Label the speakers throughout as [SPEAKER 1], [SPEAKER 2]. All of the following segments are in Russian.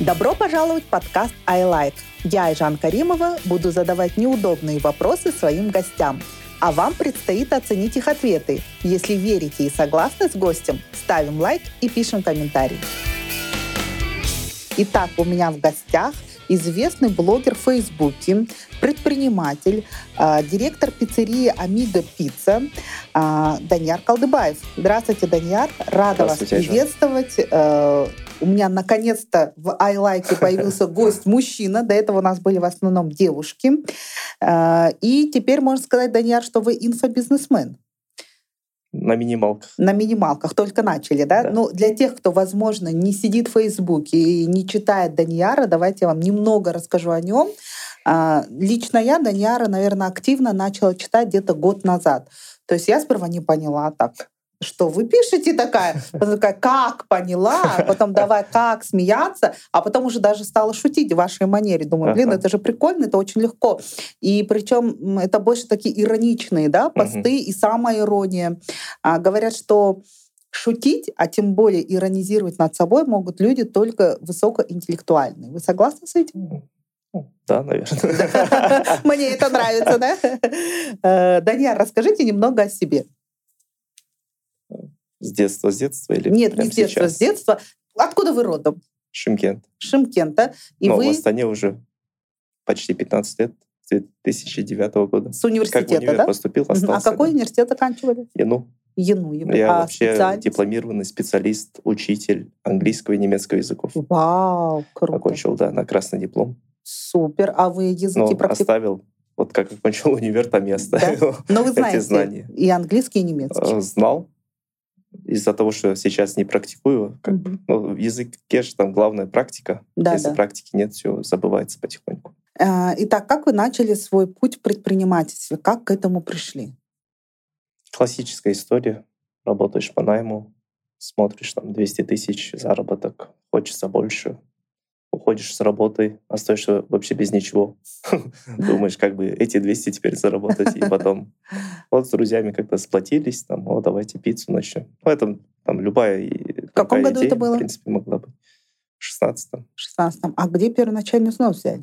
[SPEAKER 1] Добро пожаловать в подкаст «I Like». Я, Ижан Каримова, буду задавать неудобные вопросы своим гостям. А вам предстоит оценить их ответы. Если верите и согласны с гостем, ставим лайк и пишем комментарий. Итак, у меня в гостях известный блогер в Фейсбуке, предприниматель, э, директор пиццерии «Амиго Пицца» э, Даньяр Колдыбаев. Здравствуйте, Даньяр. Рада
[SPEAKER 2] Здравствуйте,
[SPEAKER 1] вас
[SPEAKER 2] Айжан.
[SPEAKER 1] приветствовать. Э, у меня наконец-то в iLike появился гость мужчина. До этого у нас были в основном девушки. Э, И теперь можно сказать, Даньяр, что вы инфобизнесмен
[SPEAKER 2] На минималках.
[SPEAKER 1] на минималках, только начали, да?
[SPEAKER 2] Да.
[SPEAKER 1] Ну, для тех, кто, возможно, не сидит в Фейсбуке и не читает Даньяра, давайте я вам немного расскажу о нем. А, Лично я Даньяра, наверное, активно начала читать где-то год назад. То есть я сперва не поняла а так, что вы пишете такая, Потом такая, как поняла, а потом давай как смеяться, а потом уже даже стала шутить в вашей манере. Думаю, блин,
[SPEAKER 2] Ага.
[SPEAKER 1] это же прикольно, это очень легко. И причем это больше такие ироничные, да, посты и самоирония. А, говорят, что шутить, а тем более иронизировать над собой могут люди только высокоинтеллектуальные. Вы согласны с этим?
[SPEAKER 2] Ну, Да, наверное.
[SPEAKER 1] Мне это нравится, да? Э, Даньяр, расскажите немного о себе.
[SPEAKER 2] С детства, с детства или
[SPEAKER 1] Нет, не
[SPEAKER 2] прямо
[SPEAKER 1] с детства,
[SPEAKER 2] сейчас?
[SPEAKER 1] с детства. Откуда вы родом?
[SPEAKER 2] Шымкент.
[SPEAKER 1] С Шимкента. И
[SPEAKER 2] Но в
[SPEAKER 1] вы
[SPEAKER 2] Астане уже почти 15 лет, с 2009 года.
[SPEAKER 1] с
[SPEAKER 2] Как в
[SPEAKER 1] университета,
[SPEAKER 2] универ
[SPEAKER 1] да?
[SPEAKER 2] поступил,
[SPEAKER 1] Мгм.
[SPEAKER 2] остался.
[SPEAKER 1] А какой
[SPEAKER 2] да.
[SPEAKER 1] университет оканчивали?
[SPEAKER 2] Я, ну,
[SPEAKER 1] Яну.
[SPEAKER 2] я
[SPEAKER 1] а
[SPEAKER 2] вообще
[SPEAKER 1] специальность?
[SPEAKER 2] дипломированный специалист, учитель английского и немецкого языков.
[SPEAKER 1] Вау, круто.
[SPEAKER 2] Окончил, да, на красный диплом.
[SPEAKER 1] Супер. А вы
[SPEAKER 2] Но
[SPEAKER 1] языки практикуете?
[SPEAKER 2] оставил, вот как окончил универ, там и оставил.
[SPEAKER 1] Но Ну, вы
[SPEAKER 2] эти
[SPEAKER 1] знаете
[SPEAKER 2] знания.
[SPEAKER 1] и английский, и немецкий.
[SPEAKER 2] Э, Знал. Из-за того, что сейчас не практикую, как бы,
[SPEAKER 1] Мгм.
[SPEAKER 2] ну, язык кеш, там главная практика.
[SPEAKER 1] Да,
[SPEAKER 2] Если
[SPEAKER 1] да.
[SPEAKER 2] практики нет, все забывается потихоньку.
[SPEAKER 1] Э, Итак, как вы начали свой путь в предпринимательстве? Как к этому пришли?
[SPEAKER 2] Классическая история. Работаешь по найму, смотришь там 200 тысяч заработок, хочется больше. Уходишь с работы, остаешься вообще без ничего. Думаешь, как бы эти 200 теперь заработать. И потом вот с друзьями как-то сплотились, там, о, давайте пиццу начнем. Ну, это там любая и-
[SPEAKER 1] В каком
[SPEAKER 2] такая
[SPEAKER 1] году это
[SPEAKER 2] идея,
[SPEAKER 1] было?
[SPEAKER 2] В принципе, могла быть. В 16
[SPEAKER 1] В 16 А где первоначальный взнос взяли?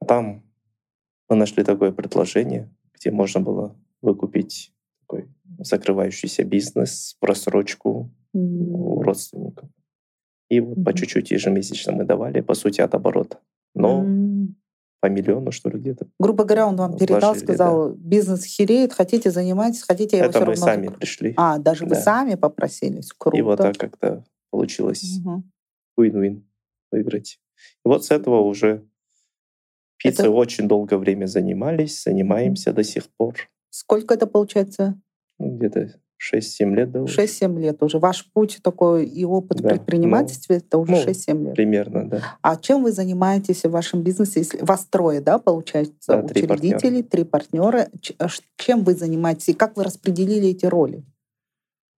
[SPEAKER 2] А Там мы нашли такое предложение, где можно было выкупить такой закрывающийся бизнес, просрочку
[SPEAKER 1] М,
[SPEAKER 2] у родственников. И вот по
[SPEAKER 1] Мгм.
[SPEAKER 2] чуть-чуть ежемесячно мы давали, по сути, от оборота. Но
[SPEAKER 1] м.
[SPEAKER 2] по миллиону, что ли, где-то.
[SPEAKER 1] Грубо говоря, он вам передал,
[SPEAKER 2] вложили,
[SPEAKER 1] сказал, бизнес хереет, хотите занимайтесь, хотите, я его
[SPEAKER 2] Это
[SPEAKER 1] все
[SPEAKER 2] мы
[SPEAKER 1] равно...
[SPEAKER 2] сами
[SPEAKER 1] закрою».
[SPEAKER 2] пришли.
[SPEAKER 1] А, даже вы
[SPEAKER 2] Да.
[SPEAKER 1] сами попросились. Круто.
[SPEAKER 2] и вот так как-то получилось
[SPEAKER 1] Мгм.
[SPEAKER 2] win-win выиграть. И вот с этого уже пиццы
[SPEAKER 1] Это-
[SPEAKER 2] очень долгое время занимались, занимаемся до сих пор.
[SPEAKER 1] Сколько это получается?
[SPEAKER 2] Ну, Где-то 6-7 лет, да, уже
[SPEAKER 1] 6-7 лет уже. Ваш путь такой и опыт в
[SPEAKER 2] Ну, Да, ну,
[SPEAKER 1] предпринимательстве это уже
[SPEAKER 2] ну,
[SPEAKER 1] 6-7 лет.
[SPEAKER 2] примерно, да.
[SPEAKER 1] А чем вы занимаетесь в вашем бизнесе? Если вас трое, да, получается,
[SPEAKER 2] Да, три
[SPEAKER 1] учредители, три партнера. Ч- а ш- Чем вы занимаетесь и как вы распределили эти роли?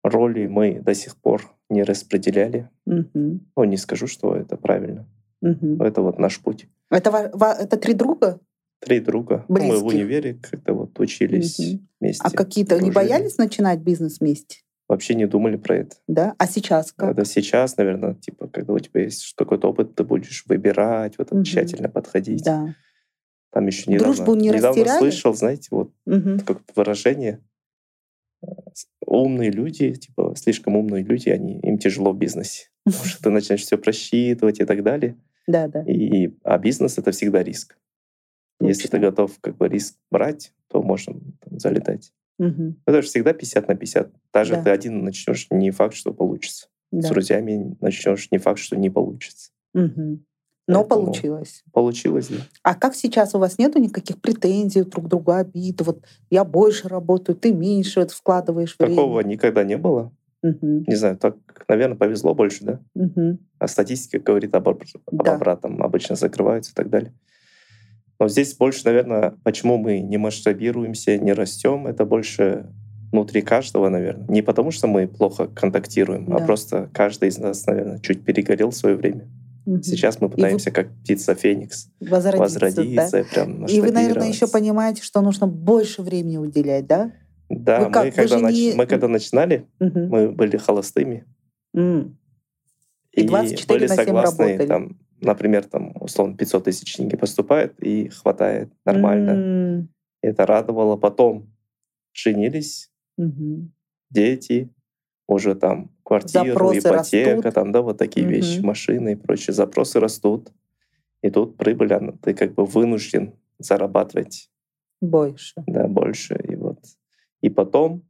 [SPEAKER 2] роли мы до сих пор не распределяли.
[SPEAKER 1] Мгм,
[SPEAKER 2] Ну, не скажу, что это правильно.
[SPEAKER 1] мгм.
[SPEAKER 2] Но это вот наш путь.
[SPEAKER 1] Это, ва- ва- это три друга?
[SPEAKER 2] Три друга. Ну, мы в
[SPEAKER 1] Близких.
[SPEAKER 2] универе как-то вот учились
[SPEAKER 1] Мгм.
[SPEAKER 2] вместе.
[SPEAKER 1] А какие-то не
[SPEAKER 2] дружили.
[SPEAKER 1] боялись начинать бизнес вместе?
[SPEAKER 2] Вообще не думали про это.
[SPEAKER 1] Да? А сейчас как?
[SPEAKER 2] Когда сейчас, наверное, типа, когда у тебя есть какой-то опыт, ты будешь выбирать, вот
[SPEAKER 1] Мгм.
[SPEAKER 2] тщательно подходить.
[SPEAKER 1] Да.
[SPEAKER 2] Там еще недавно,
[SPEAKER 1] Дружбу не
[SPEAKER 2] недавно
[SPEAKER 1] растеряли?
[SPEAKER 2] слышал, знаете, вот
[SPEAKER 1] Мгм.
[SPEAKER 2] как выражение. э, с- Умные люди, типа, слишком умные люди, они, им тяжело в бизнесе. Потому что ты начинаешь все просчитывать и так далее.
[SPEAKER 1] Да, да.
[SPEAKER 2] И, а бизнес это всегда риск. Если ты
[SPEAKER 1] Точно.
[SPEAKER 2] готов как бы риск брать, то можно там, залетать.
[SPEAKER 1] Мгм.
[SPEAKER 2] Это же всегда 50 на 50. Даже
[SPEAKER 1] Да.
[SPEAKER 2] ты один начнешь, не факт, что получится. С
[SPEAKER 1] Да.
[SPEAKER 2] друзьями начнешь, не факт, что не получится.
[SPEAKER 1] Мгм. Но
[SPEAKER 2] Поэтому-
[SPEAKER 1] получилось.
[SPEAKER 2] Получилось, да?
[SPEAKER 1] А как сейчас у вас нету никаких претензий друг к другу, обид? Вот я больше работаю, ты меньше вот вкладываешь время.
[SPEAKER 2] Такого никогда не было.
[SPEAKER 1] Мгм,
[SPEAKER 2] Не знаю, так, наверное, повезло больше, да?
[SPEAKER 1] мгм.
[SPEAKER 2] А статистика говорит об, обр- об
[SPEAKER 1] Да.
[SPEAKER 2] обратном. Обычно закрываются и так далее. Но здесь больше, наверное, почему мы не масштабируемся, не растем, это больше внутри каждого, наверное. Не потому, что мы плохо контактируем,
[SPEAKER 1] Да.
[SPEAKER 2] а просто каждый из нас, наверное, чуть перегорел в свое время.
[SPEAKER 1] Мгм.
[SPEAKER 2] Сейчас мы пытаемся, как птица Феникс,
[SPEAKER 1] возродиться.
[SPEAKER 2] возродиться, и прям
[SPEAKER 1] да? И вы, наверное, еще
[SPEAKER 2] масштабироваться.
[SPEAKER 1] понимаете, что нужно больше времени уделять, да?
[SPEAKER 2] Да,
[SPEAKER 1] Вы
[SPEAKER 2] мы,
[SPEAKER 1] как, вы
[SPEAKER 2] когда
[SPEAKER 1] же
[SPEAKER 2] нач-
[SPEAKER 1] не-
[SPEAKER 2] мы когда начинали,
[SPEAKER 1] Мгм.
[SPEAKER 2] мы были холостыми,
[SPEAKER 1] М. И 24
[SPEAKER 2] были
[SPEAKER 1] на 7
[SPEAKER 2] согласны,
[SPEAKER 1] работали.
[SPEAKER 2] там, например, там, условно, 500 тысяч деньги поступает и хватает нормально.
[SPEAKER 1] М,
[SPEAKER 2] Это радовало. Потом женились,
[SPEAKER 1] мгм.
[SPEAKER 2] дети, уже там квартиру,
[SPEAKER 1] Запросы
[SPEAKER 2] ипотека,
[SPEAKER 1] растут.
[SPEAKER 2] там, да, вот такие вещи,
[SPEAKER 1] Мгм.
[SPEAKER 2] машины и прочее. Запросы растут. И тут прибыль, она, ты как бы вынужден зарабатывать
[SPEAKER 1] Больше.
[SPEAKER 2] да, больше. И вот. И потом,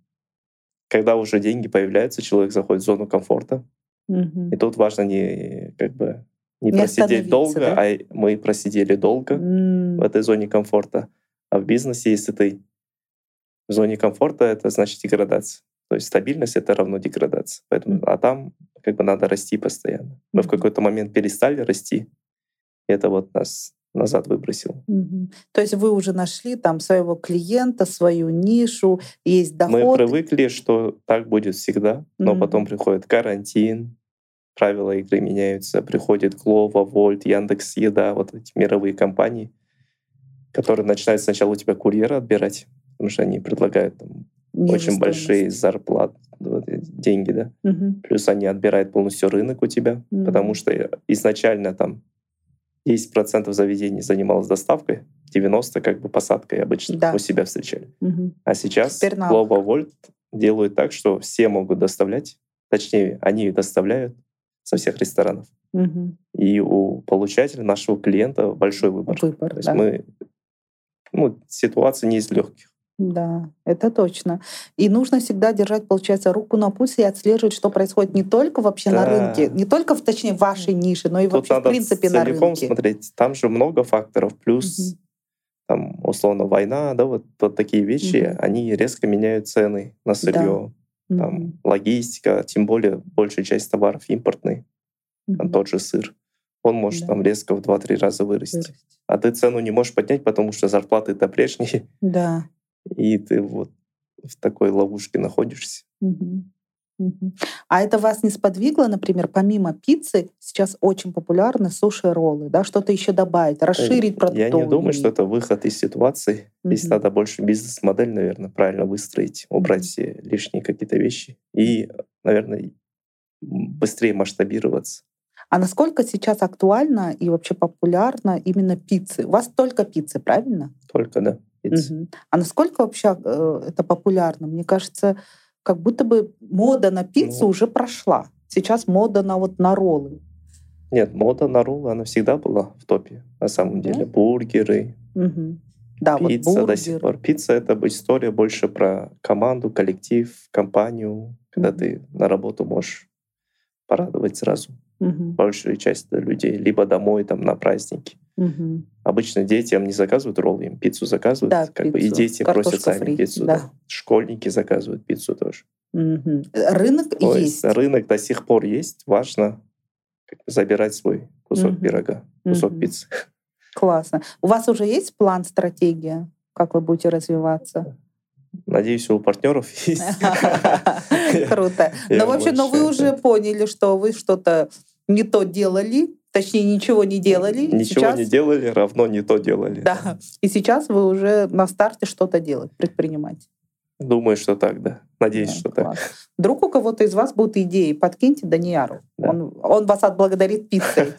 [SPEAKER 2] когда уже деньги появляются, человек заходит в зону комфорта.
[SPEAKER 1] Мгм.
[SPEAKER 2] И тут важно не как бы не,
[SPEAKER 1] Не
[SPEAKER 2] просидеть
[SPEAKER 1] остановиться,
[SPEAKER 2] долго,
[SPEAKER 1] да?
[SPEAKER 2] а и- мы просидели долго
[SPEAKER 1] М,
[SPEAKER 2] в этой зоне комфорта. А в бизнесе, если ты в зоне комфорта, это значит деградация. То есть стабильность это равно деградация. Поэтому, а там как бы надо расти постоянно. Мы в
[SPEAKER 1] Мгм.
[SPEAKER 2] какой-то момент перестали расти, и это вот нас назад выбросило.
[SPEAKER 1] мгм. То есть вы уже нашли там своего клиента, свою нишу, есть доход.
[SPEAKER 2] Мы привыкли, что так будет всегда, но
[SPEAKER 1] Мгм.
[SPEAKER 2] потом приходит карантин, правила игры меняются, приходит Глова, Вольт, Яндекс, Еда, вот эти мировые компании, которые начинают сначала у тебя курьера отбирать, потому что они предлагают там, очень
[SPEAKER 1] Нижестоимость.
[SPEAKER 2] большие зарплаты, вот эти деньги, да.
[SPEAKER 1] Мгм.
[SPEAKER 2] Плюс они отбирают полностью рынок у тебя,
[SPEAKER 1] Мгм.
[SPEAKER 2] потому что изначально там 10% заведений занималось доставкой, 90% как бы посадкой обычно
[SPEAKER 1] Да.
[SPEAKER 2] у себя встречали.
[SPEAKER 1] Мгм.
[SPEAKER 2] А сейчас
[SPEAKER 1] Теперь на
[SPEAKER 2] Global Volt делают так, что все могут доставлять, точнее, они доставляют со всех ресторанов.
[SPEAKER 1] Мгм.
[SPEAKER 2] И у получателя, нашего клиента, большой выбор.
[SPEAKER 1] Выбор,
[SPEAKER 2] То есть
[SPEAKER 1] да.
[SPEAKER 2] мы... Ну, ситуация не из легких.
[SPEAKER 1] Да, это точно. И нужно всегда держать, получается, руку на пульсе и отслеживать, что происходит не только вообще на
[SPEAKER 2] Да.
[SPEAKER 1] рынке, не только, в, точнее, в вашей нише, но и
[SPEAKER 2] Тут
[SPEAKER 1] вообще, в
[SPEAKER 2] надо
[SPEAKER 1] принципе, на
[SPEAKER 2] целиком
[SPEAKER 1] рынке.
[SPEAKER 2] смотреть. Там же много факторов. Плюс
[SPEAKER 1] Мгм.
[SPEAKER 2] там, условно, война, да, вот, вот такие вещи,
[SPEAKER 1] Мгм.
[SPEAKER 2] они резко меняют цены на сырье, там,
[SPEAKER 1] Мгм.
[SPEAKER 2] логистика, тем более большая часть товаров импортные, там
[SPEAKER 1] Мгм.
[SPEAKER 2] тот же сыр, он может
[SPEAKER 1] Да.
[SPEAKER 2] там резко в 2-3 раза вырасти. А ты цену не можешь поднять, потому что зарплаты-то прежние,
[SPEAKER 1] Да.
[SPEAKER 2] и ты вот в такой ловушке находишься.
[SPEAKER 1] Мгм. Мгм. А это вас не сподвигло, например, помимо пиццы сейчас очень популярны суши-роллы, да, что-то еще добавить, расширить продукт.
[SPEAKER 2] Я не думаю, что это выход из ситуации. Здесь
[SPEAKER 1] Мгм.
[SPEAKER 2] надо больше бизнес-модель, наверное, правильно выстроить, убрать
[SPEAKER 1] Мгм.
[SPEAKER 2] все лишние какие-то вещи и, наверное, м, быстрее масштабироваться.
[SPEAKER 1] А насколько сейчас актуально и вообще популярна именно пиццы? У вас только пиццы, правильно?
[SPEAKER 2] Только, да. пицца.
[SPEAKER 1] Мгм. А насколько вообще э, это популярно? Мне кажется, как будто бы мода на пиццу
[SPEAKER 2] Ну.
[SPEAKER 1] уже прошла. Сейчас мода на вот на роллы.
[SPEAKER 2] Нет, мода на роллы, она всегда была в топе, на самом
[SPEAKER 1] Да?
[SPEAKER 2] деле. Бургеры,
[SPEAKER 1] Мгм. Да,
[SPEAKER 2] пицца
[SPEAKER 1] А вот
[SPEAKER 2] до сих
[SPEAKER 1] бургеры.
[SPEAKER 2] пор. Пицца — это бы история больше про команду, коллектив, компанию, когда
[SPEAKER 1] Мгм.
[SPEAKER 2] ты на работу можешь порадовать сразу
[SPEAKER 1] Мгм.
[SPEAKER 2] большую часть людей, либо домой, там, на праздники.
[SPEAKER 1] Мгм.
[SPEAKER 2] Обычно детям не заказывают роллы, им пиццу заказывают.
[SPEAKER 1] Да,
[SPEAKER 2] как бы, и
[SPEAKER 1] пиццу.
[SPEAKER 2] дети просят
[SPEAKER 1] Картошка
[SPEAKER 2] сами
[SPEAKER 1] фри,
[SPEAKER 2] пиццу.
[SPEAKER 1] да.
[SPEAKER 2] да. Школьники заказывают пиццу тоже.
[SPEAKER 1] Мгм. Э, Рынок
[SPEAKER 2] То
[SPEAKER 1] есть.
[SPEAKER 2] есть рынок до сих пор есть. Важно как бы забирать свой кусок
[SPEAKER 1] Мгм.
[SPEAKER 2] пирога, кусок
[SPEAKER 1] Мгм.
[SPEAKER 2] пиццы.
[SPEAKER 1] Классно. У вас уже есть план, стратегия, как вы будете развиваться?
[SPEAKER 2] Надеюсь, у партнеров есть.
[SPEAKER 1] Круто.
[SPEAKER 2] Я
[SPEAKER 1] Но вообще, но
[SPEAKER 2] больше
[SPEAKER 1] вы уже
[SPEAKER 2] это-
[SPEAKER 1] поняли, что вы что-то не то делали, точнее, ничего не делали. и
[SPEAKER 2] Ничего
[SPEAKER 1] сейчас-
[SPEAKER 2] не делали, равно не то делали.
[SPEAKER 1] Да. И сейчас вы уже на старте что-то делать, предпринимать.
[SPEAKER 2] Думаю, что так, да. Надеюсь,
[SPEAKER 1] Да,
[SPEAKER 2] что так.
[SPEAKER 1] класс. Вдруг у кого-то из вас будут идеи, подкиньте Даниару.
[SPEAKER 2] Да.
[SPEAKER 1] Он, он вас отблагодарит пиццей.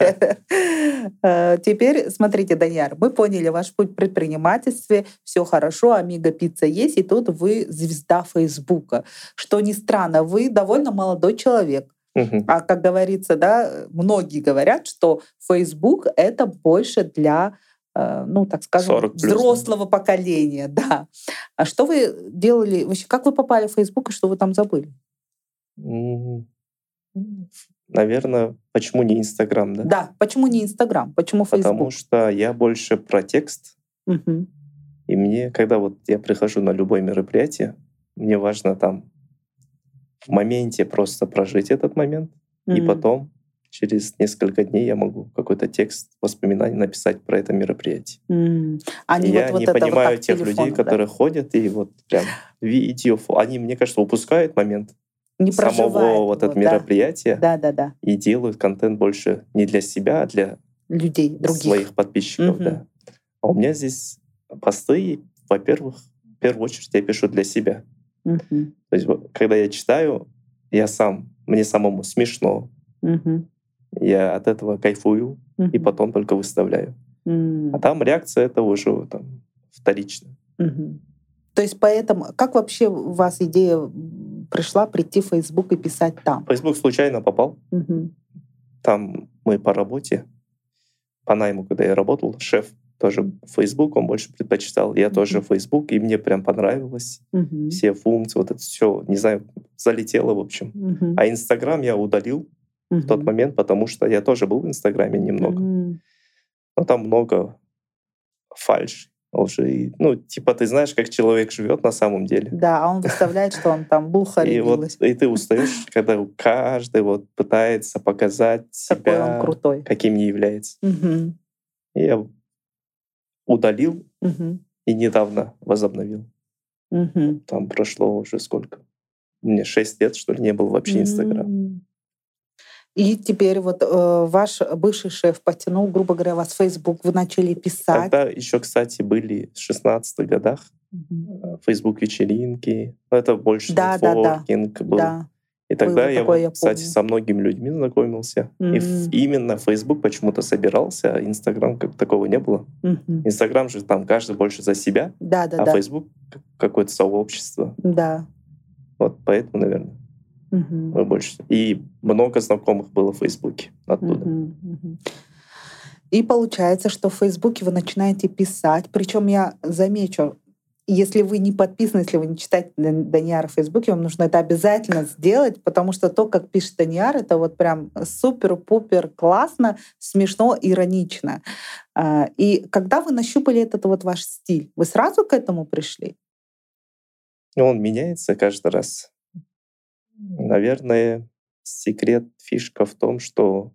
[SPEAKER 1] Э, Теперь смотрите, Даниар, мы поняли ваш путь в предпринимательстве, все хорошо, Амиго Пицца есть, и тут вы звезда Фейсбука. Что ни странно, вы довольно молодой человек.
[SPEAKER 2] Мгм.
[SPEAKER 1] А как говорится, да, многие говорят, что Facebook это больше для, э, ну, так скажем,
[SPEAKER 2] 40 плюс, да.
[SPEAKER 1] взрослого поколения, да. А что вы делали, вообще, как вы попали в Facebook и что вы там забыли?
[SPEAKER 2] М, Наверное, почему не Инстаграм, да?
[SPEAKER 1] Да, почему не Инстаграм, почему
[SPEAKER 2] Потому
[SPEAKER 1] Facebook?
[SPEAKER 2] что я больше про текст,
[SPEAKER 1] Мгм.
[SPEAKER 2] и мне, когда вот я прихожу на любое мероприятие, мне важно там в моменте просто прожить этот момент, и
[SPEAKER 1] М.
[SPEAKER 2] потом через несколько дней я могу какой-то текст воспоминаний написать про это мероприятие.
[SPEAKER 1] М. А
[SPEAKER 2] И я
[SPEAKER 1] вот- вот
[SPEAKER 2] не
[SPEAKER 1] это вот
[SPEAKER 2] понимаю
[SPEAKER 1] так к
[SPEAKER 2] тех людей,
[SPEAKER 1] телефону, да.
[SPEAKER 2] которые ходят и вот прям видео, фо- они, мне кажется, упускают момент
[SPEAKER 1] не проживают
[SPEAKER 2] самого вот
[SPEAKER 1] его,
[SPEAKER 2] от
[SPEAKER 1] Ну да.
[SPEAKER 2] мероприятия
[SPEAKER 1] Да, да, да.
[SPEAKER 2] и делают контент больше не для себя, а для
[SPEAKER 1] Людей, других.
[SPEAKER 2] своих подписчиков,
[SPEAKER 1] Мгм.
[SPEAKER 2] да. А у меня здесь посты, во-первых, в первую очередь я пишу для себя.
[SPEAKER 1] Мгм.
[SPEAKER 2] То есть, вот, когда я читаю, я сам, мне самому смешно,
[SPEAKER 1] Мгм.
[SPEAKER 2] Я от этого кайфую
[SPEAKER 1] Мгм.
[SPEAKER 2] и потом только выставляю.
[SPEAKER 1] М.
[SPEAKER 2] А там реакция это уже там вторично.
[SPEAKER 1] Мгм. То есть поэтому, как вообще у вас идея м, пришла прийти в Facebook и писать там?
[SPEAKER 2] Facebook случайно попал.
[SPEAKER 1] Мгм.
[SPEAKER 2] Там мы по работе, по найму, когда я работал, шеф тоже Facebook, он больше предпочитал. Я тоже Facebook, и мне прям понравилось.
[SPEAKER 1] Мгм.
[SPEAKER 2] Все функции, вот это все, не знаю, залетело, в общем.
[SPEAKER 1] Мгм.
[SPEAKER 2] А Инстаграм я удалил в тот
[SPEAKER 1] Мгм.
[SPEAKER 2] момент, потому что я тоже был в Инстаграме немного.
[SPEAKER 1] М.
[SPEAKER 2] но там много фальши, лжи. Ну, типа, ты знаешь, как человек живет на самом деле.
[SPEAKER 1] Да, а он выставляет, что он там буха
[SPEAKER 2] И, вот,
[SPEAKER 1] ревилась.
[SPEAKER 2] и ты устаешь, когда каждый вот пытается показать
[SPEAKER 1] Какой он
[SPEAKER 2] себя,
[SPEAKER 1] крутой.
[SPEAKER 2] каким не является.
[SPEAKER 1] Мгм.
[SPEAKER 2] И я удалил
[SPEAKER 1] Мгм.
[SPEAKER 2] и недавно возобновил.
[SPEAKER 1] Мгм.
[SPEAKER 2] Там прошло уже сколько? Мне 6 лет, что ли, не было вообще Инстаграма.
[SPEAKER 1] М. И теперь вот э, ваш бывший шеф потянул, грубо говоря, вас в Facebook, вы начали писать.
[SPEAKER 2] Тогда еще, кстати, были в 16 годах
[SPEAKER 1] Мгм.
[SPEAKER 2] фейсбук-вечеринки. Ну, это больше
[SPEAKER 1] Да, да, да.
[SPEAKER 2] нетворкинг был.
[SPEAKER 1] Да.
[SPEAKER 2] И тогда
[SPEAKER 1] Было
[SPEAKER 2] я,
[SPEAKER 1] такое, я
[SPEAKER 2] кстати,
[SPEAKER 1] помню.
[SPEAKER 2] со многими людьми знакомился. И
[SPEAKER 1] Мгм.
[SPEAKER 2] в- именно Facebook почему-то собирался, а Инстаграм как такого не было.
[SPEAKER 1] Мгм.
[SPEAKER 2] Инстаграм же там каждый больше за себя,
[SPEAKER 1] Да, да,
[SPEAKER 2] а
[SPEAKER 1] да.
[SPEAKER 2] Facebook как- какое-то сообщество.
[SPEAKER 1] Да.
[SPEAKER 2] Вот поэтому, наверное,
[SPEAKER 1] Мгм.
[SPEAKER 2] мы больше. И много знакомых было в Фейсбуке оттуда.
[SPEAKER 1] Мгм, мгм. И получается, что в Фейсбуке вы начинаете писать. Причем я замечу, если вы не подписаны, если вы не читаете Дан- Даниара в Фейсбуке, вам нужно это обязательно сделать, потому что то, как пишет Даниар, это вот прям супер-пупер классно, смешно, иронично. А, И когда вы нащупали этот вот ваш стиль, вы сразу к этому пришли?
[SPEAKER 2] И он меняется каждый раз. Наверное, секрет, фишка в том, что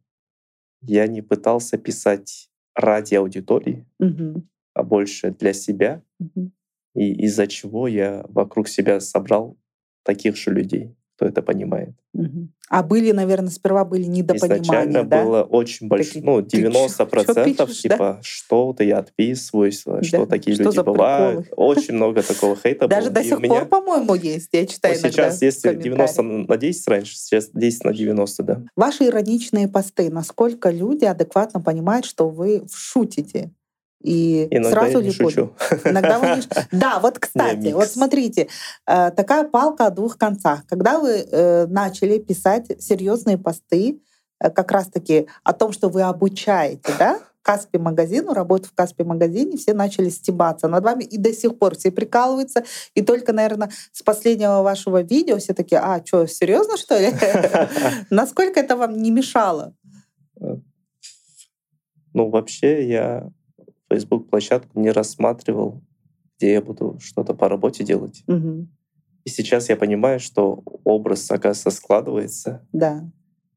[SPEAKER 2] я не пытался писать ради аудитории,
[SPEAKER 1] Мгм,
[SPEAKER 2] а больше для себя,
[SPEAKER 1] мгм,
[SPEAKER 2] и из-за чего я вокруг себя собрал таких же людей, кто это понимает.
[SPEAKER 1] мгм. А были, наверное, сперва были недопонимания,
[SPEAKER 2] Изначально
[SPEAKER 1] да?
[SPEAKER 2] было очень большое,
[SPEAKER 1] Такие,
[SPEAKER 2] ну,
[SPEAKER 1] чё-
[SPEAKER 2] 90
[SPEAKER 1] чё
[SPEAKER 2] процентов,
[SPEAKER 1] пишешь,
[SPEAKER 2] типа, что-то я отписываюсь, а что
[SPEAKER 1] Да,
[SPEAKER 2] такие
[SPEAKER 1] что
[SPEAKER 2] люди
[SPEAKER 1] за
[SPEAKER 2] бывают.
[SPEAKER 1] приколы?
[SPEAKER 2] Очень много такого хейта
[SPEAKER 1] Даже
[SPEAKER 2] было.
[SPEAKER 1] до
[SPEAKER 2] И у
[SPEAKER 1] сих
[SPEAKER 2] меня-
[SPEAKER 1] пор, по-моему, есть. Я читаю
[SPEAKER 2] вот
[SPEAKER 1] иногда
[SPEAKER 2] сейчас, если
[SPEAKER 1] комментарии.
[SPEAKER 2] 90 на 10 раньше, сейчас 10 на 90, да.
[SPEAKER 1] Ваши ироничные посты, насколько люди адекватно понимают, что вы шутите? И
[SPEAKER 2] Иногда
[SPEAKER 1] сразу
[SPEAKER 2] я не
[SPEAKER 1] ли поняли?
[SPEAKER 2] шучу.
[SPEAKER 1] Иногда вы не ш- Да, вот кстати,
[SPEAKER 2] микс.
[SPEAKER 1] вот смотрите, э, такая палка о двух концах. Когда вы э, начали писать серьезные посты, э, как раз-таки о том, что вы обучаете, да? Каспи магазину, работу в Каспи магазине, все начали стебаться над вами, и до сих пор все прикалываются. И только, наверное, с последнего вашего видео все такие, а, что, серьезно, что ли? Насколько это вам не мешало?
[SPEAKER 2] Ну, вообще, я Facebook-площадку не рассматривал, где я буду что-то по работе делать.
[SPEAKER 1] Мгм.
[SPEAKER 2] И сейчас я понимаю, что образ, оказывается, складывается,
[SPEAKER 1] Да.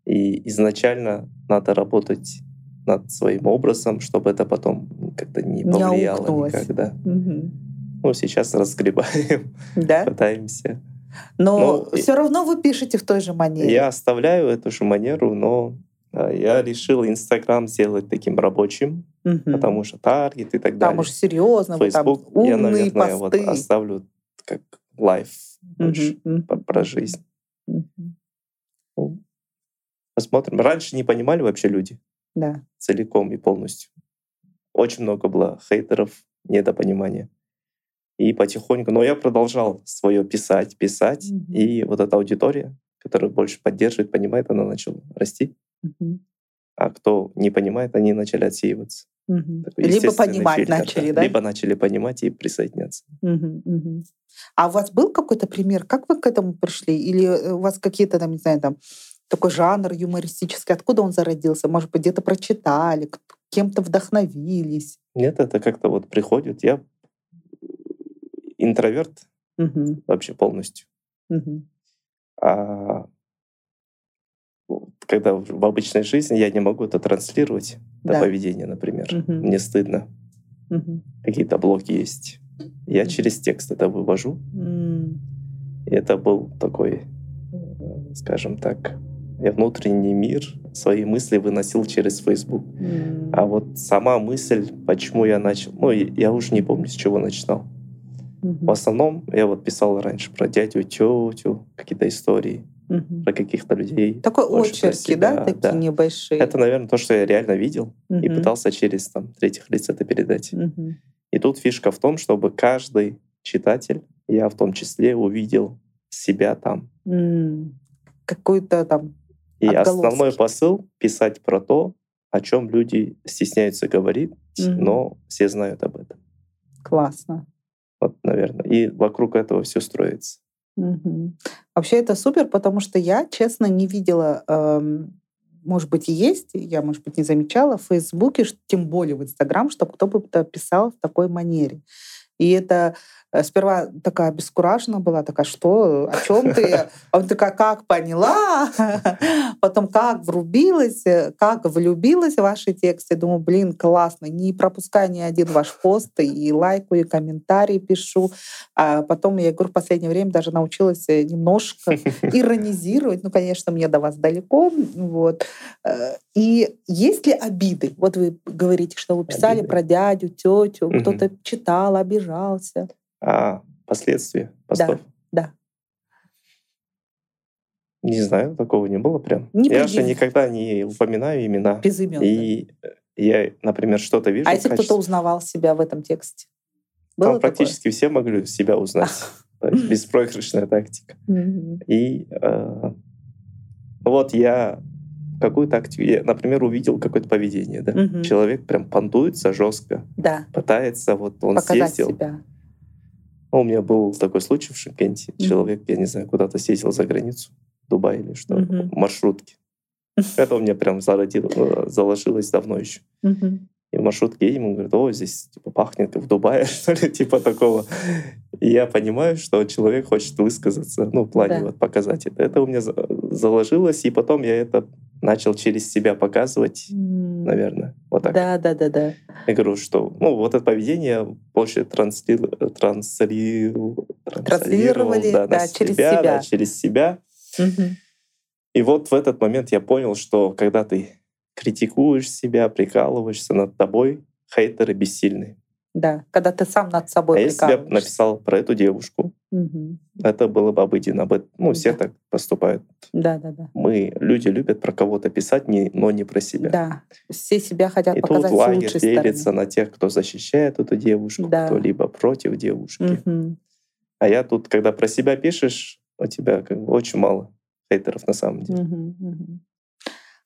[SPEAKER 2] и изначально надо работать над своим образом, чтобы это потом как-то не
[SPEAKER 1] Не
[SPEAKER 2] повлияло
[SPEAKER 1] аукнулось.
[SPEAKER 2] никогда.
[SPEAKER 1] Мгм.
[SPEAKER 2] Ну, сейчас разгребаем,
[SPEAKER 1] Да?
[SPEAKER 2] пытаемся.
[SPEAKER 1] Но
[SPEAKER 2] Ну, и-
[SPEAKER 1] все равно вы пишете в той же манере.
[SPEAKER 2] Я оставляю эту же манеру, но а, я решил Инстаграм сделать таким рабочим,
[SPEAKER 1] Мгм.
[SPEAKER 2] потому что таргет и так
[SPEAKER 1] Там
[SPEAKER 2] далее.
[SPEAKER 1] уж серьезно, вы там
[SPEAKER 2] Фейсбук я,
[SPEAKER 1] умные
[SPEAKER 2] наверное, вот
[SPEAKER 1] посты.
[SPEAKER 2] оставлю как лайф
[SPEAKER 1] Мгм,
[SPEAKER 2] больше
[SPEAKER 1] мгм,
[SPEAKER 2] про- про жизнь.
[SPEAKER 1] мгм.
[SPEAKER 2] Ну, Посмотрим. Раньше не понимали вообще люди.
[SPEAKER 1] Да.
[SPEAKER 2] целиком и полностью. Очень много было хейтеров, недопонимания. И потихоньку, но я продолжал свое писать, писать,
[SPEAKER 1] Мгм.
[SPEAKER 2] и вот эта аудитория, которая больше поддерживает, понимает, она начала расти.
[SPEAKER 1] Мгм,
[SPEAKER 2] А кто не понимает, они начали отсеиваться.
[SPEAKER 1] мгм.
[SPEAKER 2] Такой
[SPEAKER 1] Либо
[SPEAKER 2] естественный
[SPEAKER 1] понимать
[SPEAKER 2] фильтр, да.
[SPEAKER 1] начали, да?
[SPEAKER 2] Либо начали понимать и присоединяться.
[SPEAKER 1] Мгм, мгм. А у вас был какой-то пример, как вы к этому пришли? Или э, у вас какие-то, там, не знаю, там, такой жанр юмористический, откуда он зародился? Может быть, где-то прочитали, к- кем-то вдохновились?
[SPEAKER 2] Нет, это как-то вот приходит. Я интроверт
[SPEAKER 1] Мгм,
[SPEAKER 2] вообще полностью.
[SPEAKER 1] мгм,
[SPEAKER 2] А вот когда в в обычной жизни я не могу это транслировать,
[SPEAKER 1] Да.
[SPEAKER 2] это поведение, например.
[SPEAKER 1] Мгм.
[SPEAKER 2] Мне стыдно.
[SPEAKER 1] мгм.
[SPEAKER 2] Какие-то блоки есть. Я
[SPEAKER 1] Мгм.
[SPEAKER 2] через текст это вывожу.
[SPEAKER 1] М,
[SPEAKER 2] И это был такой, э, скажем так, я внутренний мир, свои мысли выносил через Facebook.
[SPEAKER 1] м.
[SPEAKER 2] А вот сама мысль, почему я начал... Ну, и- я уже не помню, с чего начинал.
[SPEAKER 1] Мгм.
[SPEAKER 2] В основном я вот писал раньше про дядю, тетю, какие-то истории.
[SPEAKER 1] Мгм.
[SPEAKER 2] про каких-то людей.
[SPEAKER 1] Такой
[SPEAKER 2] больше про
[SPEAKER 1] очерки, да,
[SPEAKER 2] себя,
[SPEAKER 1] такие
[SPEAKER 2] да.
[SPEAKER 1] небольшие.
[SPEAKER 2] Это, наверное, то, что я реально видел и
[SPEAKER 1] Мгм.
[SPEAKER 2] пытался через там, третьих лиц это передать.
[SPEAKER 1] Мгм.
[SPEAKER 2] И тут фишка в том, чтобы каждый читатель, я в том числе, увидел себя там.
[SPEAKER 1] М. Какой-то там.
[SPEAKER 2] И
[SPEAKER 1] Отголоски.
[SPEAKER 2] основной посыл — писать про то, о чем люди стесняются говорить,
[SPEAKER 1] Мгм.
[SPEAKER 2] но все знают об этом.
[SPEAKER 1] Классно.
[SPEAKER 2] Вот, наверное. И вокруг этого все строится.
[SPEAKER 1] Мгм. Вообще это супер, потому что я, честно, не видела, эм, может быть, и есть, я, может быть, не замечала в Фейсбуке, ш- тем более в Инстаграм, чтобы кто-то писал в такой манере. И это э, сперва такая обескуражена была, такая, что, о чем ты? А он такая, как поняла? Потом, как врубилась, э, как влюбилась в ваши тексты. Думаю, блин, классно, не пропускаю ни один ваш пост, и лайкаю, и комментарии пишу. А потом, я говорю, в последнее время даже научилась э, немножко иронизировать. Ну, конечно, мне до вас далеко. Вот. Э, И есть ли обиды? Вот вы говорите, что вы писали
[SPEAKER 2] Обиды?
[SPEAKER 1] про дядю, тетю,
[SPEAKER 2] Мгм.
[SPEAKER 1] кто-то читал, обижался.
[SPEAKER 2] А последствия постов?
[SPEAKER 1] да.
[SPEAKER 2] Не знаю, такого не было прям.
[SPEAKER 1] Не
[SPEAKER 2] я же
[SPEAKER 1] предъявляй.
[SPEAKER 2] никогда не упоминаю имена.
[SPEAKER 1] Без имен.
[SPEAKER 2] И я, например, что-то вижу.
[SPEAKER 1] А
[SPEAKER 2] в
[SPEAKER 1] если
[SPEAKER 2] качестве-
[SPEAKER 1] кто-то узнавал себя в этом тексте?
[SPEAKER 2] Там
[SPEAKER 1] Было такое?
[SPEAKER 2] практически все могли себя узнать. То есть беспроигрышная тактика.
[SPEAKER 1] Мгм.
[SPEAKER 2] И э, ну вот я какую-то актив... я, например, увидел какое-то поведение. Да?
[SPEAKER 1] Мгм.
[SPEAKER 2] Человек прям понтуется жестко,
[SPEAKER 1] Да,
[SPEAKER 2] пытается, вот он
[SPEAKER 1] показать
[SPEAKER 2] съездил.
[SPEAKER 1] себя.
[SPEAKER 2] Ну, у меня был такой случай в Шымкенте.
[SPEAKER 1] Мгм.
[SPEAKER 2] Человек, я не знаю, куда-то съездил за границу, в Дубай или что,
[SPEAKER 1] Мгм.
[SPEAKER 2] в маршрутке. Это у меня прям зародило, э, заложилось давно еще.
[SPEAKER 1] Мгм.
[SPEAKER 2] И в маршрутке едем, он говорит, о, здесь типа пахнет как в Дубае, что ли, типа такого. И я понимаю, что человек хочет высказаться, ну, в плане
[SPEAKER 1] Да.
[SPEAKER 2] вот показать это. Это у меня за- заложилось, и потом я это начал через себя показывать,
[SPEAKER 1] М.
[SPEAKER 2] наверное, вот так.
[SPEAKER 1] Да, да, да, да.
[SPEAKER 2] Я говорю, что, ну, вот это поведение я больше трансли... трансли...
[SPEAKER 1] Транслировали,
[SPEAKER 2] да, на
[SPEAKER 1] да, через
[SPEAKER 2] себя, да,
[SPEAKER 1] себя.
[SPEAKER 2] через себя.
[SPEAKER 1] Мгм.
[SPEAKER 2] И вот в этот момент я понял, что когда ты критикуешь себя, прикалываешься над тобой, хейтеры бессильны.
[SPEAKER 1] Да, когда ты сам над собой
[SPEAKER 2] а если бы я
[SPEAKER 1] прикалываешься.
[SPEAKER 2] написал про эту девушку,
[SPEAKER 1] Мгм.
[SPEAKER 2] это было бы обыденно. Об этом- Ну, все
[SPEAKER 1] Да.
[SPEAKER 2] так поступают.
[SPEAKER 1] Да, да, да.
[SPEAKER 2] Мы, люди, любят про кого-то писать, не, но не про себя.
[SPEAKER 1] Да, все себя хотят
[SPEAKER 2] И тут
[SPEAKER 1] показать с
[SPEAKER 2] лагерь
[SPEAKER 1] лучшей
[SPEAKER 2] делится
[SPEAKER 1] стороны.
[SPEAKER 2] на тех, кто защищает эту девушку,
[SPEAKER 1] Да.
[SPEAKER 2] кто либо против девушки.
[SPEAKER 1] Мгм.
[SPEAKER 2] А я тут, когда про себя пишешь, у тебя как бы очень мало хейтеров на самом деле.
[SPEAKER 1] Мгм, мгм.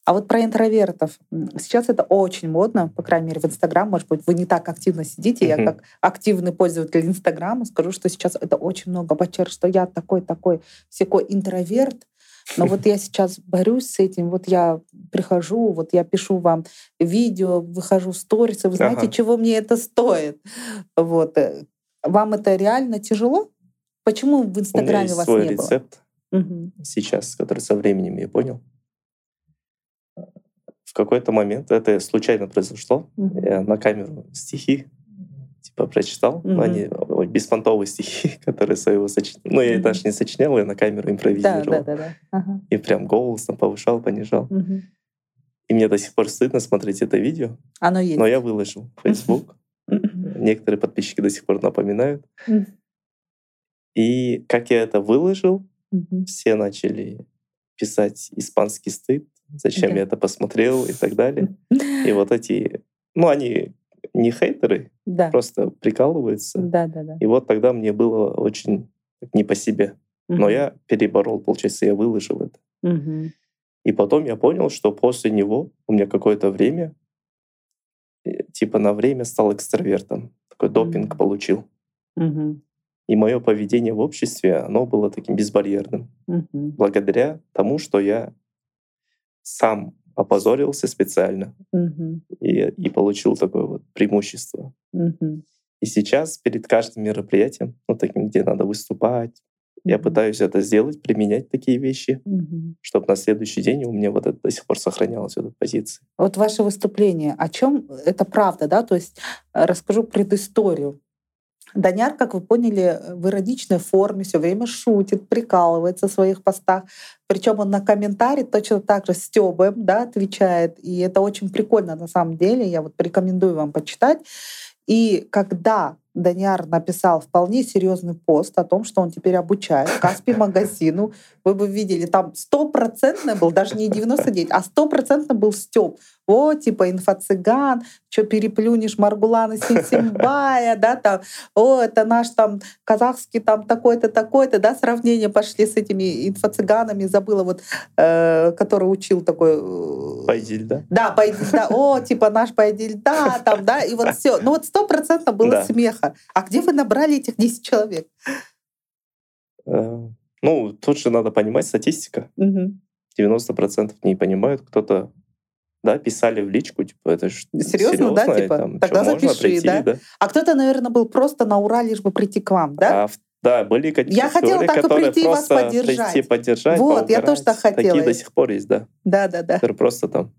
[SPEAKER 1] А вот про интровертов. М, Сейчас это очень модно, по крайней мере, в Инстаграм. Может быть, вы не так активно сидите. Я
[SPEAKER 2] Мгм.
[SPEAKER 1] как активный пользователь Инстаграма скажу, что сейчас это очень много подчеркну, что я такой, такой, всякой интроверт. Но вот я сейчас борюсь с этим. Вот я прихожу, вот я пишу вам видео, выхожу в сторис, и вы знаете,
[SPEAKER 2] Ага.
[SPEAKER 1] чего мне это стоит? Вот. э, Вам это реально тяжело? Почему в
[SPEAKER 2] У меня
[SPEAKER 1] Инстаграме
[SPEAKER 2] есть
[SPEAKER 1] вас
[SPEAKER 2] свой
[SPEAKER 1] не было?
[SPEAKER 2] рецепт
[SPEAKER 1] Мгм.
[SPEAKER 2] сейчас, который со временем я понял. В какой-то момент это случайно произошло.
[SPEAKER 1] Мгм.
[SPEAKER 2] Я э, на камеру стихи типа прочитал,
[SPEAKER 1] Мгм.
[SPEAKER 2] но они ой, беспонтовые стихи, которые своего сочинял. Ну, я
[SPEAKER 1] Мгм.
[SPEAKER 2] даже не сочинял, я на камеру
[SPEAKER 1] Да,
[SPEAKER 2] импровизировал.
[SPEAKER 1] да, да, да. Ага.
[SPEAKER 2] И прям голос там повышал, понижал.
[SPEAKER 1] Мгм.
[SPEAKER 2] И мне до сих пор стыдно смотреть это видео,
[SPEAKER 1] Оно есть.
[SPEAKER 2] но я выложил в Facebook. Некоторые подписчики до сих пор напоминают.
[SPEAKER 1] Мгм.
[SPEAKER 2] И как я это выложил,
[SPEAKER 1] Мгм.
[SPEAKER 2] все начали писать испанский стыд, зачем
[SPEAKER 1] Да.
[SPEAKER 2] я это посмотрел и так далее. И вот эти, ну, они не хейтеры,
[SPEAKER 1] Да.
[SPEAKER 2] просто прикалываются.
[SPEAKER 1] Да, да, да.
[SPEAKER 2] И вот тогда мне было очень не по себе. Но
[SPEAKER 1] Мгм.
[SPEAKER 2] я переборол, получается, я выложил это.
[SPEAKER 1] Мгм.
[SPEAKER 2] И потом я понял, что после него у меня какое-то время, э, типа на время стал экстравертом. Такой допинг
[SPEAKER 1] Мгм.
[SPEAKER 2] получил.
[SPEAKER 1] Мгм.
[SPEAKER 2] И мое поведение в обществе, оно было таким безбарьерным.
[SPEAKER 1] Мгм.
[SPEAKER 2] благодаря тому, что я сам опозорился специально
[SPEAKER 1] Мгм.
[SPEAKER 2] и, и получил такое вот преимущество.
[SPEAKER 1] Мгм.
[SPEAKER 2] И сейчас перед каждым мероприятием, ну, таким, где надо выступать, я пытаюсь это сделать, применять такие вещи,
[SPEAKER 1] Мгм.
[SPEAKER 2] чтобы на следующий день у меня вот это до сих пор сохранялась вот эта позиция.
[SPEAKER 1] Вот ваше выступление, о чем это правда, да? То есть э, расскажу предысторию. Даняр, как вы поняли, э, в ироничной форме все время шутит, прикалывается в своих постах. Причем он на комментарии точно так же стебаем, да, отвечает. И это очень прикольно на самом деле. Я вот рекомендую вам почитать. И когда Даниар написал вполне серьезный пост о том, что он теперь обучает Каспи магазину. Вы бы видели, там стопроцентно был, даже не 99, а стопроцентно был Степ. О, типа инфо-цыган, что переплюнешь Маргулана Синсимбая, да, там, о, это наш там казахский там такой-то, такой-то, да, сравнения пошли с этими инфо-цыганами, забыла вот, э, который учил такой... э,
[SPEAKER 2] Байдиль, да?
[SPEAKER 1] да, пойди, да, о, типа наш пойди, да, там, да, и вот все. Ну вот стопроцентно было
[SPEAKER 2] Да.
[SPEAKER 1] смеха. А где вы набрали этих 10 человек?
[SPEAKER 2] Э, Ну, тут же надо понимать статистика.
[SPEAKER 1] Мгм.
[SPEAKER 2] 90% не понимают, кто-то да, писали в личку, типа, это ж
[SPEAKER 1] Серьезно, да,
[SPEAKER 2] серьезно,
[SPEAKER 1] типа,
[SPEAKER 2] там, чё,
[SPEAKER 1] тогда
[SPEAKER 2] можно
[SPEAKER 1] запиши,
[SPEAKER 2] прийти,
[SPEAKER 1] да? А кто-то, наверное, был просто на ура, лишь бы прийти к вам, да?
[SPEAKER 2] А в- да, были какие-то
[SPEAKER 1] Я хотела
[SPEAKER 2] истории,
[SPEAKER 1] так и
[SPEAKER 2] которые
[SPEAKER 1] прийти вас
[SPEAKER 2] просто
[SPEAKER 1] поддержать.
[SPEAKER 2] прийти поддержать,
[SPEAKER 1] Вот, я тоже
[SPEAKER 2] поугарать.
[SPEAKER 1] так хотела.
[SPEAKER 2] Такие до сих пор есть, да.
[SPEAKER 1] Да, да, да.
[SPEAKER 2] Которые просто там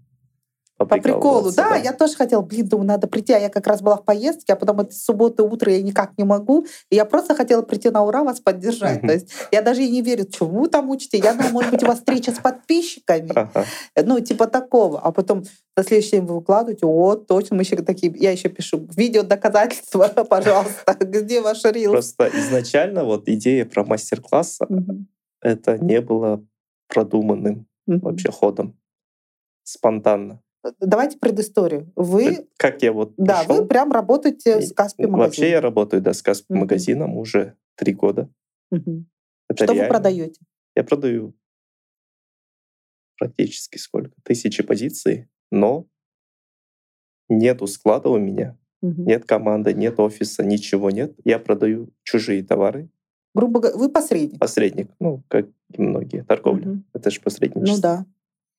[SPEAKER 1] По приколу, да, я тоже хотела, блин, думаю, надо прийти, а я как раз была в поездке, а потом это суббота утро, я никак не могу, и я просто хотела прийти на ура вас поддержать,
[SPEAKER 2] Мгм.
[SPEAKER 1] то есть я даже и не верю, чему там учите, я думаю, может быть, у вас встреча с подписчиками,
[SPEAKER 2] Ага.
[SPEAKER 1] ну, типа такого. А потом на следующий день вы выкладываете, вот, точно, мы еще такие, я еще пишу, видео доказательства, пожалуйста, где ваш рилс?
[SPEAKER 2] Просто изначально вот идея про мастер-класс,
[SPEAKER 1] Мгм.
[SPEAKER 2] это не было продуманным
[SPEAKER 1] Мгм. Э,
[SPEAKER 2] вообще ходом. Спонтанно.
[SPEAKER 1] Давайте предысторию. Вы,
[SPEAKER 2] Как я вот
[SPEAKER 1] да,
[SPEAKER 2] пришел,
[SPEAKER 1] вы прям работаете с Каспи
[SPEAKER 2] Вообще
[SPEAKER 1] магазином.
[SPEAKER 2] я работаю, да, с Каспи
[SPEAKER 1] Мгм.
[SPEAKER 2] магазином уже три года.
[SPEAKER 1] Мгм.
[SPEAKER 2] Это
[SPEAKER 1] Что вы
[SPEAKER 2] реально.
[SPEAKER 1] продаете?
[SPEAKER 2] Я продаю практически сколько? Тысячи позиций, но нету склада у меня,
[SPEAKER 1] Мгм.
[SPEAKER 2] нет команды, нет офиса, ничего нет. Я продаю чужие товары,
[SPEAKER 1] Грубо говоря, вы посредник.
[SPEAKER 2] посредник, ну, как и многие, торговля.
[SPEAKER 1] Мгм.
[SPEAKER 2] Это же посредничество.
[SPEAKER 1] Ну да.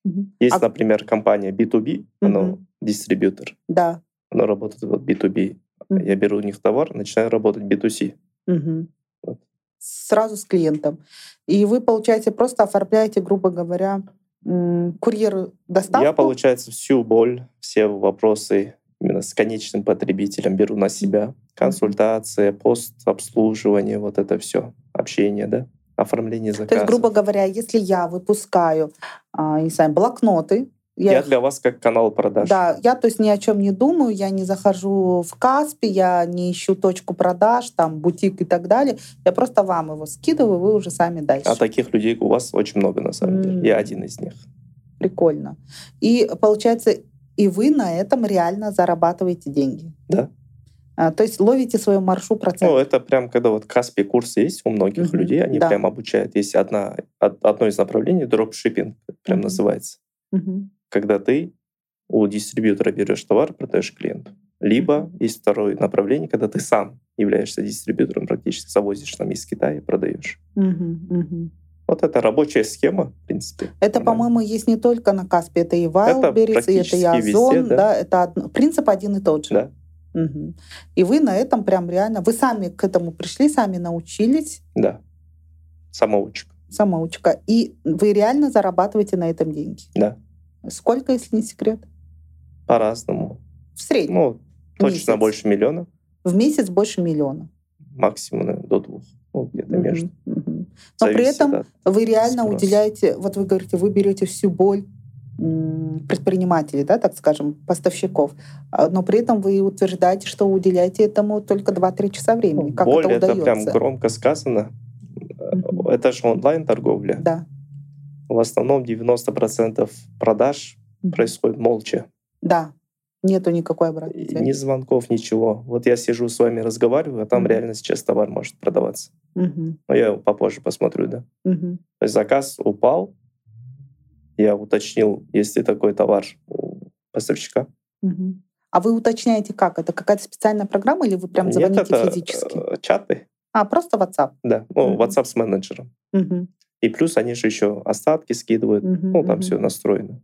[SPEAKER 1] Мгм.
[SPEAKER 2] Есть,
[SPEAKER 1] А-
[SPEAKER 2] например, компания B2B, она
[SPEAKER 1] Мгм.
[SPEAKER 2] дистрибьютор,
[SPEAKER 1] Да.
[SPEAKER 2] она работает вот B2B.
[SPEAKER 1] Мгм.
[SPEAKER 2] Я беру у них товар, начинаю работать B2C.
[SPEAKER 1] Мгм.
[SPEAKER 2] Вот.
[SPEAKER 1] Сразу с клиентом. И вы, получаете, просто оформляете, грубо говоря, м, курьеру доставку.
[SPEAKER 2] Я, получается, всю боль, все вопросы именно с конечным потребителем беру на себя. Консультация, пост, обслуживание, вот это все, общение, да, оформление заказа.
[SPEAKER 1] То есть, грубо говоря, если я выпускаю, а, не знаю, блокноты, я,
[SPEAKER 2] я
[SPEAKER 1] их-
[SPEAKER 2] для вас как канал продаж.
[SPEAKER 1] да, я то есть ни о чем не думаю, я не захожу в Каспи, я не ищу точку продаж, там бутик и так далее, я просто вам его скидываю, вы уже сами дальше.
[SPEAKER 2] А таких людей у вас очень много, на самом
[SPEAKER 1] М.
[SPEAKER 2] деле. Я один из них.
[SPEAKER 1] Прикольно. И получается, и вы на этом реально зарабатываете деньги.
[SPEAKER 2] Да.
[SPEAKER 1] А, то есть ловите свою маршу процент.
[SPEAKER 2] Ну, это прям, когда вот Каспи курсы есть у многих
[SPEAKER 1] Мгм,
[SPEAKER 2] людей, они
[SPEAKER 1] да.
[SPEAKER 2] прям обучают. Есть одна, од- одно из направлений, дропшиппинг, прям
[SPEAKER 1] Мгм.
[SPEAKER 2] называется.
[SPEAKER 1] Мгм.
[SPEAKER 2] когда ты у дистрибьютора берешь товар, продаешь клиенту. Либо есть второе направление, когда ты сам являешься дистрибьютором, практически завозишь там из Китая и продаешь.
[SPEAKER 1] Мгм, мгм.
[SPEAKER 2] Вот это рабочая схема, в принципе.
[SPEAKER 1] Это,
[SPEAKER 2] Нормально.
[SPEAKER 1] по-моему, есть не только на Каспе, это и Wildberries, и это
[SPEAKER 2] практически
[SPEAKER 1] и
[SPEAKER 2] везде,
[SPEAKER 1] Озон, да.
[SPEAKER 2] да.
[SPEAKER 1] это одно- принцип один и тот же.
[SPEAKER 2] Да.
[SPEAKER 1] Мгм. И вы на этом прям реально, вы сами к этому пришли, сами научились,
[SPEAKER 2] Да. Самоучек.
[SPEAKER 1] самоучка, и вы реально зарабатываете на этом деньги.
[SPEAKER 2] Да.
[SPEAKER 1] Сколько, если не секрет?
[SPEAKER 2] По-разному.
[SPEAKER 1] В среднем.
[SPEAKER 2] Ну, точно
[SPEAKER 1] Месяц.
[SPEAKER 2] больше миллиона,
[SPEAKER 1] В месяц больше миллиона.
[SPEAKER 2] максимум наверное, до двух. Ну, где-то
[SPEAKER 1] Мгм,
[SPEAKER 2] между.
[SPEAKER 1] мгм. Но при
[SPEAKER 2] Зависит
[SPEAKER 1] этом
[SPEAKER 2] от-
[SPEAKER 1] вы реально
[SPEAKER 2] Спрос.
[SPEAKER 1] уделяете, вот вы говорите, вы берете всю боль м, предпринимателей, да, так скажем, поставщиков, а, но при этом вы утверждаете, что уделяете этому только 2-3 часа времени. Как
[SPEAKER 2] Ну, Боль,
[SPEAKER 1] это
[SPEAKER 2] это,
[SPEAKER 1] удается?
[SPEAKER 2] прям громко сказано. э,
[SPEAKER 1] Мгм.
[SPEAKER 2] Это же онлайн-торговля.
[SPEAKER 1] Да.
[SPEAKER 2] В основном 90% продаж происходит молча.
[SPEAKER 1] Да. Нету никакой
[SPEAKER 2] И
[SPEAKER 1] обратной связи.
[SPEAKER 2] Ни звонков, ничего. Вот я сижу с вами, разговариваю, а там
[SPEAKER 1] Мгм.
[SPEAKER 2] реально сейчас товар может продаваться.
[SPEAKER 1] Мгм,
[SPEAKER 2] Но я попозже посмотрю, да.
[SPEAKER 1] мгм,
[SPEAKER 2] То есть заказ упал, я уточнил, есть ли такой товар у поставщика.
[SPEAKER 1] мгм. А вы уточняете, как? Это какая-то специальная программа или вы прям
[SPEAKER 2] Нет,
[SPEAKER 1] звоните
[SPEAKER 2] это,
[SPEAKER 1] физически?
[SPEAKER 2] э, чаты,
[SPEAKER 1] А, просто WhatsApp.
[SPEAKER 2] да. Ну,
[SPEAKER 1] Мгм.
[SPEAKER 2] WhatsApp с менеджером.
[SPEAKER 1] Мгм,
[SPEAKER 2] И плюс они же еще остатки скидывают.
[SPEAKER 1] мгм,
[SPEAKER 2] Ну, там
[SPEAKER 1] мгм.
[SPEAKER 2] все настроено.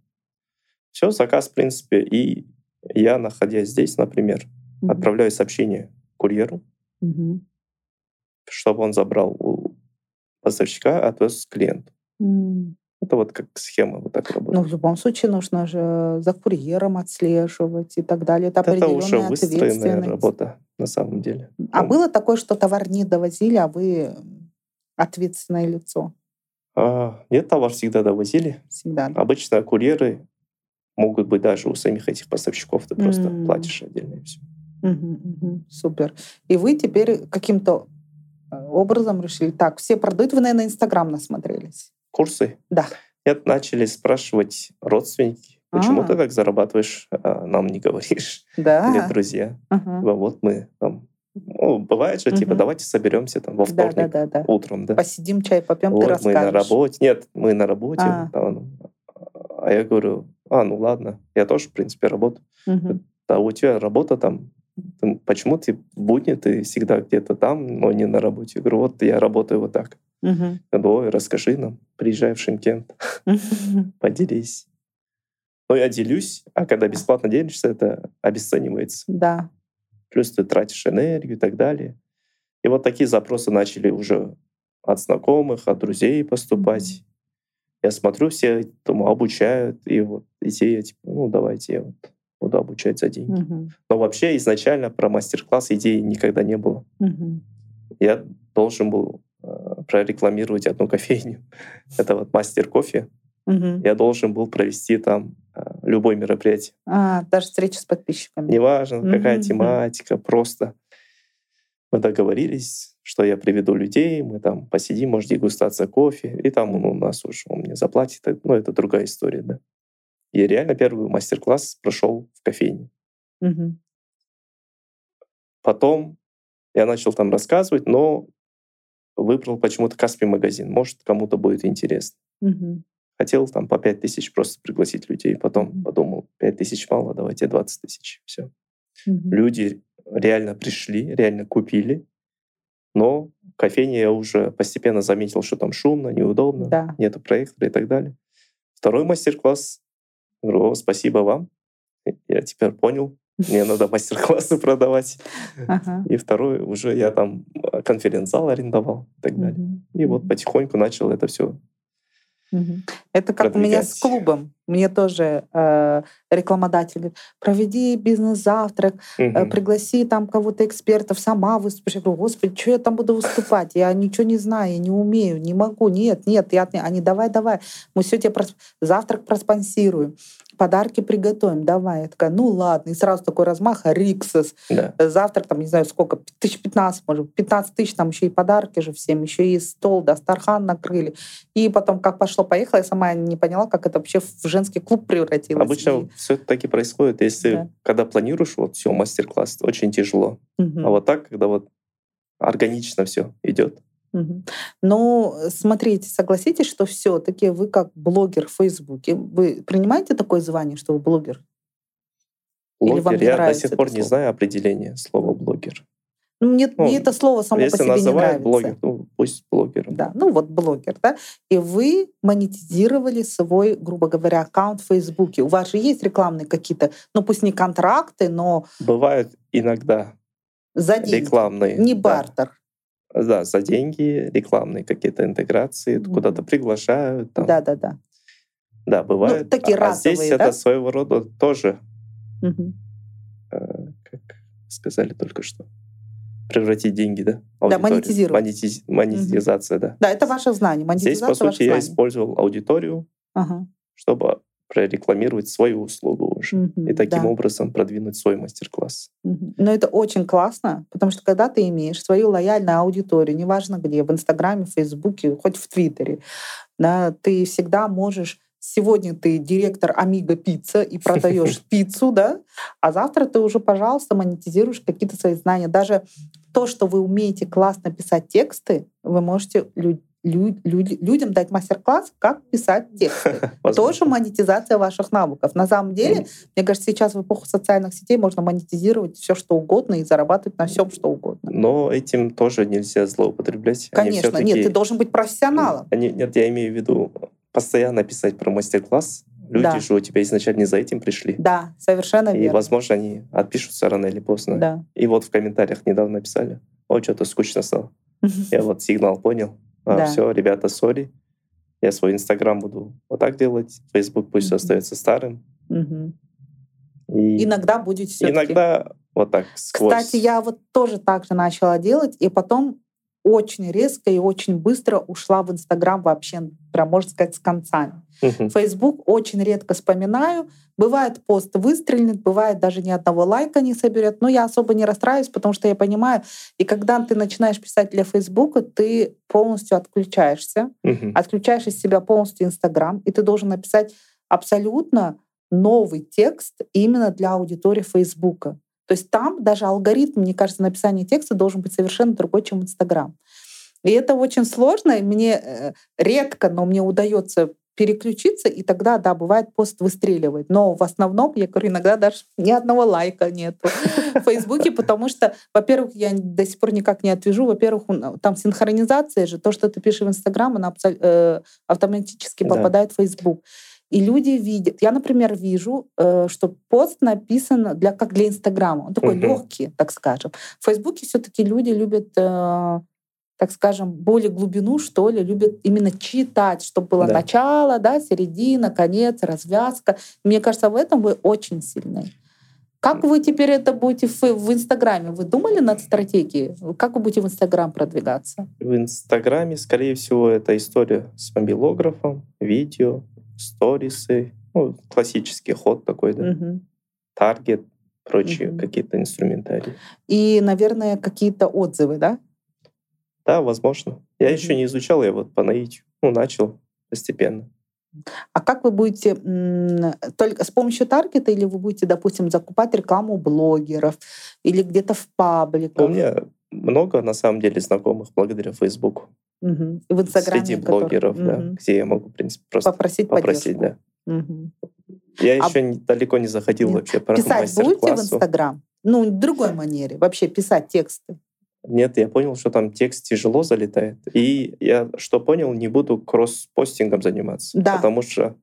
[SPEAKER 2] Все, заказ, в принципе. И я, находясь здесь, например,
[SPEAKER 1] Мгм,
[SPEAKER 2] отправляю сообщение курьеру,
[SPEAKER 1] мгм.
[SPEAKER 2] чтобы он забрал у поставщика, а отвез клиенту.
[SPEAKER 1] М.
[SPEAKER 2] Это вот как схема вот так
[SPEAKER 1] Ну,
[SPEAKER 2] работает.
[SPEAKER 1] в любом случае нужно же э, за курьером отслеживать и так далее. Это,
[SPEAKER 2] Вот это уже
[SPEAKER 1] определенная
[SPEAKER 2] выстроенная
[SPEAKER 1] ответственность.
[SPEAKER 2] работа на самом деле.
[SPEAKER 1] А
[SPEAKER 2] Ну,
[SPEAKER 1] было такое, что товар не довозили, а вы ответственное лицо
[SPEAKER 2] а, нет, товар всегда довозили.
[SPEAKER 1] всегда. да?
[SPEAKER 2] Обычно курьеры могут быть даже у самих этих поставщиков. Ты просто
[SPEAKER 1] М.
[SPEAKER 2] платишь отдельно и все.
[SPEAKER 1] Мгм, мгм. Супер. И вы теперь каким-то э, образом решили, так, все продают, вы, наверное, Инстаграм насмотрелись.
[SPEAKER 2] Курсы?
[SPEAKER 1] Да.
[SPEAKER 2] Нет, начали спрашивать родственники, почему
[SPEAKER 1] А.
[SPEAKER 2] ты так зарабатываешь, а нам не говоришь, или
[SPEAKER 1] Да.
[SPEAKER 2] друзья.
[SPEAKER 1] Ага.
[SPEAKER 2] Типа, вот мы там, ну, бывает же, типа,
[SPEAKER 1] Мгм.
[SPEAKER 2] давайте соберемся там во
[SPEAKER 1] Да,
[SPEAKER 2] вторник
[SPEAKER 1] да, да, да.
[SPEAKER 2] утром, да.
[SPEAKER 1] Посидим, чай попьем, ты
[SPEAKER 2] Вот мы на
[SPEAKER 1] расскажешь.
[SPEAKER 2] работе. Нет, мы на работе.
[SPEAKER 1] А.
[SPEAKER 2] там, а я говорю, а, ну ладно, я тоже, в принципе, работаю.
[SPEAKER 1] Мгм.
[SPEAKER 2] Да, у тебя работа там, там, почему ты в будни, ты всегда где-то там, но не на работе. Я говорю, вот я работаю вот так.
[SPEAKER 1] Мгм.
[SPEAKER 2] Я говорю, ой, расскажи нам, приезжай в Шимкент,
[SPEAKER 1] Мгм.
[SPEAKER 2] поделись. Ну, я делюсь, а когда бесплатно делишься, это обесценивается.
[SPEAKER 1] Да.
[SPEAKER 2] плюс ты тратишь энергию и так далее. И вот такие запросы начали уже от знакомых, от друзей поступать. Я смотрю, все этому обучают, и вот идея, я типа, ну, давайте я вот буду обучать за деньги.
[SPEAKER 1] Мгм.
[SPEAKER 2] Но вообще изначально про мастер-класс идеи никогда не было.
[SPEAKER 1] Мгм.
[SPEAKER 2] Я должен был э, прорекламировать одну кофейню. Это вот мастер кофе.
[SPEAKER 1] Мгм.
[SPEAKER 2] Я должен был провести там э, любое мероприятие.
[SPEAKER 1] А, даже встреча с подписчиками.
[SPEAKER 2] неважно, какая
[SPEAKER 1] Мгм,
[SPEAKER 2] тематика, просто мы договорились, что я приведу людей, мы там посидим, может, дегустация кофе, и там он у нас уж, он мне заплатит, это- ну, это другая история, да. И реально первый мастер-класс прошел в кофейне.
[SPEAKER 1] Мгм.
[SPEAKER 2] Потом я начал там рассказывать, но выбрал почему-то Каспий магазин. Может, кому-то будет интересно.
[SPEAKER 1] Мгм.
[SPEAKER 2] Хотел там по 5 тысяч просто пригласить людей. Потом
[SPEAKER 1] Мгм.
[SPEAKER 2] подумал, 5 тысяч мало, давайте 20 тысяч. Все.
[SPEAKER 1] Мгм.
[SPEAKER 2] люди реально пришли, реально купили. Но в кофейне я уже постепенно заметил, что там шумно, неудобно,
[SPEAKER 1] Да.
[SPEAKER 2] нету проектора и так далее. Второй мастер-класс. Говорю, «О, спасибо вам. Я теперь понял, мне надо мастер-классы продавать.
[SPEAKER 1] Ага.
[SPEAKER 2] И второй уже я там э, конференц-зал арендовал и так далее.
[SPEAKER 1] Мгм.
[SPEAKER 2] И вот
[SPEAKER 1] Мгм.
[SPEAKER 2] потихоньку начал это все.
[SPEAKER 1] Мгм. Это как у меня с
[SPEAKER 2] продвигать.
[SPEAKER 1] клубом. Мне тоже э, рекламодатель говорит, проведи бизнес-завтрак, э, пригласи там кого-то экспертов, сама выступишь. Я говорю, господи, что я там буду выступать? Я ничего не знаю, я не умею, не могу. Нет, нет, я... отне-». Они, давай, давай, мы все тебе прос- завтрак проспонсируем, подарки приготовим, давай. Я такая, ну ладно. И сразу такой размах, а Риксос.
[SPEAKER 2] Да.
[SPEAKER 1] Э, Завтрак там, не знаю, сколько, тысяч пятнадцать, может, 15 тысяч, там еще и подарки же всем, еще и стол, да, стархан накрыли. И потом, как пошло-поехало, я сама не поняла, как это вообще в женский клуб превратилось.
[SPEAKER 2] Обычно все это так и происходит. Если
[SPEAKER 1] Да.
[SPEAKER 2] когда планируешь, вот все, мастер-класс, очень тяжело.
[SPEAKER 1] И- Мгм.
[SPEAKER 2] А вот так, когда вот органично все идет.
[SPEAKER 1] Мгм. Но э, смотрите, согласитесь, что все-таки вы как блогер в Фейсбуке, вы принимаете такое звание, что вы блогер? Или вам не
[SPEAKER 2] я до
[SPEAKER 1] нравится
[SPEAKER 2] сих
[SPEAKER 1] это
[SPEAKER 2] пор не
[SPEAKER 1] слово?
[SPEAKER 2] знаю определения слова блогер.
[SPEAKER 1] Ну, мне,
[SPEAKER 2] Ну,
[SPEAKER 1] мне это слово само по
[SPEAKER 2] Если
[SPEAKER 1] себе не
[SPEAKER 2] называют
[SPEAKER 1] нравится.
[SPEAKER 2] блогер, ну пусть блогером.
[SPEAKER 1] Да, ну вот блогер, да. И вы монетизировали свой, грубо говоря, аккаунт в Фейсбуке. У вас же есть рекламные какие-то, ну пусть не контракты, но
[SPEAKER 2] Бывают иногда
[SPEAKER 1] за деньги.
[SPEAKER 2] рекламные.
[SPEAKER 1] Не
[SPEAKER 2] да.
[SPEAKER 1] бартер.
[SPEAKER 2] Да, за деньги, рекламные какие-то интеграции,
[SPEAKER 1] Мгм.
[SPEAKER 2] куда-то приглашают. Там.
[SPEAKER 1] Да, да, да.
[SPEAKER 2] Да, бывают.
[SPEAKER 1] Ну, такие
[SPEAKER 2] а, а здесь
[SPEAKER 1] разовые, да?
[SPEAKER 2] это своего рода тоже,
[SPEAKER 1] Мгм.
[SPEAKER 2] э, как сказали только что, превратить деньги, да? аудиторию.
[SPEAKER 1] монетизировать.
[SPEAKER 2] Монетиз- Монетизация, да.
[SPEAKER 1] Да, это ваше знание,
[SPEAKER 2] Здесь,
[SPEAKER 1] монетизация
[SPEAKER 2] по сути, я
[SPEAKER 1] ваших знаний.
[SPEAKER 2] использовал аудиторию,
[SPEAKER 1] Ага.
[SPEAKER 2] чтобы прорекламировать свою услугу уже.
[SPEAKER 1] Мгм,
[SPEAKER 2] И таким
[SPEAKER 1] да.
[SPEAKER 2] образом продвинуть свой мастер-класс.
[SPEAKER 1] Мгм. Но это очень классно, потому что когда ты имеешь свою лояльную аудиторию, неважно где, в Инстаграме, в Фейсбуке, хоть в Твиттере, да, ты всегда можешь Сегодня ты директор Амиго Пицца и продаешь пиццу, да, а завтра ты уже, пожалуйста, монетизируешь какие-то свои знания. Даже то, что вы умеете классно писать тексты, вы можете лю- лю- люди- людям дать мастер-класс, как писать тексты. Тоже
[SPEAKER 2] Возможно.
[SPEAKER 1] монетизация ваших навыков. На самом деле, мне кажется, сейчас в эпоху социальных сетей можно монетизировать все, что угодно и зарабатывать на всем, что угодно.
[SPEAKER 2] Но этим тоже нельзя злоупотреблять. Они
[SPEAKER 1] Конечно, нет,
[SPEAKER 2] всё-таки-
[SPEAKER 1] ты должен быть профессионалом.
[SPEAKER 2] Они- Нет, я имею в виду постоянно писать про мастер-класс. Люди
[SPEAKER 1] Да.
[SPEAKER 2] же у тебя изначально не за этим пришли.
[SPEAKER 1] Да, совершенно
[SPEAKER 2] И,
[SPEAKER 1] верно.
[SPEAKER 2] возможно, они отпишутся рано или поздно.
[SPEAKER 1] Да.
[SPEAKER 2] И вот в комментариях недавно писали, ой, что-то скучно стало. Я вот сигнал понял.
[SPEAKER 1] Да.
[SPEAKER 2] Все, ребята, сори. Я свой Инстаграм буду вот так делать. Фейсбук пусть
[SPEAKER 1] Мгм.
[SPEAKER 2] остается старым.
[SPEAKER 1] Мгм.
[SPEAKER 2] И
[SPEAKER 1] Иногда будет все
[SPEAKER 2] иногда вот так сквозь.
[SPEAKER 1] Кстати, я вот тоже так же начала делать, и потом очень резко и очень быстро ушла в Инстаграм вообще, прям можно сказать, с концами.
[SPEAKER 2] Мгм.
[SPEAKER 1] Фейсбук очень редко вспоминаю. Бывает пост выстрелит, бывает даже ни одного лайка не соберет. Но я особо не расстраиваюсь, потому что я понимаю, и когда ты начинаешь писать для Фейсбука, ты полностью отключаешься,
[SPEAKER 2] Мгм.
[SPEAKER 1] отключаешь из себя полностью Инстаграм, и ты должен написать абсолютно новый текст именно для аудитории Фейсбука. То есть там даже алгоритм, мне кажется, написания текста должен быть совершенно другой, чем Инстаграм. И это очень сложно, и мне э, редко, но мне удается переключиться, и тогда, да, бывает, пост выстреливает. Но в основном, я говорю, иногда даже ни одного лайка нет в Фейсбуке, потому что, во-первых, я до сих пор никак не отвяжу, во-первых, он- там синхронизация же, то, что ты пишешь в Инстаграм, она абсол- э, автоматически
[SPEAKER 2] Да.
[SPEAKER 1] попадает в Фейсбук. И люди видят. Я, например, вижу, э, что пост написан для, как для Инстаграма. Он такой
[SPEAKER 2] Мгм.
[SPEAKER 1] легкий, так скажем. В Фейсбуке все-таки люди любят э, так скажем, более глубину, что ли, любят именно читать, чтобы было
[SPEAKER 2] Да.
[SPEAKER 1] начало, да, середина, конец, развязка. Мне кажется, в этом вы очень сильны. Как вы теперь это будете в, в Инстаграме? Вы думали над стратегией? Как вы будете в Инстаграм продвигаться?
[SPEAKER 2] В Инстаграме, скорее всего, это история с мобилографом, видео, сторисы, ну, классический ход такой, да,
[SPEAKER 1] Мгм.
[SPEAKER 2] таргет, прочие
[SPEAKER 1] Мгм.
[SPEAKER 2] какие-то инструментарии.
[SPEAKER 1] И, наверное, какие-то отзывы, да?
[SPEAKER 2] Да, возможно. Я
[SPEAKER 1] Мгм.
[SPEAKER 2] еще не изучал, я вот по наитию, ну, начал постепенно.
[SPEAKER 1] А как вы будете м, только с помощью таргета или вы будете, допустим, закупать рекламу у блогеров или где-то в
[SPEAKER 2] Но у
[SPEAKER 1] пабликах?
[SPEAKER 2] меня много, на самом деле, знакомых благодаря Фейсбуку.
[SPEAKER 1] Мгм. И в Инстаграме.
[SPEAKER 2] Среди
[SPEAKER 1] которые-
[SPEAKER 2] блогеров, да,
[SPEAKER 1] Мгм.
[SPEAKER 2] где я могу, в принципе, просто
[SPEAKER 1] Попросить
[SPEAKER 2] попросить,
[SPEAKER 1] поддержку.
[SPEAKER 2] да.
[SPEAKER 1] Мгм.
[SPEAKER 2] Я
[SPEAKER 1] А-
[SPEAKER 2] еще не- далеко не заходил
[SPEAKER 1] Нет.
[SPEAKER 2] вообще по
[SPEAKER 1] Писать будете в
[SPEAKER 2] мастер-классу.
[SPEAKER 1] Инстаграм? Ну, в другой манере. Вообще писать тексты.
[SPEAKER 2] Нет, я понял, что там текст тяжело залетает. И я, что понял, не буду кросс-постингом заниматься.
[SPEAKER 1] Да.
[SPEAKER 2] Потому что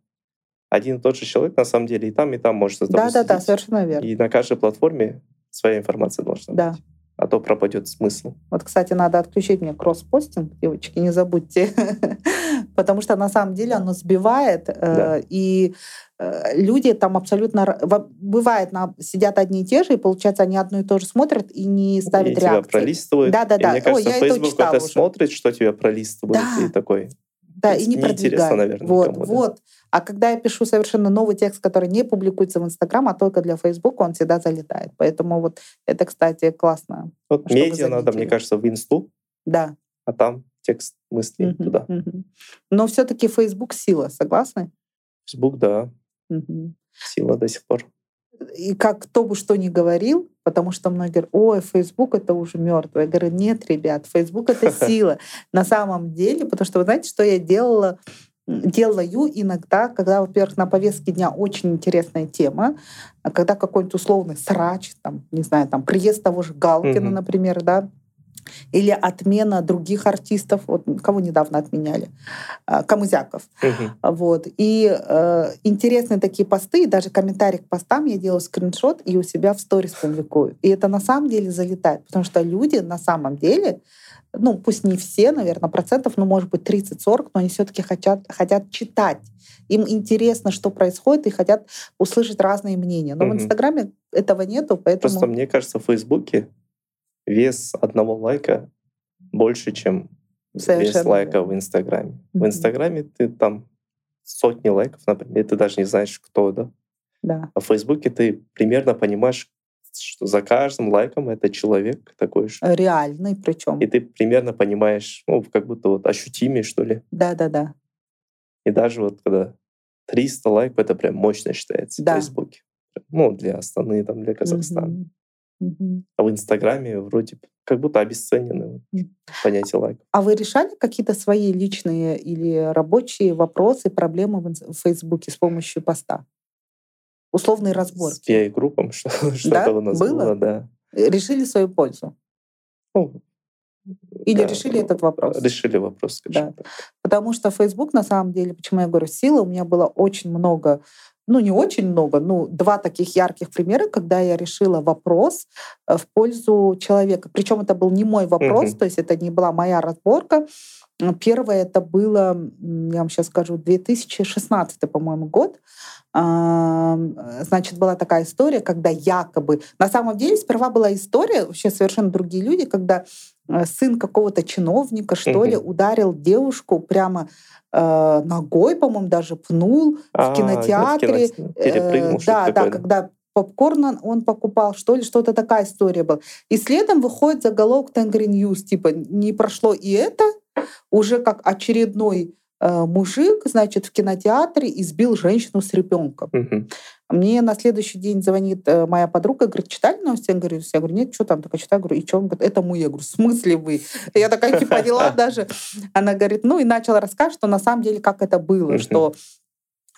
[SPEAKER 2] один и тот же человек, на самом деле, и там, и там может за тобой
[SPEAKER 1] Да-да-да,
[SPEAKER 2] следить.
[SPEAKER 1] совершенно верно.
[SPEAKER 2] И на каждой платформе своя информация должна
[SPEAKER 1] Да.
[SPEAKER 2] быть. А то пропадет смысл.
[SPEAKER 1] Вот, кстати, надо отключить мне кросс-постинг, девочки, не забудьте. Потому что на самом деле оно сбивает, э,
[SPEAKER 2] Да.
[SPEAKER 1] и э, люди там абсолютно... ра- во- Бывает, на- сидят одни и те же, и получается, они одно и то же смотрят и не
[SPEAKER 2] и
[SPEAKER 1] ставят
[SPEAKER 2] тебя
[SPEAKER 1] реакции.
[SPEAKER 2] пролистывают.
[SPEAKER 1] Да-да-да.
[SPEAKER 2] И мне
[SPEAKER 1] О,
[SPEAKER 2] кажется,
[SPEAKER 1] я это
[SPEAKER 2] Facebook это,
[SPEAKER 1] читала уже.
[SPEAKER 2] смотрит, что тебя пролистывают,
[SPEAKER 1] Да.
[SPEAKER 2] и такой.
[SPEAKER 1] Да, и не
[SPEAKER 2] Неинтересно,
[SPEAKER 1] продвигает.
[SPEAKER 2] наверное,
[SPEAKER 1] вот,
[SPEAKER 2] никому, да.
[SPEAKER 1] вот. А когда я пишу совершенно новый текст, который не публикуется в Инстаграм, а только для Фейсбука, он всегда залетает. Поэтому вот это, кстати, классно.
[SPEAKER 2] Вот
[SPEAKER 1] Чтобы
[SPEAKER 2] медиа надо,
[SPEAKER 1] заметили.
[SPEAKER 2] мне кажется, в инсту,
[SPEAKER 1] Да.
[SPEAKER 2] а там текст мыслей
[SPEAKER 1] Мгм,
[SPEAKER 2] туда.
[SPEAKER 1] мгм. Но все-таки Facebook сила, согласны?
[SPEAKER 2] Facebook, да,
[SPEAKER 1] Мгм.
[SPEAKER 2] сила до сих пор.
[SPEAKER 1] И как кто бы что ни говорил, потому что многие говорят, ой, Facebook это уже мертвое. Я говорю, нет, ребят, Facebook это сила. На самом деле, потому что вы знаете, что я делала М, делаю иногда, когда, во-первых, на повестке дня очень интересная тема, а когда какой-нибудь условный срач, там, не знаю, там, приезд того же Галкина,
[SPEAKER 2] Мгм.
[SPEAKER 1] например, да, или отмена других артистов, вот кого недавно отменяли, А, Камызяков.
[SPEAKER 2] Мгм.
[SPEAKER 1] Вот. И э, интересные такие посты, и даже комментарии к постам я делаю скриншот и у себя в сторис публикую. И это на самом деле залетает, потому что люди на самом деле, ну, пусть не все, наверное, процентов, ну, может быть, 30-40, но они все-таки хотят, хотят читать. Им интересно, что происходит, и хотят услышать разные мнения. Но в
[SPEAKER 2] Мгм.
[SPEAKER 1] Инстаграме этого нету, поэтому...
[SPEAKER 2] Просто мне кажется, в Фейсбуке вес одного лайка больше, чем вес
[SPEAKER 1] Совершенно
[SPEAKER 2] лайка
[SPEAKER 1] верно.
[SPEAKER 2] в Инстаграме. В
[SPEAKER 1] Мгм.
[SPEAKER 2] Инстаграме ты там сотни лайков, например, и ты даже не знаешь, кто это.
[SPEAKER 1] Да.
[SPEAKER 2] А в Фейсбуке ты примерно понимаешь, что за каждым лайком это человек такой
[SPEAKER 1] Э,
[SPEAKER 2] же.
[SPEAKER 1] Реальный причем.
[SPEAKER 2] И ты примерно понимаешь, ну, как будто вот ощутимее, что ли.
[SPEAKER 1] Да-да-да.
[SPEAKER 2] И даже вот когда 300 лайков, это прям мощно считается
[SPEAKER 1] Да.
[SPEAKER 2] в Фейсбуке. Ну, для Астаны, там, для Казахстана.
[SPEAKER 1] Мгм. Мгм.
[SPEAKER 2] А в Инстаграме вроде бы как будто обесценено вот
[SPEAKER 1] Мгм.
[SPEAKER 2] понятие лайка.
[SPEAKER 1] А вы решали какие-то свои личные или рабочие вопросы, проблемы в инс- в Фейсбуке с помощью поста? Условные
[SPEAKER 2] С
[SPEAKER 1] разборки.
[SPEAKER 2] PI-группом что- что-то у нас
[SPEAKER 1] Было?
[SPEAKER 2] было, да.
[SPEAKER 1] Решили свою пользу?
[SPEAKER 2] Ну,
[SPEAKER 1] Или
[SPEAKER 2] да, ну,
[SPEAKER 1] решили этот вопрос?
[SPEAKER 2] Решили вопрос, скажем так.
[SPEAKER 1] Потому что Facebook, на самом деле, почему я говорю сила, у меня было очень много, ну не очень много, ну два таких ярких примера, когда я решила вопрос э, в пользу человека. Причем это был не мой вопрос,
[SPEAKER 2] Мгм.
[SPEAKER 1] то есть это не была моя разборка. М, Первое это было, м, я вам сейчас скажу, 2016, по-моему, год. А, э, значит, была такая история, когда якобы... На самом деле сперва была история, вообще совершенно другие люди, когда э, сын какого-то чиновника, что ли, ударил девушку прямо э, ногой, по-моему, даже пнул
[SPEAKER 2] А,
[SPEAKER 1] в кинотеатре.
[SPEAKER 2] кино- перепрыгнул,
[SPEAKER 1] Э,
[SPEAKER 2] что-то
[SPEAKER 1] да, да,
[SPEAKER 2] такое, да?
[SPEAKER 1] когда попкорн он, он покупал, что ли, что-то такая история была. И следом выходит заголовок Тенгри Ньюс, типа, не прошло и это, уже как очередной э, мужик, значит, в кинотеатре избил женщину с ребенком.
[SPEAKER 2] Мгм.
[SPEAKER 1] Мне на следующий день звонит э, моя подруга, говорит, читали новости? Я говорю, я говорю, нет, что там, такая читаю, говорю, и что? Он говорит, это мы. Я говорю, в смысле вы? Я такая, не поняла даже. Она говорит, ну и начала рассказывать, что на самом деле как это было,
[SPEAKER 2] Мгм.
[SPEAKER 1] что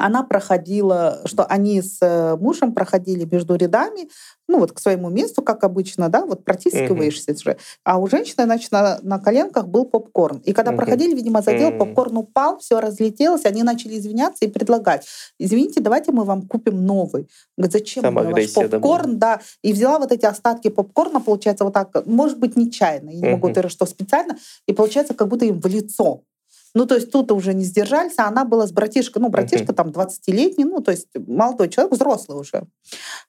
[SPEAKER 1] она проходила, что они с э, мужем проходили между рядами, ну вот к своему месту, как обычно, да, вот протискиваешься же. А у женщины, значит, на, на коленках был попкорн. И когда
[SPEAKER 2] Мгм.
[SPEAKER 1] проходили, видимо, задел,
[SPEAKER 2] М.
[SPEAKER 1] попкорн упал, все разлетелось, они начали извиняться и предлагать. Извините, давайте мы вам купим новый. Говорит, зачем
[SPEAKER 2] Там
[SPEAKER 1] мне ваш
[SPEAKER 2] агрессия, да,
[SPEAKER 1] попкорн? Да, и взяла вот эти остатки попкорна, получается, вот так, может быть, нечаянно, я не могу
[SPEAKER 2] Мгм.
[SPEAKER 1] утверждать, что специально, и получается, как будто им в лицо. Ну, то есть тут уже не сдержались, а она была с братишкой, ну, братишка
[SPEAKER 2] Мгм.
[SPEAKER 1] там 20-летний, ну, то есть молодой человек, взрослый уже.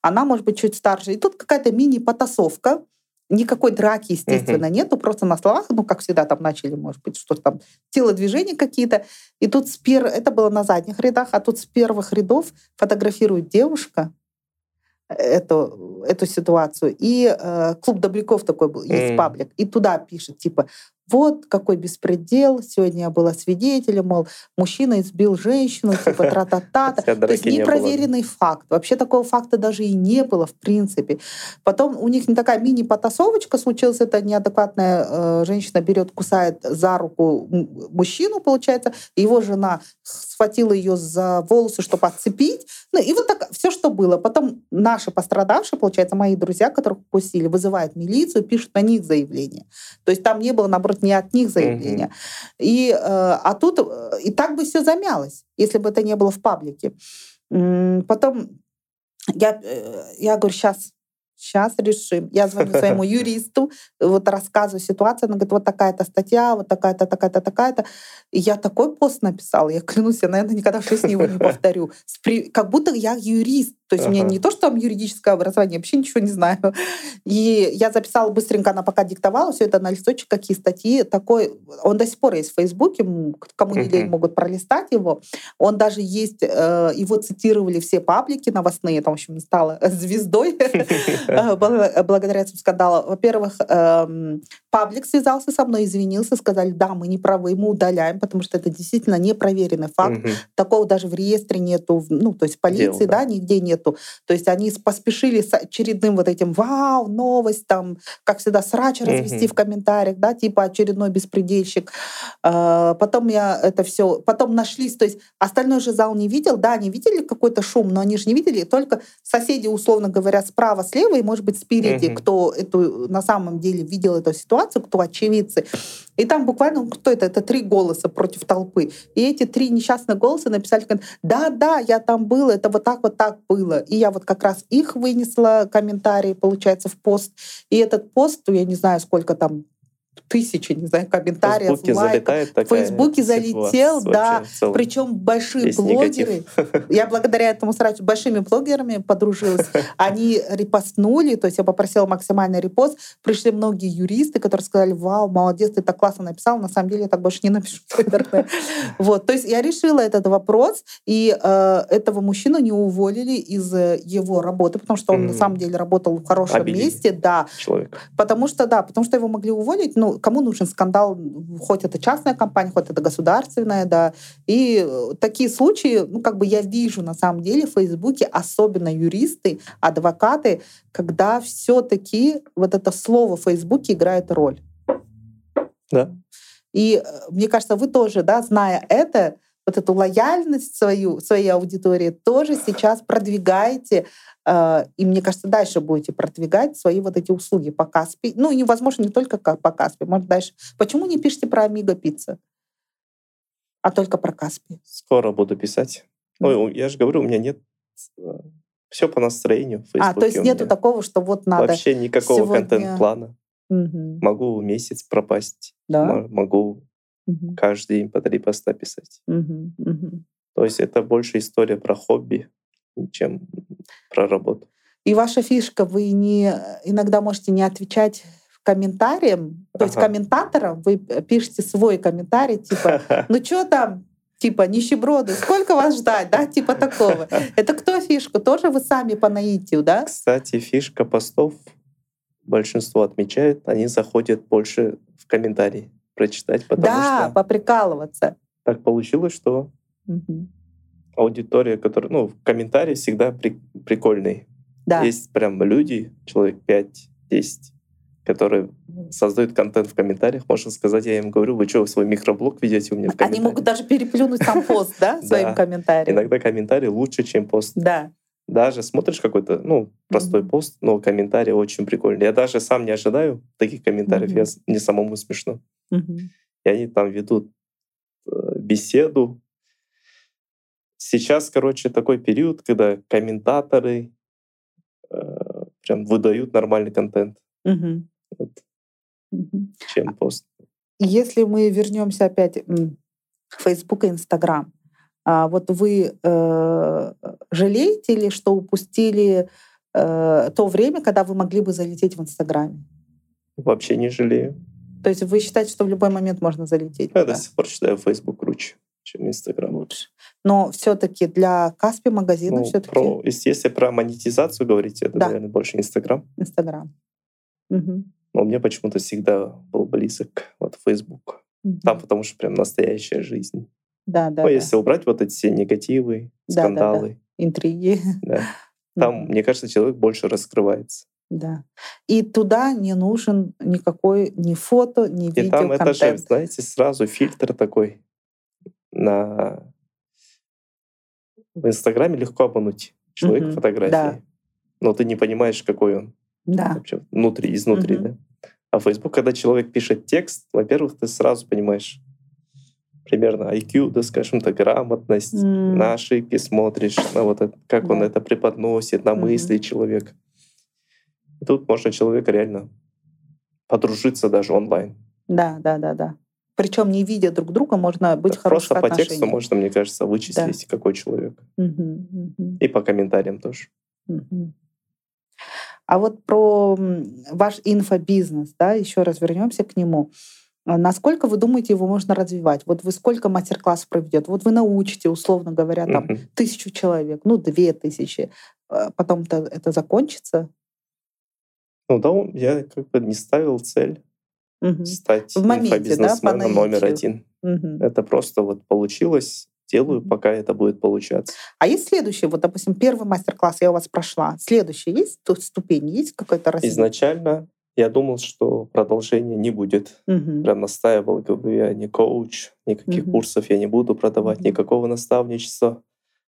[SPEAKER 1] Она, может быть, чуть старше. И тут какая-то мини-потасовка, Никакой драки, естественно, нету, просто на словах, ну, как всегда, там начали, может быть, что-то там, телодвижения какие-то. И тут с пер... это было на задних рядах, а тут с первых рядов фотографирует девушка э, эту, эту ситуацию. И э, клуб добряков такой был, есть
[SPEAKER 2] М.
[SPEAKER 1] паблик, и туда пишет, типа, вот какой беспредел, сегодня я была свидетелем, мол, мужчина избил женщину, типа, тра-та-та.
[SPEAKER 2] Хотя
[SPEAKER 1] То есть
[SPEAKER 2] драки не было.
[SPEAKER 1] непроверенный факт. Вообще такого факта даже и не было, в принципе. Потом у них не такая мини-потасовочка случилась. Это неадекватная э, женщина берет, кусает за руку м- мужчину, получается. Его жена схватила ее за волосы, чтобы отцепить. Ну и вот так все, что было. Потом наши пострадавшие, получается, мои друзья, которых укусили, вызывают милицию, пишут на них заявление. То есть там не было, наоборот, ни от них заявления. И, э, а тут э, и так бы все замялось, если бы это не было в паблике. М, Потом я, э, я говорю, сейчас, сейчас решим. Я звоню своему юристу, вот рассказываю ситуацию. Она говорит, вот такая-то статья, вот такая-то, такая-то, такая-то. И я такой пост написала, я клянусь, я, наверное, никогда в жизни его не повторю. С при- Как будто я юрист. То есть у меня
[SPEAKER 2] Ага.
[SPEAKER 1] не то, что там юридическое образование, я вообще ничего не знаю. И я записала быстренько, она пока диктовала все это на листочек, какие статьи. Такой, он до сих пор есть в Фейсбуке, м, к- кому не лень,
[SPEAKER 2] Мгм.
[SPEAKER 1] могут пролистать его. Он даже есть, э, его цитировали все паблики новостные, там, в общем, стала звездой э, бл- благодаря этому скандалу. Во-первых, эм, паблик связался со мной, извинился, сказали, да, мы не правы, мы удаляем, потому что это действительно непроверенный факт.
[SPEAKER 2] Мгм.
[SPEAKER 1] Такого даже в реестре нету, в- ну, то есть в полиции,
[SPEAKER 2] Дел,
[SPEAKER 1] да.
[SPEAKER 2] да.
[SPEAKER 1] нигде нету. То есть они с- поспешили с очередным вот этим «Вау, новость!» там, как всегда, срач
[SPEAKER 2] Мгм.
[SPEAKER 1] развести в комментариях, да, типа очередной беспредельщик. А, Потом я это все... Потом нашлись, то есть остальной же зал не видел, да, они видели какой-то шум, но они же не видели, только соседи, условно говоря, справа, слева и, может быть, спереди,
[SPEAKER 2] Мгм.
[SPEAKER 1] кто эту, на самом деле видел эту ситуацию, кто очевидцы. И там буквально, ну, кто это? Это три голоса против толпы. И эти три несчастных голоса написали, кон- да, да, я там был, это вот так, вот так было. И я вот как раз их вынесла комментарии, получается, в пост. И этот пост, я не знаю, сколько там, тысячи, не знаю,
[SPEAKER 2] В
[SPEAKER 1] комментариев,
[SPEAKER 2] Фейсбуке
[SPEAKER 1] лайков.
[SPEAKER 2] залетает
[SPEAKER 1] В
[SPEAKER 2] такая
[SPEAKER 1] Фейсбуке залетел,
[SPEAKER 2] ситуация
[SPEAKER 1] да.
[SPEAKER 2] вообще в целом.
[SPEAKER 1] Причем большие
[SPEAKER 2] Весь
[SPEAKER 1] блогеры, я благодаря этому сразу с большими блогерами подружилась, они репостнули, то есть я попросила максимальный репост, пришли многие юристы, которые сказали, вау, молодец, ты так классно написал, на самом деле я так больше не напишу. наверное». Вот, то есть я решила этот вопрос, и э, этого мужчину не уволили из э, его работы, потому что он на
[SPEAKER 2] М.
[SPEAKER 1] самом деле работал в хорошем
[SPEAKER 2] Обидели.
[SPEAKER 1] месте, да,
[SPEAKER 2] человек.
[SPEAKER 1] Потому что, да, потому что его могли уволить. Ну, кому нужен скандал, хоть это частная компания, хоть это государственная, да. И э, такие случаи, ну, как бы я вижу на самом деле в Фейсбуке, особенно юристы, адвокаты, когда все-таки вот это слово в Фейсбуке играет роль.
[SPEAKER 2] Да.
[SPEAKER 1] И э, мне кажется, вы тоже, да, зная это, вот эту лояльность свою, своей аудитории, тоже сейчас продвигаете. э, И мне кажется, дальше будете продвигать свои вот эти услуги по Каспи. Ну, и, возможно, не только как по Каспи, может, дальше. Почему не пишете про Амиго Пицца, а только про Каспи?
[SPEAKER 2] Скоро буду писать. Ой, у- я же говорю, у меня нет... Все по настроению в
[SPEAKER 1] А, то
[SPEAKER 2] Фейсбуке
[SPEAKER 1] есть
[SPEAKER 2] у
[SPEAKER 1] нету
[SPEAKER 2] меня.
[SPEAKER 1] такого, что вот надо...
[SPEAKER 2] Вообще никакого
[SPEAKER 1] сегодня-
[SPEAKER 2] контент-плана.
[SPEAKER 1] Мгм.
[SPEAKER 2] Могу месяц пропасть.
[SPEAKER 1] Да?
[SPEAKER 2] м- Могу
[SPEAKER 1] Мгм.
[SPEAKER 2] каждый день по три поста писать.
[SPEAKER 1] Мгм. Мгм.
[SPEAKER 2] То есть это больше история про хобби, чем про работу.
[SPEAKER 1] И ваша фишка, вы не иногда можете не отвечать комментариям, то есть
[SPEAKER 2] Ага.
[SPEAKER 1] комментаторам вы пишете свой комментарий, типа, ну что там, типа, нищеброды, сколько вас ждать, да, типа такого. Это кто фишку? Тоже вы сами по наитию, да?
[SPEAKER 2] Кстати, фишка постов большинство отмечает, они заходят больше в комментарии прочитать, потому
[SPEAKER 1] да,
[SPEAKER 2] что
[SPEAKER 1] поприкалываться.
[SPEAKER 2] так получилось, что
[SPEAKER 1] Мгм.
[SPEAKER 2] аудитория, которая, ну, в комментарии всегда при- прикольный.
[SPEAKER 1] Да.
[SPEAKER 2] Есть прям люди, человек 5-10, которые создают контент в комментариях. Можно сказать, я им говорю, вы что, свой микроблог ведете у меня в
[SPEAKER 1] Они
[SPEAKER 2] комментариях?
[SPEAKER 1] могут даже переплюнуть сам пост, да,
[SPEAKER 2] Да.
[SPEAKER 1] своим комментарием.
[SPEAKER 2] Иногда комментарии лучше, чем пост.
[SPEAKER 1] Да.
[SPEAKER 2] Даже смотришь какой-то, ну, простой
[SPEAKER 1] Мгм.
[SPEAKER 2] пост, но комментарий очень прикольный. Я даже сам не ожидаю таких комментариев,
[SPEAKER 1] Мгм.
[SPEAKER 2] я с- мне самому смешно.
[SPEAKER 1] Мгм.
[SPEAKER 2] И они там ведут э, беседу. Сейчас, короче, такой период, когда комментаторы э, прям выдают нормальный контент,
[SPEAKER 1] Мгм.
[SPEAKER 2] Вот.
[SPEAKER 1] Мгм.
[SPEAKER 2] чем пост.
[SPEAKER 1] Если мы вернемся опять м, в Facebook и Instagram, а, вот вы э, жалеете ли, что упустили э, то время, когда вы могли бы залететь в Инстаграме?
[SPEAKER 2] Вообще не жалею.
[SPEAKER 1] То есть вы считаете, что в любой момент можно залететь?
[SPEAKER 2] Я
[SPEAKER 1] туда?
[SPEAKER 2] до сих пор считаю Facebook круче, чем Instagram.
[SPEAKER 1] лучше. Но все-таки для Каспи магазина
[SPEAKER 2] э, Ну,
[SPEAKER 1] все-таки
[SPEAKER 2] про, если если про монетизацию говорить, это,
[SPEAKER 1] Да.
[SPEAKER 2] наверное, больше Instagram.
[SPEAKER 1] Инстаграм. Мгм.
[SPEAKER 2] Но мне почему-то всегда был близок вот Facebook.
[SPEAKER 1] Мгм.
[SPEAKER 2] Там потому что прям настоящая жизнь.
[SPEAKER 1] да, да,
[SPEAKER 2] ну,
[SPEAKER 1] да.
[SPEAKER 2] если убрать вот эти все негативы,
[SPEAKER 1] Да, да, да.
[SPEAKER 2] скандалы,
[SPEAKER 1] интриги.
[SPEAKER 2] да, там,
[SPEAKER 1] Мгм.
[SPEAKER 2] мне кажется, человек больше раскрывается.
[SPEAKER 1] Да. И туда не нужен никакой ни фото, ни
[SPEAKER 2] И там это же,
[SPEAKER 1] видеоконтент.
[SPEAKER 2] знаете, сразу фильтр такой на... В Инстаграме легко обмануть человека
[SPEAKER 1] Мгм,
[SPEAKER 2] фотографии.
[SPEAKER 1] да.
[SPEAKER 2] Но ты не понимаешь, какой он
[SPEAKER 1] Да.
[SPEAKER 2] вообще внутри, изнутри,
[SPEAKER 1] Мгм.
[SPEAKER 2] да? А Facebook, когда человек пишет текст, во-первых, ты сразу понимаешь примерно IQ, да, скажем так, грамотность,
[SPEAKER 1] М.
[SPEAKER 2] на ошибки смотришь, на вот это, как он
[SPEAKER 1] Да.
[SPEAKER 2] это преподносит, на
[SPEAKER 1] Мгм.
[SPEAKER 2] мысли человека. И тут можно человека реально подружиться даже онлайн.
[SPEAKER 1] Да, да, да, да. Причем не видя друг друга, можно быть в
[SPEAKER 2] Да,
[SPEAKER 1] хороших
[SPEAKER 2] Просто по
[SPEAKER 1] отношениях.
[SPEAKER 2] тексту можно, мне кажется, вычислить, какой человек.
[SPEAKER 1] Мгм, мгм,
[SPEAKER 2] И по комментариям тоже.
[SPEAKER 1] мгм. А вот про м, ваш инфобизнес, да, еще раз вернемся к нему. А Насколько вы думаете, его можно развивать? Вот вы сколько мастер-классов проведет? Вот вы научите, условно говоря, там
[SPEAKER 2] Мгм.
[SPEAKER 1] тысячу человек, ну две тысячи, А потом-то это закончится.
[SPEAKER 2] Ну да, он- я как бы не ставил цель
[SPEAKER 1] Мгм,
[SPEAKER 2] стать
[SPEAKER 1] В моменте, да, по
[SPEAKER 2] инфобизнесменом номер
[SPEAKER 1] наитию.
[SPEAKER 2] один.
[SPEAKER 1] мгм.
[SPEAKER 2] Это просто вот получилось, делаю,
[SPEAKER 1] Мгм.
[SPEAKER 2] пока это будет получаться.
[SPEAKER 1] А есть следующий, вот, допустим, первый мастер-класс я у вас прошла. Следующий есть тут ступень, есть какой-то раз?
[SPEAKER 2] Изначально я думал, что продолжения не будет.
[SPEAKER 1] Мгм.
[SPEAKER 2] Прям настаивал, говорю, я не коуч, никаких
[SPEAKER 1] Мгм.
[SPEAKER 2] курсов я не буду продавать,
[SPEAKER 1] Мгм.
[SPEAKER 2] никакого наставничества.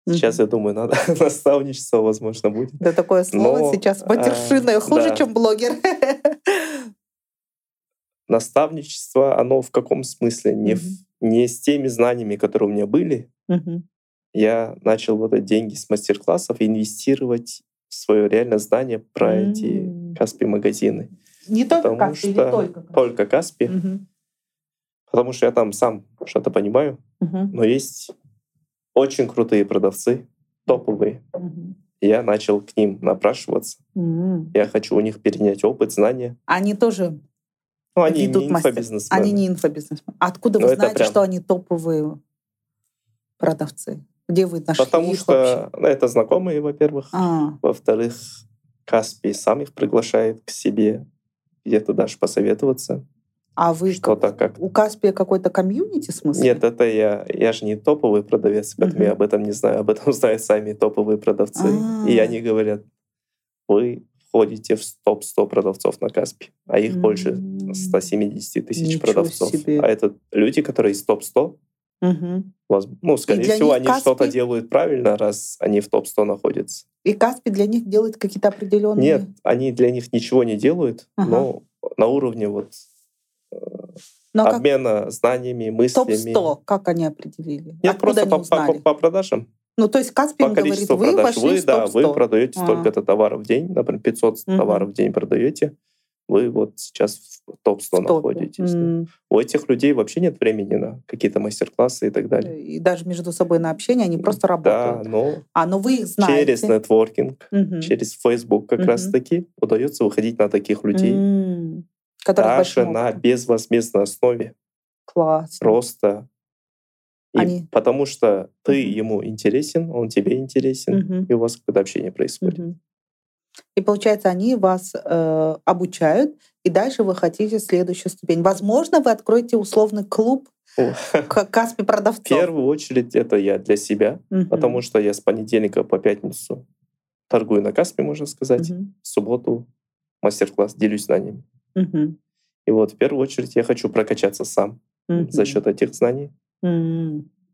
[SPEAKER 2] Сейчас
[SPEAKER 1] Мгм.
[SPEAKER 2] я думаю, надо наставничество, возможно, будет.
[SPEAKER 1] Да такое слово
[SPEAKER 2] Но,
[SPEAKER 1] сейчас
[SPEAKER 2] а,
[SPEAKER 1] матершинное, хуже,
[SPEAKER 2] да.
[SPEAKER 1] чем блогер.
[SPEAKER 2] Наставничество, оно в каком смысле? Не, в- не с теми знаниями, которые у меня были.
[SPEAKER 1] Мгм.
[SPEAKER 2] Я начал вот эти деньги с мастер-классов инвестировать в свое реально знание про эти
[SPEAKER 1] М.
[SPEAKER 2] Каспи-магазины.
[SPEAKER 1] Не только
[SPEAKER 2] Потому
[SPEAKER 1] кафе, не
[SPEAKER 2] что
[SPEAKER 1] только кафе.
[SPEAKER 2] Только Каспи.
[SPEAKER 1] Мгм.
[SPEAKER 2] потому что я там сам что-то понимаю,
[SPEAKER 1] Мгм.
[SPEAKER 2] но есть очень крутые продавцы, топовые.
[SPEAKER 1] Мгм.
[SPEAKER 2] И Я начал к ним напрашиваться.
[SPEAKER 1] М.
[SPEAKER 2] Я хочу у них перенять опыт, знания.
[SPEAKER 1] Они тоже,
[SPEAKER 2] Ну, они
[SPEAKER 1] Ведут
[SPEAKER 2] не
[SPEAKER 1] мастер.
[SPEAKER 2] инфобизнесмены.
[SPEAKER 1] они не инфобизнесмены. Откуда
[SPEAKER 2] Но
[SPEAKER 1] вы
[SPEAKER 2] это
[SPEAKER 1] знаете,
[SPEAKER 2] прям-
[SPEAKER 1] что они топовые продавцы? Где вы нашли
[SPEAKER 2] Потому
[SPEAKER 1] их вообще?
[SPEAKER 2] что ну, это знакомые, во-первых.
[SPEAKER 1] А,
[SPEAKER 2] Во-вторых, Каспий сам их приглашает к себе где-то даже посоветоваться.
[SPEAKER 1] а вы
[SPEAKER 2] Что-то
[SPEAKER 1] как-
[SPEAKER 2] как...
[SPEAKER 1] у Каспия какой-то комьюнити в смысле?
[SPEAKER 2] Нет, это я... Я же не топовый продавец, поэтому
[SPEAKER 1] Мгм.
[SPEAKER 2] я об этом не знаю. Об этом знают сами топовые продавцы. И
[SPEAKER 1] А.
[SPEAKER 2] они говорят, вы входите в топ-100 продавцов на Каспи, а их больше
[SPEAKER 1] М.
[SPEAKER 2] 170 тысяч
[SPEAKER 1] Ничего
[SPEAKER 2] продавцов.
[SPEAKER 1] себе.
[SPEAKER 2] А это люди, которые из топ-100,
[SPEAKER 1] Мгм.
[SPEAKER 2] воз- ну, скорее
[SPEAKER 1] для них
[SPEAKER 2] всего, они
[SPEAKER 1] Каспи-
[SPEAKER 2] что-то делают правильно, раз они в топ-100 находятся.
[SPEAKER 1] И Каспи для них делает какие-то определенные...
[SPEAKER 2] Нет, они для них ничего не делают,
[SPEAKER 1] Ага.
[SPEAKER 2] но на уровне вот э,
[SPEAKER 1] Но Ну, а как
[SPEAKER 2] обмена знаниями, мыслями.
[SPEAKER 1] топ-100, как они определили?
[SPEAKER 2] Нет,
[SPEAKER 1] Откуда
[SPEAKER 2] просто
[SPEAKER 1] они
[SPEAKER 2] по, по-
[SPEAKER 1] узнали?
[SPEAKER 2] по продажам,
[SPEAKER 1] Ну, то есть Каспи
[SPEAKER 2] по
[SPEAKER 1] им говорит,
[SPEAKER 2] количеству
[SPEAKER 1] вы
[SPEAKER 2] продаж.
[SPEAKER 1] вошли
[SPEAKER 2] Вы,
[SPEAKER 1] в
[SPEAKER 2] да,
[SPEAKER 1] топ-100.
[SPEAKER 2] вы продаете
[SPEAKER 1] А.
[SPEAKER 2] столько-то товаров в день, например, 500
[SPEAKER 1] Мгм.
[SPEAKER 2] товаров в день продаете, вы вот сейчас в топ-100
[SPEAKER 1] в топе.
[SPEAKER 2] находитесь. да.
[SPEAKER 1] М.
[SPEAKER 2] У этих людей вообще нет времени на какие-то мастер-классы и так далее.
[SPEAKER 1] И даже между собой на общение они просто
[SPEAKER 2] Да,
[SPEAKER 1] работают.
[SPEAKER 2] но
[SPEAKER 1] А, ну вы их знаете.
[SPEAKER 2] через нетворкинг,
[SPEAKER 1] Мгм.
[SPEAKER 2] через Facebook как
[SPEAKER 1] Мгм.
[SPEAKER 2] раз-таки удается выходить на таких людей.
[SPEAKER 1] М. Которых
[SPEAKER 2] Даже
[SPEAKER 1] большим
[SPEAKER 2] на
[SPEAKER 1] опытом.
[SPEAKER 2] безвозмездной основе.
[SPEAKER 1] Класс.
[SPEAKER 2] Просто и
[SPEAKER 1] Они-
[SPEAKER 2] потому что ты
[SPEAKER 1] Мгм.
[SPEAKER 2] ему интересен, он тебе интересен,
[SPEAKER 1] Мгм.
[SPEAKER 2] и у вас какое-то общение происходит.
[SPEAKER 1] Мгм. И получается, они вас э, обучают, и дальше вы хотите следующую ступень. Возможно, вы откроете условный клуб
[SPEAKER 2] О.
[SPEAKER 1] к Каспи
[SPEAKER 2] В
[SPEAKER 1] продавцов.
[SPEAKER 2] первую очередь это я для себя, потому что я с понедельника по пятницу торгую на Каспе, можно сказать. В субботу мастер-класс, делюсь знаниями. И вот в первую очередь я хочу прокачаться сам за счет этих знаний.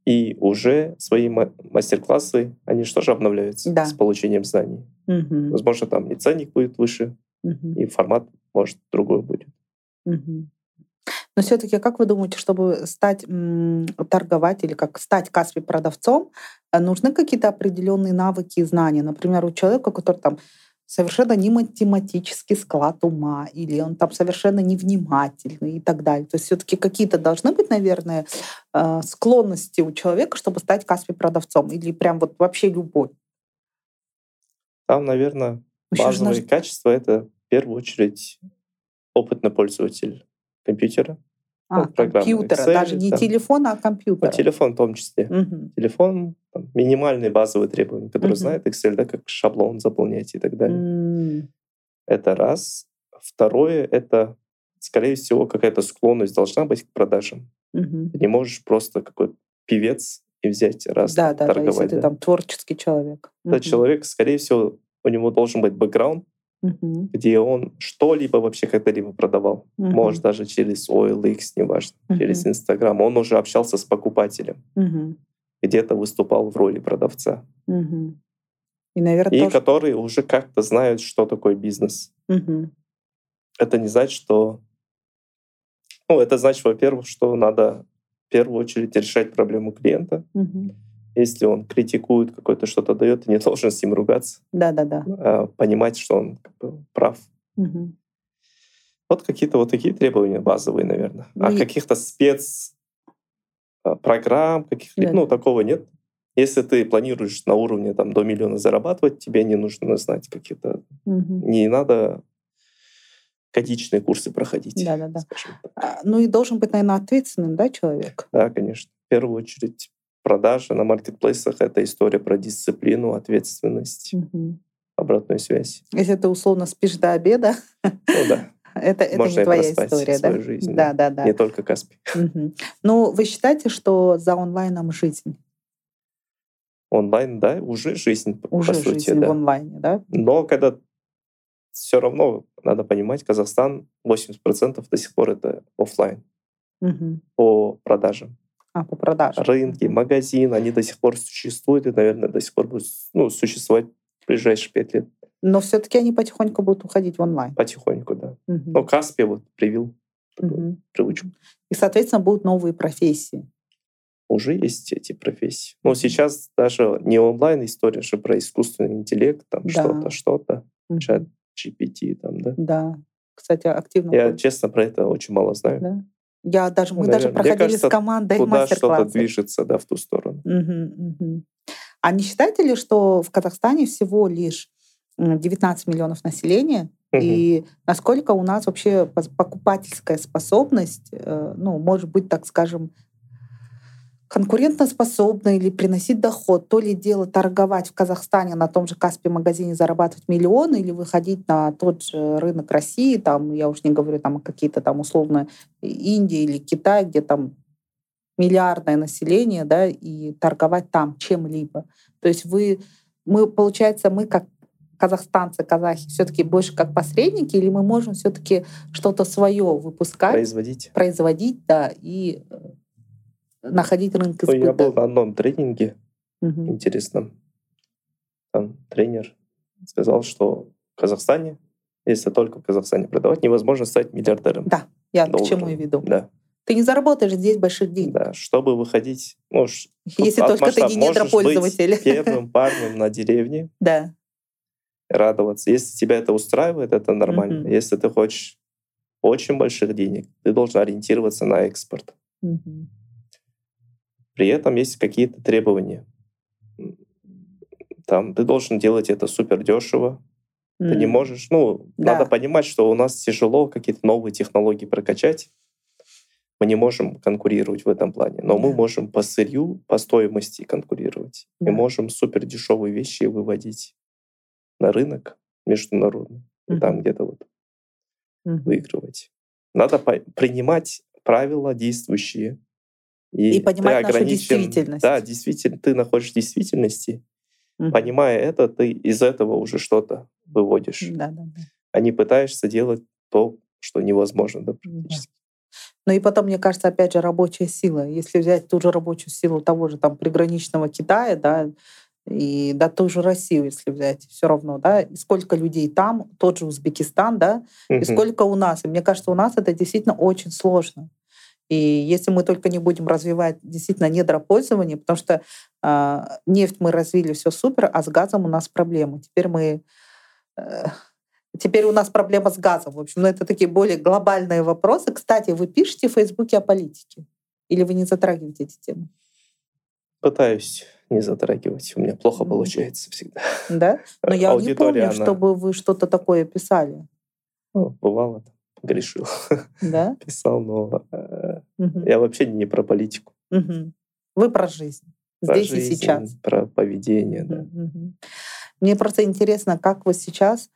[SPEAKER 2] И уже свои ма- мастер-классы, они же тоже обновляются
[SPEAKER 1] Да.
[SPEAKER 2] с получением знаний. Возможно, там и ценник будет выше, и формат, может, другой будет.
[SPEAKER 1] Мгм. Но все-таки, как вы думаете, чтобы стать м, торговать или как стать Каспи продавцом, э, нужны какие-то определенные навыки и знания? Например, у человека, который там совершенно не математический склад ума, или он там совершенно невнимательный и так далее. То есть все-таки какие-то должны быть, наверное, э, склонности у человека, чтобы стать Каспи продавцом, или прям вот вообще любой.
[SPEAKER 2] Там, наверное,
[SPEAKER 1] Ну, щас же
[SPEAKER 2] базовые
[SPEAKER 1] наш-
[SPEAKER 2] качества — это в первую очередь опытный пользователь компьютера,
[SPEAKER 1] А,
[SPEAKER 2] ну, программы
[SPEAKER 1] компьютера,
[SPEAKER 2] Excel,
[SPEAKER 1] даже не
[SPEAKER 2] да.
[SPEAKER 1] телефона, а
[SPEAKER 2] ну,
[SPEAKER 1] компьютера.
[SPEAKER 2] телефон в том числе.
[SPEAKER 1] Мгм.
[SPEAKER 2] Телефон, там, минимальные базовые требования, которые
[SPEAKER 1] Мгм.
[SPEAKER 2] знает Excel, да, как шаблон заполнять и так далее.
[SPEAKER 1] М,
[SPEAKER 2] Это раз. Второе — это, скорее всего, какая-то склонность должна быть к продажам.
[SPEAKER 1] мгм.
[SPEAKER 2] Ты не можешь просто какой-то певец и взять раз
[SPEAKER 1] да,
[SPEAKER 2] там
[SPEAKER 1] да, да, если
[SPEAKER 2] торговать.
[SPEAKER 1] ты
[SPEAKER 2] да.
[SPEAKER 1] там творческий человек.
[SPEAKER 2] Этот
[SPEAKER 1] Мгм.
[SPEAKER 2] человек, скорее всего, у него должен быть бэкграунд,
[SPEAKER 1] Мгм.
[SPEAKER 2] где он что-либо вообще когда-либо продавал.
[SPEAKER 1] Мгм.
[SPEAKER 2] Может, даже через OLX, неважно,
[SPEAKER 1] Мгм.
[SPEAKER 2] через Инстаграм. Он уже общался с покупателем,
[SPEAKER 1] Мгм.
[SPEAKER 2] где-то выступал в роли продавца.
[SPEAKER 1] Мгм. И, наверное,
[SPEAKER 2] И
[SPEAKER 1] тоже...
[SPEAKER 2] которые уже как-то знают, что такое бизнес.
[SPEAKER 1] Мгм.
[SPEAKER 2] Это не значит, что... Ну, это значит, во-первых, что надо в первую очередь решать проблему клиента.
[SPEAKER 1] Мгм.
[SPEAKER 2] Если он критикует, какое-то что-то дает, ты не должен с ним ругаться,
[SPEAKER 1] Да-да-да.
[SPEAKER 2] а понимать, что он как бы прав.
[SPEAKER 1] Мгм.
[SPEAKER 2] Вот какие-то вот такие требования базовые, наверное.
[SPEAKER 1] Ну
[SPEAKER 2] а
[SPEAKER 1] и-
[SPEAKER 2] каких-то спец а, программ, каких-либо,
[SPEAKER 1] Да-да.
[SPEAKER 2] ну, такого нет. Если ты планируешь на уровне там, до миллиона зарабатывать, тебе не нужно знать какие-то...
[SPEAKER 1] Мгм.
[SPEAKER 2] Не надо годичные курсы проходить.
[SPEAKER 1] Да-да-да.
[SPEAKER 2] скажем так.
[SPEAKER 1] А, Ну и должен быть, наверное, ответственным, да, человек?
[SPEAKER 2] Да, конечно. В первую очередь продажи на маркетплейсах — это история про дисциплину, ответственность,
[SPEAKER 1] Мгм.
[SPEAKER 2] обратную связь.
[SPEAKER 1] Если ты условно спишь до обеда,
[SPEAKER 2] Ну да,
[SPEAKER 1] это, это
[SPEAKER 2] Можно
[SPEAKER 1] не
[SPEAKER 2] и
[SPEAKER 1] твоя
[SPEAKER 2] проспать
[SPEAKER 1] история, да?
[SPEAKER 2] свою жизнь,
[SPEAKER 1] да, да, да.
[SPEAKER 2] не только Каспи.
[SPEAKER 1] Мгм. Ну, вы считаете, что за онлайном жизнь?
[SPEAKER 2] Онлайн, да, уже жизнь,
[SPEAKER 1] Уже
[SPEAKER 2] по сути,
[SPEAKER 1] жизнь
[SPEAKER 2] да.
[SPEAKER 1] в онлайне, да?
[SPEAKER 2] Но когда все равно надо понимать, Казахстан 80% до сих пор это оффлайн
[SPEAKER 1] Мгм.
[SPEAKER 2] по продажам.
[SPEAKER 1] А, по продажам.
[SPEAKER 2] Рынки,
[SPEAKER 1] Мгм.
[SPEAKER 2] магазины, они до сих пор существуют и, наверное, до сих пор будут ну, существовать в ближайшие пять лет
[SPEAKER 1] Но все-таки они потихоньку будут уходить в онлайн.
[SPEAKER 2] потихоньку, да.
[SPEAKER 1] Мгм.
[SPEAKER 2] Но Каспи вот привил такую
[SPEAKER 1] Мгм.
[SPEAKER 2] привычку.
[SPEAKER 1] И, соответственно, будут новые профессии.
[SPEAKER 2] Уже есть эти профессии. Но сейчас даже не онлайн история, что про искусственный интеллект, там
[SPEAKER 1] Да.
[SPEAKER 2] что-то, что-то,
[SPEAKER 1] Мгм.
[SPEAKER 2] чат GPT, там, да.
[SPEAKER 1] Да. Кстати, активно.
[SPEAKER 2] Я,
[SPEAKER 1] ходит,
[SPEAKER 2] честно, про это очень мало знаю.
[SPEAKER 1] да? Я даже, мы
[SPEAKER 2] Ну,
[SPEAKER 1] даже
[SPEAKER 2] наверное, мне
[SPEAKER 1] проходили
[SPEAKER 2] кажется,
[SPEAKER 1] с командой
[SPEAKER 2] Куда что-то
[SPEAKER 1] мастер-классы.
[SPEAKER 2] движется, да, в ту сторону.
[SPEAKER 1] Мгм, мгм. А не считаете ли, что в Казахстане всего лишь м, 19 миллионов населения?
[SPEAKER 2] Мгм.
[SPEAKER 1] И насколько у нас вообще пос- покупательская способность, э, ну, может быть, так скажем, конкурентоспособна или приносить доход, то ли дело торговать в Казахстане на том же Каспи магазине, зарабатывать миллионы, или выходить на тот же рынок России, там, я уж не говорю там о какие-то там условно Индии или Китай, где там миллиардное население, да, и торговать там чем-либо. То есть вы, мы, получается, мы как казахстанцы, казахи, все-таки больше как посредники, или мы можем все-таки что-то свое выпускать,
[SPEAKER 2] Производить.
[SPEAKER 1] производить, да, и э, находить рынок
[SPEAKER 2] Ну, я был
[SPEAKER 1] сбыта.
[SPEAKER 2] на одном тренинге
[SPEAKER 1] Мгм.
[SPEAKER 2] интересном. Там тренер сказал, что в Казахстане, если только в Казахстане продавать, невозможно стать миллиардером.
[SPEAKER 1] Да, Я к
[SPEAKER 2] Должен.
[SPEAKER 1] чему и веду.
[SPEAKER 2] Да,
[SPEAKER 1] Ты не заработаешь здесь больших денег,
[SPEAKER 2] да. Чтобы выходить, можешь
[SPEAKER 1] если
[SPEAKER 2] от
[SPEAKER 1] только ты
[SPEAKER 2] масштаба
[SPEAKER 1] не
[SPEAKER 2] можешь быть
[SPEAKER 1] недропользователь.
[SPEAKER 2] первым парнем на деревне
[SPEAKER 1] Да.
[SPEAKER 2] радоваться. Если тебя это устраивает, это нормально.
[SPEAKER 1] Мгм.
[SPEAKER 2] Если ты хочешь очень больших денег, ты должен ориентироваться на экспорт.
[SPEAKER 1] Мгм.
[SPEAKER 2] При этом есть какие-то требования. Там ты должен делать это супер дешево. Ты не
[SPEAKER 1] М.
[SPEAKER 2] можешь. Ну,
[SPEAKER 1] Да.
[SPEAKER 2] надо понимать, что у нас тяжело какие-то новые технологии прокачать. Мы не можем конкурировать в этом плане, но мы
[SPEAKER 1] Да.
[SPEAKER 2] можем по сырью, по стоимости конкурировать.
[SPEAKER 1] Да.
[SPEAKER 2] Мы можем супер дешевые вещи выводить на рынок международный и
[SPEAKER 1] Мгм.
[SPEAKER 2] там где-то вот
[SPEAKER 1] Мгм.
[SPEAKER 2] выигрывать. Надо по- принимать правила действующие.
[SPEAKER 1] И
[SPEAKER 2] ты
[SPEAKER 1] понимать нашу
[SPEAKER 2] ограничен-
[SPEAKER 1] действительность.
[SPEAKER 2] Да, действительно, ты находишь в действительности.
[SPEAKER 1] Мгм.
[SPEAKER 2] Понимая это, ты из этого уже что-то выводишь,
[SPEAKER 1] Да, да, да.
[SPEAKER 2] а не пытаешься делать то, что невозможно. да,
[SPEAKER 1] Да.
[SPEAKER 2] практически.
[SPEAKER 1] Ну и потом, мне кажется, опять же, рабочая сила. Если взять ту же рабочую силу того же там приграничного Китая, да, и да, ту же Россию, если взять, все равно, да, и сколько людей там, тот же Узбекистан, да, и
[SPEAKER 2] Мгм.
[SPEAKER 1] сколько у нас. И мне кажется, у нас это действительно очень сложно. И если мы только не будем развивать действительно недропользование, потому что а, нефть мы развили все супер, а с газом у нас проблемы. Теперь мы э, теперь у нас проблема с газом. В общем, ну, это такие более глобальные вопросы. Кстати, вы пишете в Фейсбуке о политике? Или вы не затрагиваете эти темы?
[SPEAKER 2] Пытаюсь не затрагивать. У меня плохо
[SPEAKER 1] Мгм.
[SPEAKER 2] получается всегда.
[SPEAKER 1] Да? Но я не
[SPEAKER 2] Аудитория,
[SPEAKER 1] помню,
[SPEAKER 2] она-
[SPEAKER 1] чтобы вы что-то такое писали.
[SPEAKER 2] Ну, бывало, там, грешил,
[SPEAKER 1] Да?
[SPEAKER 2] писал, но э,
[SPEAKER 1] Мгм.
[SPEAKER 2] я вообще не про политику.
[SPEAKER 1] Мгм. Вы про жизнь.
[SPEAKER 2] Про
[SPEAKER 1] Здесь
[SPEAKER 2] жизнь,
[SPEAKER 1] и сейчас.
[SPEAKER 2] Про поведение, да.
[SPEAKER 1] Мгм. Мне просто интересно, как вы сейчас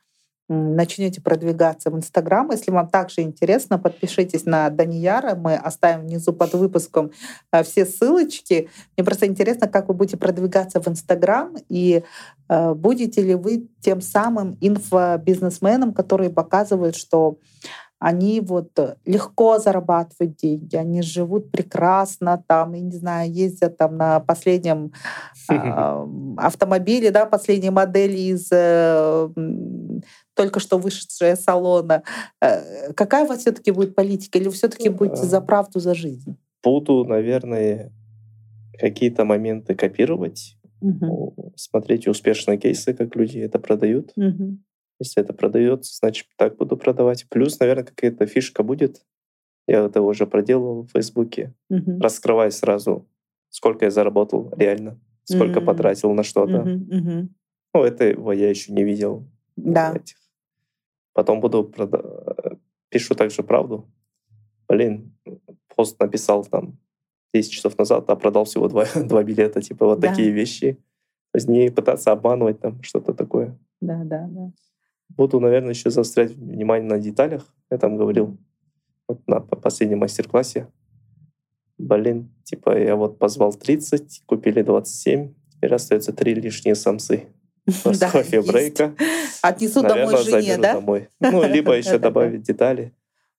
[SPEAKER 1] м, начнете продвигаться в Инстаграм. Если вам также интересно, подпишитесь на Данияра. Мы оставим внизу под выпуском э, все ссылочки. Мне просто интересно, как вы будете продвигаться в Инстаграм и э, будете ли вы тем самым инфобизнесменом, которые показывают, что они вот э, легко зарабатывают деньги, они живут прекрасно, там, я не знаю, ездят там на последнем а, м, автомобили, да, последней модели из э, м, только что вышедшего из салона. Э, Какая у вас все-таки будет политика? Или вы все-таки будете
[SPEAKER 2] Э.
[SPEAKER 1] за правду, за жизнь?
[SPEAKER 2] Буду, наверное, какие-то моменты копировать, ну, смотреть успешные кейсы, как люди это продают.
[SPEAKER 1] Мгм.
[SPEAKER 2] Если это продается, значит, так буду продавать. Плюс, наверное, какая-то фишка будет. Я это уже проделывал в Фейсбуке.
[SPEAKER 1] Мгм.
[SPEAKER 2] Раскрывай сразу, сколько я заработал реально, сколько
[SPEAKER 1] М.
[SPEAKER 2] потратил на что-то.
[SPEAKER 1] Мгм, мгм.
[SPEAKER 2] Ну, этого я еще не видел.
[SPEAKER 1] Да.
[SPEAKER 2] этих. Потом буду прода- пишу также правду. Блин, пост написал там 10 часов назад, а продал всего два, два билета. Типа вот
[SPEAKER 1] Да.
[SPEAKER 2] такие вещи. То есть не пытаться обманывать там что-то такое.
[SPEAKER 1] Да, да, да.
[SPEAKER 2] Буду, наверное, еще заострять внимание на деталях. Я там говорил вот на п- последнем мастер-классе. Блин, типа я вот позвал 30, купили 27, теперь остается три лишние самсы.
[SPEAKER 1] Да,
[SPEAKER 2] После кофе
[SPEAKER 1] есть.
[SPEAKER 2] брейка.
[SPEAKER 1] Отнесу
[SPEAKER 2] Наверное,
[SPEAKER 1] домой жене,
[SPEAKER 2] заберу
[SPEAKER 1] да?
[SPEAKER 2] домой. Ну, либо еще
[SPEAKER 1] Да-да-да.
[SPEAKER 2] добавить детали.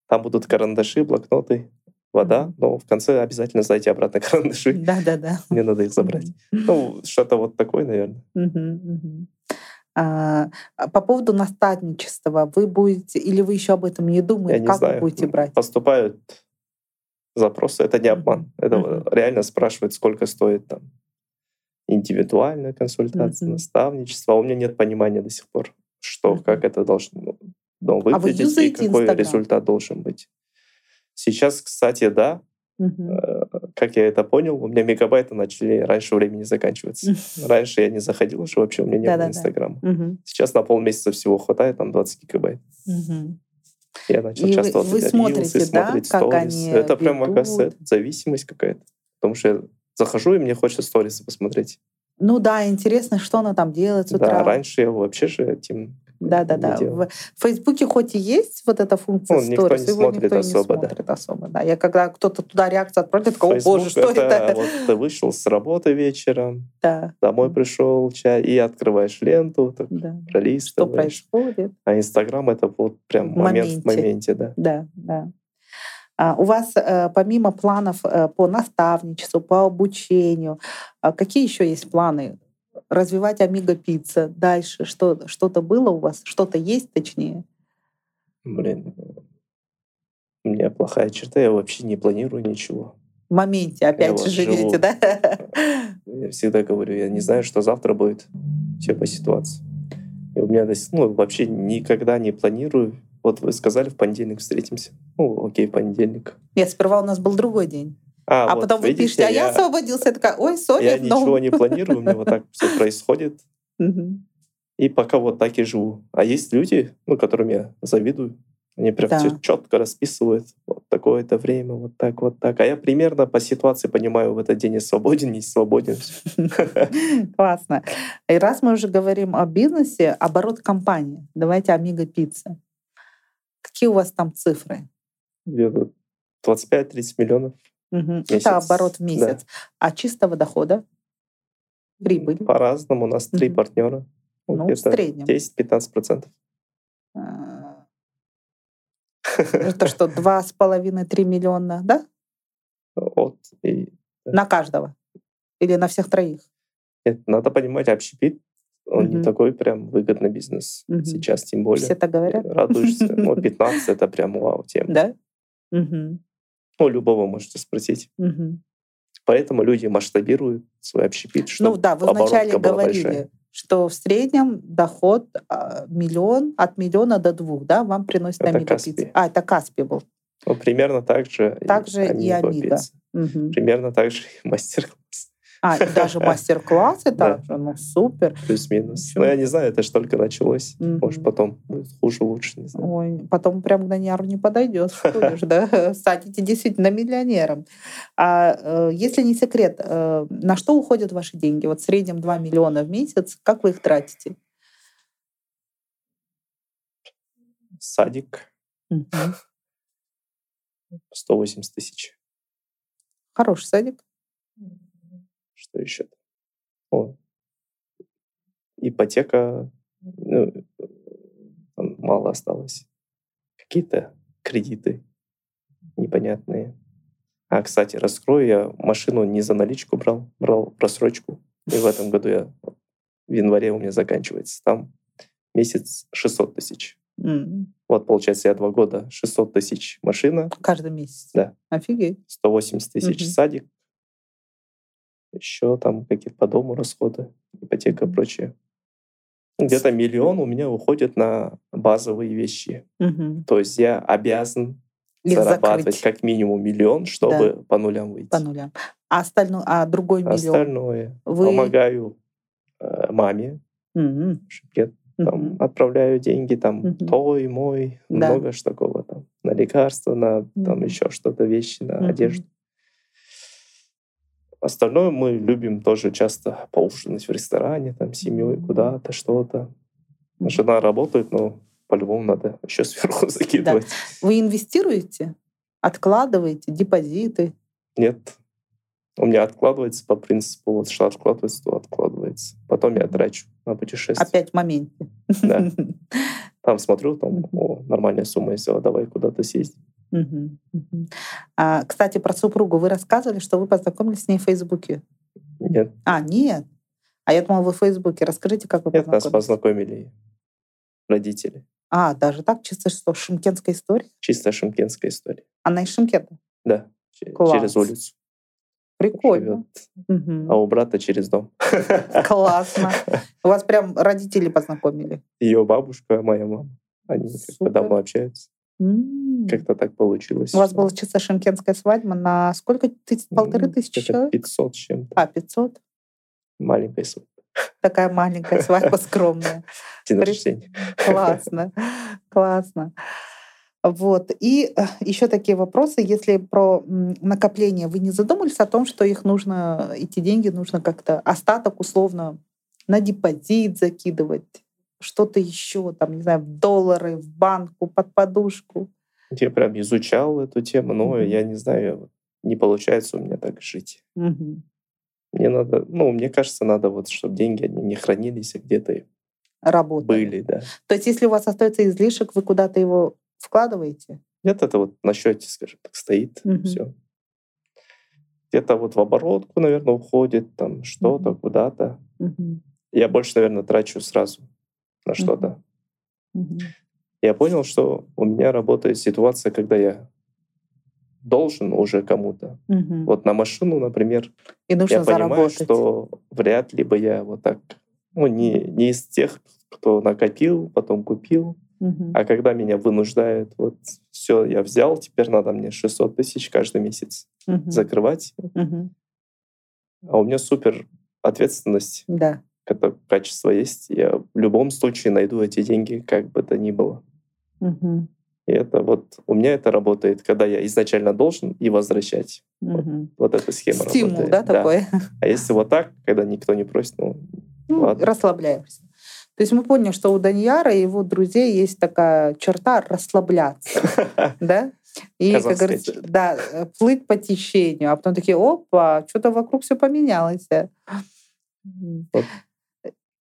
[SPEAKER 2] Там будут карандаши, блокноты, вода.
[SPEAKER 1] Мгм.
[SPEAKER 2] Но в конце обязательно сдайте обратно карандаши.
[SPEAKER 1] Да, да, да.
[SPEAKER 2] Мне надо их забрать. Ну, что-то вот такое, наверное.
[SPEAKER 1] Мгм, мгм. А, а По поводу наставничества, вы будете, или вы еще об этом не
[SPEAKER 2] Я
[SPEAKER 1] думаете,
[SPEAKER 2] не
[SPEAKER 1] как
[SPEAKER 2] знаю.
[SPEAKER 1] вы будете брать?
[SPEAKER 2] Поступают запросы. Это не
[SPEAKER 1] Мгм.
[SPEAKER 2] обман. Это
[SPEAKER 1] Мгм.
[SPEAKER 2] реально спрашивают, сколько стоит там индивидуальная консультация,
[SPEAKER 1] Мгм.
[SPEAKER 2] наставничество. А У меня нет понимания до сих пор, что,
[SPEAKER 1] Мгм. А
[SPEAKER 2] как это должно ну,
[SPEAKER 1] вы
[SPEAKER 2] выглядеть и
[SPEAKER 1] юзаете
[SPEAKER 2] какой
[SPEAKER 1] Инстаграм?
[SPEAKER 2] результат должен быть. Сейчас, кстати, да,
[SPEAKER 1] Мгм.
[SPEAKER 2] Э, как я это понял, у меня мегабайты начали раньше времени заканчиваться. Раньше я не заходил, что вообще у меня не было
[SPEAKER 1] Да-да-да.
[SPEAKER 2] Инстаграма.
[SPEAKER 1] Мгм,
[SPEAKER 2] Сейчас на полмесяца всего хватает, там 20 гигабайт.
[SPEAKER 1] мгм.
[SPEAKER 2] Я начал
[SPEAKER 1] И вы-
[SPEAKER 2] часто вот
[SPEAKER 1] вы
[SPEAKER 2] эти
[SPEAKER 1] смотрите,
[SPEAKER 2] рилсы
[SPEAKER 1] да,
[SPEAKER 2] смотреть,
[SPEAKER 1] как
[SPEAKER 2] сторис.
[SPEAKER 1] они
[SPEAKER 2] Это прям,
[SPEAKER 1] ведут?
[SPEAKER 2] оказывается, это зависимость какая-то. Потому что я захожу, и мне хочется сторисы посмотреть.
[SPEAKER 1] Ну да, интересно, что она там делает с
[SPEAKER 2] Да,
[SPEAKER 1] утра.
[SPEAKER 2] раньше я вообще же этим
[SPEAKER 1] да, да, да.
[SPEAKER 2] не делал.
[SPEAKER 1] В Фейсбуке хоть и есть вот эта функция
[SPEAKER 2] Ну, никто
[SPEAKER 1] сторис,
[SPEAKER 2] не
[SPEAKER 1] его
[SPEAKER 2] смотрит
[SPEAKER 1] никто не
[SPEAKER 2] особо, да.
[SPEAKER 1] смотрит особо. Да, я когда кто-то туда реакцию отправляет, я такая, о
[SPEAKER 2] Facebook
[SPEAKER 1] боже, что это?
[SPEAKER 2] Вот ты вышел с работы вечером,
[SPEAKER 1] Да,
[SPEAKER 2] домой
[SPEAKER 1] Мгм.
[SPEAKER 2] пришел, чай, и открываешь ленту, так
[SPEAKER 1] да. Что
[SPEAKER 2] пролистываешь.
[SPEAKER 1] происходит?
[SPEAKER 2] А Инстаграм это вот прям
[SPEAKER 1] В
[SPEAKER 2] момент в моменте, да.
[SPEAKER 1] Да, да. А у вас э, помимо планов э, по наставничеству, по обучению, а какие еще есть планы? Развивать Амиго Пицца дальше? Что, что-то было у вас? Что-то есть, точнее?
[SPEAKER 2] Блин, у меня плохая черта, я вообще не планирую ничего.
[SPEAKER 1] В моменте опять
[SPEAKER 2] вот
[SPEAKER 1] же
[SPEAKER 2] живу.
[SPEAKER 1] живете, да?
[SPEAKER 2] Я всегда говорю, я не знаю, что завтра будет, все по ситуации. И у меня до сих- ну, вообще никогда не планирую Вот вы сказали, в понедельник встретимся. Ну, окей, понедельник.
[SPEAKER 1] Нет, сперва у нас был другой день. А,
[SPEAKER 2] вот
[SPEAKER 1] потом вы
[SPEAKER 2] видите,
[SPEAKER 1] пишете, а я освободился. Я такая, ой, ну». сори,
[SPEAKER 2] я
[SPEAKER 1] в новом».
[SPEAKER 2] ничего не планирую, у меня вот так все происходит.
[SPEAKER 1] Мгм.
[SPEAKER 2] И пока вот так и живу. А есть люди, ну, которым я завидую. Они прям
[SPEAKER 1] Да.
[SPEAKER 2] все четко расписывают. Вот такое-то время, вот так, вот так. А я примерно по ситуации понимаю, в этот день я свободен, не свободен.
[SPEAKER 1] Классно. И раз мы уже говорим о бизнесе, оборот компании. Давайте Амиго Пицца. Какие у вас там цифры?
[SPEAKER 2] Где-то 25-30 миллионов.
[SPEAKER 1] Мгм.
[SPEAKER 2] Месяц.
[SPEAKER 1] Это оборот в
[SPEAKER 2] Да.
[SPEAKER 1] месяц. А чистого дохода? Прибыль.
[SPEAKER 2] По-разному. У нас три
[SPEAKER 1] Мгм.
[SPEAKER 2] партнера. Ну,
[SPEAKER 1] Ну, в
[SPEAKER 2] где-то
[SPEAKER 1] среднем.
[SPEAKER 2] 10-15%.
[SPEAKER 1] А, Это что, 2,5-3 миллиона, да?
[SPEAKER 2] Вот. И
[SPEAKER 1] На каждого? Или на всех троих?
[SPEAKER 2] нет, надо понимать, общепит, он не
[SPEAKER 1] Мгм.
[SPEAKER 2] такой прям выгодный бизнес
[SPEAKER 1] Мгм.
[SPEAKER 2] сейчас, тем более.
[SPEAKER 1] Все так говорят?
[SPEAKER 2] Радуешься. Ну, 15 — это прям вау тема.
[SPEAKER 1] Да? Мгм.
[SPEAKER 2] Ну, любого можете спросить.
[SPEAKER 1] Мгм.
[SPEAKER 2] Поэтому люди масштабируют свой общепит,
[SPEAKER 1] Ну
[SPEAKER 2] чтобы
[SPEAKER 1] да, вы
[SPEAKER 2] оборотка
[SPEAKER 1] вначале
[SPEAKER 2] была
[SPEAKER 1] говорили,
[SPEAKER 2] большая.
[SPEAKER 1] что в среднем доход а, миллион, от миллиона до двух, да, вам приносит
[SPEAKER 2] Это
[SPEAKER 1] Амиго
[SPEAKER 2] Каспи.
[SPEAKER 1] Пицца. А, это Каспи был.
[SPEAKER 2] ну, примерно так же
[SPEAKER 1] Так же и
[SPEAKER 2] Амиго
[SPEAKER 1] Амиго.
[SPEAKER 2] Пицца.
[SPEAKER 1] Мгм.
[SPEAKER 2] Примерно так же и мастер-класс.
[SPEAKER 1] А, и даже мастер-классы
[SPEAKER 2] Да.
[SPEAKER 1] также, ну супер.
[SPEAKER 2] Плюс-минус.
[SPEAKER 1] Чё?
[SPEAKER 2] Ну, я не знаю, это же только началось.
[SPEAKER 1] Мгм.
[SPEAKER 2] Может, потом будет хуже, лучше, не знаю.
[SPEAKER 1] Ой, потом прям к Даниару не подойдет, будешь, да? Станете действительно миллионером. А э, если не секрет, э, на что уходят ваши деньги? Вот в среднем 2 миллиона в месяц. Как вы их тратите?
[SPEAKER 2] Садик
[SPEAKER 1] Мгм.
[SPEAKER 2] 180 тысяч.
[SPEAKER 1] Хороший садик.
[SPEAKER 2] Что еще? О. Ипотека. Ну, там мало осталось. Какие-то кредиты непонятные. А, кстати, раскрою, я машину не за наличку брал, брал просрочку. И в этом году я в январе у меня заканчивается. Там месяц 600 тысяч.
[SPEAKER 1] М,
[SPEAKER 2] Вот, получается, я два года 600 тысяч машина,
[SPEAKER 1] Каждый месяц.
[SPEAKER 2] Да.
[SPEAKER 1] Офигеть.
[SPEAKER 2] 180 тысяч
[SPEAKER 1] Мгм.
[SPEAKER 2] садик, еще там какие-то по дому расходы, ипотека и
[SPEAKER 1] Мгм.
[SPEAKER 2] прочее. Где-то миллион у меня уходит на базовые вещи.
[SPEAKER 1] Мгм.
[SPEAKER 2] То есть я обязан
[SPEAKER 1] Их
[SPEAKER 2] зарабатывать
[SPEAKER 1] закрыть
[SPEAKER 2] как минимум миллион, чтобы по нулям выйти.
[SPEAKER 1] по нулям. А остальное, а другой миллион.
[SPEAKER 2] Остальное
[SPEAKER 1] Вы-
[SPEAKER 2] помогаю э, маме,
[SPEAKER 1] Мгм.
[SPEAKER 2] Шимкет, там,
[SPEAKER 1] Мгм.
[SPEAKER 2] отправляю деньги, там,
[SPEAKER 1] Мгм.
[SPEAKER 2] той, мой,
[SPEAKER 1] Да.
[SPEAKER 2] много ж такого там, на лекарства, на там
[SPEAKER 1] Мгм.
[SPEAKER 2] еще что-то, вещи, на
[SPEAKER 1] Мгм.
[SPEAKER 2] одежду. Остальное мы любим тоже часто поужинать в ресторане, там, с семьей,
[SPEAKER 1] Мгм.
[SPEAKER 2] куда-то, что-то.
[SPEAKER 1] Мгм.
[SPEAKER 2] Жена работает, но по-любому надо еще сверху закидывать.
[SPEAKER 1] Вы инвестируете? Откладываете депозиты?
[SPEAKER 2] Нет. У меня откладывается по принципу, вот что откладывается, то откладывается. Потом я трачу на путешествия.
[SPEAKER 1] Опять в моменте.
[SPEAKER 2] Да. Там смотрю, там,
[SPEAKER 1] Мгм.
[SPEAKER 2] о, нормальная сумма есть, а давай куда-то съездим.
[SPEAKER 1] Мгм, мгм. А, кстати, про супругу вы рассказывали, что вы познакомились с ней в Фейсбуке.
[SPEAKER 2] Нет,
[SPEAKER 1] А, нет. А я думала, вы в Фейсбуке. Расскажите, как вы
[SPEAKER 2] Нет, нас
[SPEAKER 1] познакомились.
[SPEAKER 2] познакомили родители.
[SPEAKER 1] А, даже так, чисто что, шимкентская история?
[SPEAKER 2] Чисто шимкенская история.
[SPEAKER 1] Она из Шимкента.
[SPEAKER 2] Да, че-
[SPEAKER 1] Класс.
[SPEAKER 2] через улицу
[SPEAKER 1] Прикольно.
[SPEAKER 2] живет.
[SPEAKER 1] Мгм.
[SPEAKER 2] А у брата через дом.
[SPEAKER 1] Классно. У вас прям родители познакомили.
[SPEAKER 2] Ее бабушка, моя мама. Они как-то
[SPEAKER 1] Супер.
[SPEAKER 2] давно общаются.
[SPEAKER 1] М.
[SPEAKER 2] Как-то так получилось.
[SPEAKER 1] У вас
[SPEAKER 2] что-
[SPEAKER 1] была чисто шимкентская свадьба на сколько? Тыс- Полторы
[SPEAKER 2] М,
[SPEAKER 1] тысячи
[SPEAKER 2] где-то
[SPEAKER 1] человек?
[SPEAKER 2] 500 с чем-то.
[SPEAKER 1] А, 500.
[SPEAKER 2] Маленькая сумма.
[SPEAKER 1] Такая маленькая свадьба скромная.
[SPEAKER 2] День
[SPEAKER 1] При-
[SPEAKER 2] рождения.
[SPEAKER 1] Классно, классно. Вот. И еще такие вопросы, если про м, накопление вы не задумывались о том, что их нужно, эти деньги нужно как-то остаток условно на депозит закидывать, что-то еще, там, не знаю, в доллары, в банку, под подушку.
[SPEAKER 2] Я прям изучал эту тему, но
[SPEAKER 1] Мгм.
[SPEAKER 2] я не знаю, вот не получается у меня так жить.
[SPEAKER 1] Мгм.
[SPEAKER 2] Мне надо, ну, мне кажется, надо вот, чтобы деньги они не хранились, а где-то и
[SPEAKER 1] Работать.
[SPEAKER 2] были, да.
[SPEAKER 1] То есть, если у вас остается излишек, вы куда-то его вкладываете?
[SPEAKER 2] Нет, это вот на счете, скажем так, стоит,
[SPEAKER 1] Мгм.
[SPEAKER 2] все. Где-то вот в оборотку, наверное, уходит, там что-то,
[SPEAKER 1] Мгм.
[SPEAKER 2] куда-то.
[SPEAKER 1] Мгм.
[SPEAKER 2] Я больше, наверное, трачу сразу на что-то.
[SPEAKER 1] Мгм.
[SPEAKER 2] Я понял, что у меня работает ситуация, когда я должен уже кому-то.
[SPEAKER 1] Мгм.
[SPEAKER 2] Вот на машину, например,
[SPEAKER 1] И нужно
[SPEAKER 2] я понимаю,
[SPEAKER 1] заработать.
[SPEAKER 2] что вряд ли бы я вот так, ну, не, не из тех, кто накопил, потом купил.
[SPEAKER 1] Мгм.
[SPEAKER 2] А когда меня вынуждают, вот все, я взял, теперь надо мне 600 тысяч каждый месяц
[SPEAKER 1] Мгм.
[SPEAKER 2] закрывать.
[SPEAKER 1] Мгм.
[SPEAKER 2] А у меня супер ответственность,
[SPEAKER 1] Да.
[SPEAKER 2] это качество есть. Я в любом случае найду эти деньги, как бы то ни было.
[SPEAKER 1] Мгм.
[SPEAKER 2] И это вот у меня это работает, когда я изначально должен и возвращать.
[SPEAKER 1] Мгм.
[SPEAKER 2] Вот эта схема
[SPEAKER 1] Стимул,
[SPEAKER 2] работает.
[SPEAKER 1] да, такой?
[SPEAKER 2] А если вот так, когда никто не просит, ну,
[SPEAKER 1] Ну,
[SPEAKER 2] Ладно.
[SPEAKER 1] расслабляемся. То есть мы поняли, что у Даньяра и его друзей есть такая черта расслабляться, да? И, как
[SPEAKER 2] Казахская
[SPEAKER 1] говорится,
[SPEAKER 2] черта.
[SPEAKER 1] да, э, плыть по течению, а потом такие, опа, что-то вокруг все поменялось. э. М.
[SPEAKER 2] Вот.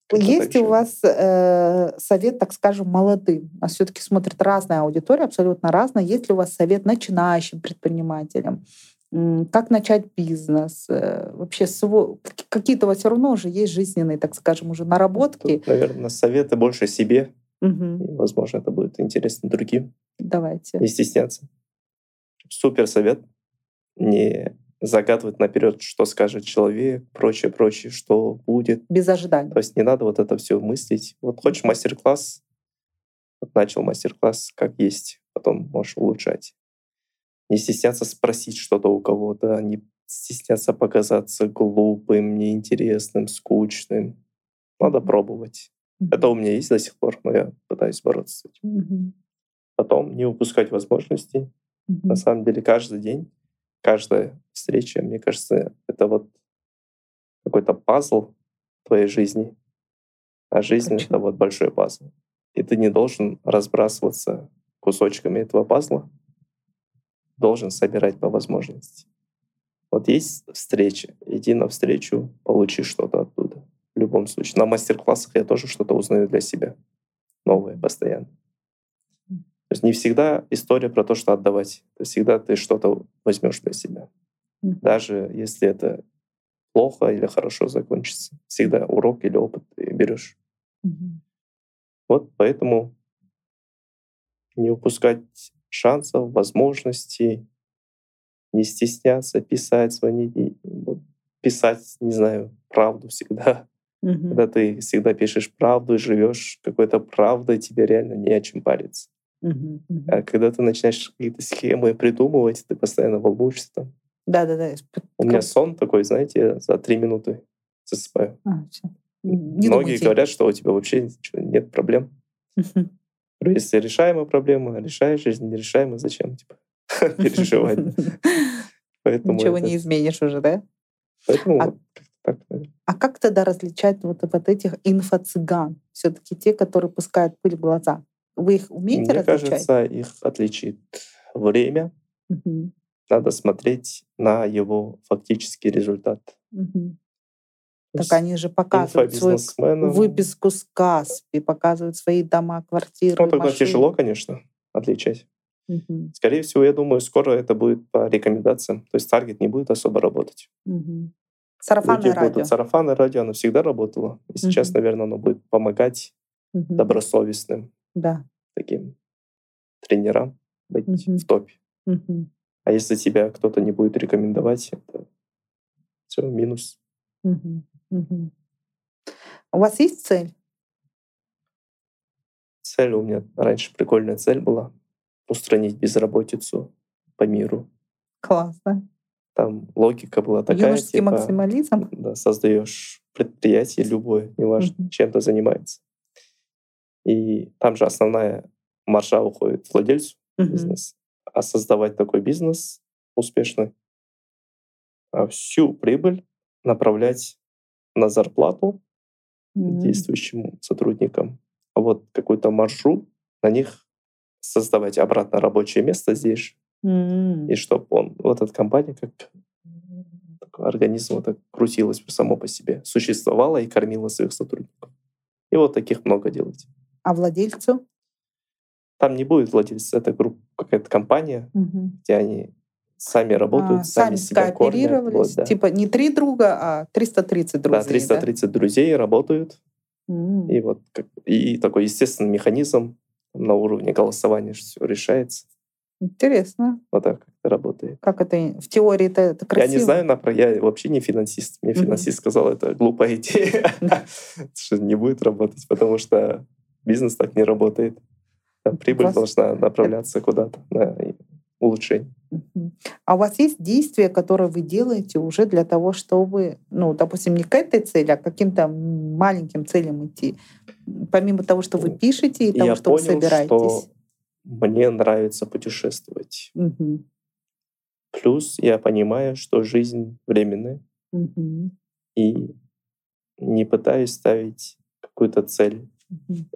[SPEAKER 2] Как-то
[SPEAKER 1] Есть
[SPEAKER 2] так
[SPEAKER 1] у
[SPEAKER 2] же.
[SPEAKER 1] вас э, совет, так скажем, молодым? А все-таки смотрит разная аудитория, абсолютно разная. Есть ли у вас совет начинающим предпринимателям? М, Как начать бизнес? Э, Вообще сво- к- какие-то у вас все равно уже есть жизненные, так скажем, уже наработки.
[SPEAKER 2] Тут, наверное, советы больше себе. И,
[SPEAKER 1] Мгм.
[SPEAKER 2] возможно, это будет интересно другим.
[SPEAKER 1] Давайте.
[SPEAKER 2] Не стесняться. Супер совет. Не загадывать наперед, что скажет человек, прочее, прочее, что будет.
[SPEAKER 1] Без ожиданий.
[SPEAKER 2] То есть не надо вот это все мыслить. Вот хочешь мастер-класс, вот начал мастер-класс, как есть, потом можешь улучшать. Не стесняться спросить что-то у кого-то, не стесняться показаться глупым, неинтересным, скучным. Надо пробовать. Это у меня есть до сих пор, но я пытаюсь бороться с этим.
[SPEAKER 1] Мгм.
[SPEAKER 2] Потом не упускать возможностей.
[SPEAKER 1] Мгм.
[SPEAKER 2] На самом деле каждый день, каждая встреча, мне кажется, это вот какой-то пазл твоей жизни. А жизнь —
[SPEAKER 1] Точно.
[SPEAKER 2] это вот большой пазл. И ты не должен разбрасываться кусочками этого пазла. Должен собирать по возможности. Вот есть встреча, иди на встречу, получи что-то оттуда. В любом случае. На мастер-классах я тоже что-то узнаю для себя. Новое постоянно. То есть не всегда история про то, что отдавать. То есть всегда ты что-то возьмешь для себя.
[SPEAKER 1] Мгм.
[SPEAKER 2] Даже если это плохо или хорошо закончится. Всегда урок или опыт ты берешь.
[SPEAKER 1] Мгм.
[SPEAKER 2] Вот поэтому не упускать шансов, возможностей, не стесняться писать, звонить, и, вот, писать, не знаю, правду всегда.
[SPEAKER 1] Мгм.
[SPEAKER 2] Когда ты всегда пишешь правду и живешь какой-то правдой, тебе реально не о чем париться.
[SPEAKER 1] Мгм. Мгм.
[SPEAKER 2] А когда ты начинаешь какие-то схемы придумывать, ты постоянно волнуешься. Там.
[SPEAKER 1] Да-да-да. исп-
[SPEAKER 2] У меня
[SPEAKER 1] Как-
[SPEAKER 2] сон такой, знаете, я за три минуты засыпаю.
[SPEAKER 1] А, всё. Не
[SPEAKER 2] Многие
[SPEAKER 1] думайте.
[SPEAKER 2] говорят, что у тебя вообще ничего, нет проблем.
[SPEAKER 1] Мгм.
[SPEAKER 2] Ну, Если решаемая проблема, решаешь, если не решаемая, зачем типа, переживать? Поэтому,
[SPEAKER 1] Ничего
[SPEAKER 2] это-
[SPEAKER 1] не изменишь уже, да?
[SPEAKER 2] поэтому
[SPEAKER 1] А-
[SPEAKER 2] вот как-то так, наверное.
[SPEAKER 1] А как тогда различать вот, вот этих инфо-цыган? Все-таки те, которые пускают пыль в глаза. Вы их умеете
[SPEAKER 2] Мне
[SPEAKER 1] различать?
[SPEAKER 2] кажется, их отличит время.
[SPEAKER 1] Мгм.
[SPEAKER 2] Надо смотреть на его фактический результат.
[SPEAKER 1] Мгм.
[SPEAKER 2] То
[SPEAKER 1] Так
[SPEAKER 2] есть ну
[SPEAKER 1] они же показывают свою
[SPEAKER 2] инфобизнесменам-
[SPEAKER 1] выписку с Каспи, показывают свои дома, квартиры,
[SPEAKER 2] Ну, тогда
[SPEAKER 1] машины.
[SPEAKER 2] тяжело, конечно, отличать.
[SPEAKER 1] Мгм.
[SPEAKER 2] Скорее всего, я думаю, скоро это будет по рекомендациям. То есть таргет не будет особо работать.
[SPEAKER 1] Мгм. Сарафанное
[SPEAKER 2] Люди
[SPEAKER 1] радио.
[SPEAKER 2] будут сарафаны радио, оно всегда работало. И сейчас,
[SPEAKER 1] Мгм.
[SPEAKER 2] наверное, оно будет помогать
[SPEAKER 1] Мгм.
[SPEAKER 2] добросовестным
[SPEAKER 1] Да.
[SPEAKER 2] таким тренерам быть
[SPEAKER 1] Мгм.
[SPEAKER 2] в топе.
[SPEAKER 1] Мгм.
[SPEAKER 2] А если тебя кто-то не будет рекомендовать, это все минус.
[SPEAKER 1] Мгм. Мгм. У вас есть цель?
[SPEAKER 2] Цель у меня раньше прикольная цель была устранить безработицу по миру.
[SPEAKER 1] Классно.
[SPEAKER 2] Там логика была такая.
[SPEAKER 1] Юношеский
[SPEAKER 2] типа,
[SPEAKER 1] максимализм.
[SPEAKER 2] да, создаешь предприятие любое, неважно,
[SPEAKER 1] Мгм.
[SPEAKER 2] чем ты занимается. И там же основная маржа уходит владельцу
[SPEAKER 1] Мгм.
[SPEAKER 2] бизнеса. А создавать такой бизнес успешный, а всю прибыль направлять на зарплату
[SPEAKER 1] М.
[SPEAKER 2] действующим сотрудникам, а вот какую-то маржу на них создавать обратно рабочее место здесь, же,
[SPEAKER 1] М.
[SPEAKER 2] и чтобы он, вот эта компания, как такой организм вот так крутилась само по себе, существовала и кормила своих сотрудников. И вот таких много делать.
[SPEAKER 1] А владельцу?
[SPEAKER 2] Там не будет владельца, это группа, какая-то компания,
[SPEAKER 1] Мгм.
[SPEAKER 2] где они сами работают,
[SPEAKER 1] А,
[SPEAKER 2] сами, себя кормят.
[SPEAKER 1] скооперировались.
[SPEAKER 2] вот, да.
[SPEAKER 1] Типа не три друга, а 330 друзей.
[SPEAKER 2] Да, 330 друзей работают,
[SPEAKER 1] М.
[SPEAKER 2] И вот как- и такой естественный механизм на уровне голосования все решается.
[SPEAKER 1] Интересно,
[SPEAKER 2] Вот так это работает.
[SPEAKER 1] как это в теории это, это красиво.
[SPEAKER 2] Я не знаю, на про- я вообще не финансист. Мне
[SPEAKER 1] Мгм.
[SPEAKER 2] финансист сказал, это глупая идея, что не будет работать, потому что бизнес так не работает. Там прибыль
[SPEAKER 1] Просто-
[SPEAKER 2] должна направляться куда-то на улучшение.
[SPEAKER 1] Мгм. А у вас есть действия, которые вы делаете уже для того, чтобы, ну, допустим, не к этой цели, а к каким-то маленьким целям идти? Помимо того, что вы пишете и
[SPEAKER 2] И
[SPEAKER 1] того,
[SPEAKER 2] я
[SPEAKER 1] что вы
[SPEAKER 2] понял,
[SPEAKER 1] собираетесь.
[SPEAKER 2] что мне нравится путешествовать.
[SPEAKER 1] Мгм.
[SPEAKER 2] Плюс я понимаю, что жизнь временная,
[SPEAKER 1] Мгм.
[SPEAKER 2] и не пытаюсь ставить какую-то цель.
[SPEAKER 1] Мгм.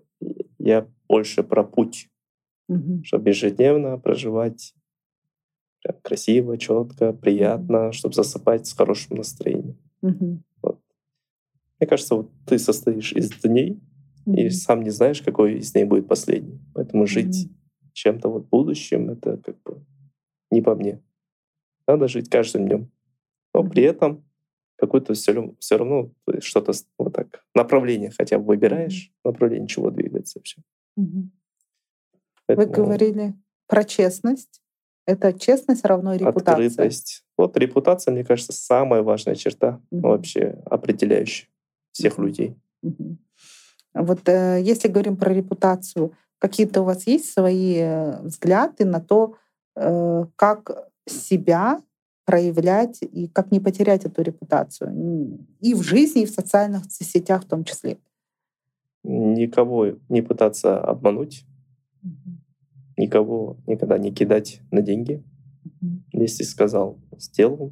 [SPEAKER 2] Я больше про путь,
[SPEAKER 1] Мгм.
[SPEAKER 2] чтобы ежедневно проживать прям красиво, четко, приятно, чтобы засыпать с хорошим настроением.
[SPEAKER 1] Мгм.
[SPEAKER 2] Мне кажется, вот ты состоишь из дней и
[SPEAKER 1] Мгм.
[SPEAKER 2] сам не знаешь, какой из них будет последний. Поэтому жить
[SPEAKER 1] Мгм.
[SPEAKER 2] чем-то вот будущим это как бы не по мне. Надо жить каждым днем. Но
[SPEAKER 1] Мгм.
[SPEAKER 2] при этом какую-то все, равно ты что-то с- вот так направление хотя бы выбираешь, направление чего двигаться вообще.
[SPEAKER 1] Мгм. Вы
[SPEAKER 2] Поэтому
[SPEAKER 1] говорили про честность. Это честность равно репутация.
[SPEAKER 2] открытость. Вот репутация, мне кажется, самая важная черта
[SPEAKER 1] Мгм.
[SPEAKER 2] вообще определяющая всех
[SPEAKER 1] Мгм.
[SPEAKER 2] людей.
[SPEAKER 1] Мгм. Вот э, если говорим про репутацию, какие-то у вас есть свои э, взгляды на то, э, как себя проявлять и как не потерять эту репутацию М, и в жизни, и в социальных сетях в том числе.
[SPEAKER 2] Никого не пытаться обмануть, никого никогда не кидать на деньги. Если сказал, сделал.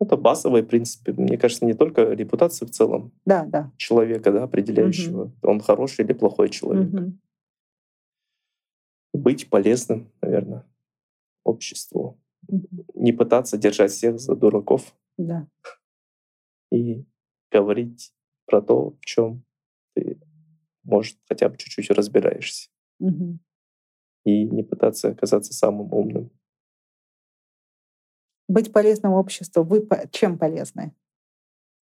[SPEAKER 2] Это базовые принципы. Мне кажется, не только репутация в целом,
[SPEAKER 1] Да, да.
[SPEAKER 2] человека, да, определяющего, он хороший или плохой человек.
[SPEAKER 1] Мгм.
[SPEAKER 2] Быть полезным, наверное, обществу.
[SPEAKER 1] Мгм.
[SPEAKER 2] Не пытаться держать всех за дураков
[SPEAKER 1] Да.
[SPEAKER 2] и говорить про то, в чем ты, может, хотя бы чуть-чуть разбираешься.
[SPEAKER 1] Мгм.
[SPEAKER 2] И не пытаться оказаться самым умным.
[SPEAKER 1] Быть полезным обществу. Вы по- чем полезны?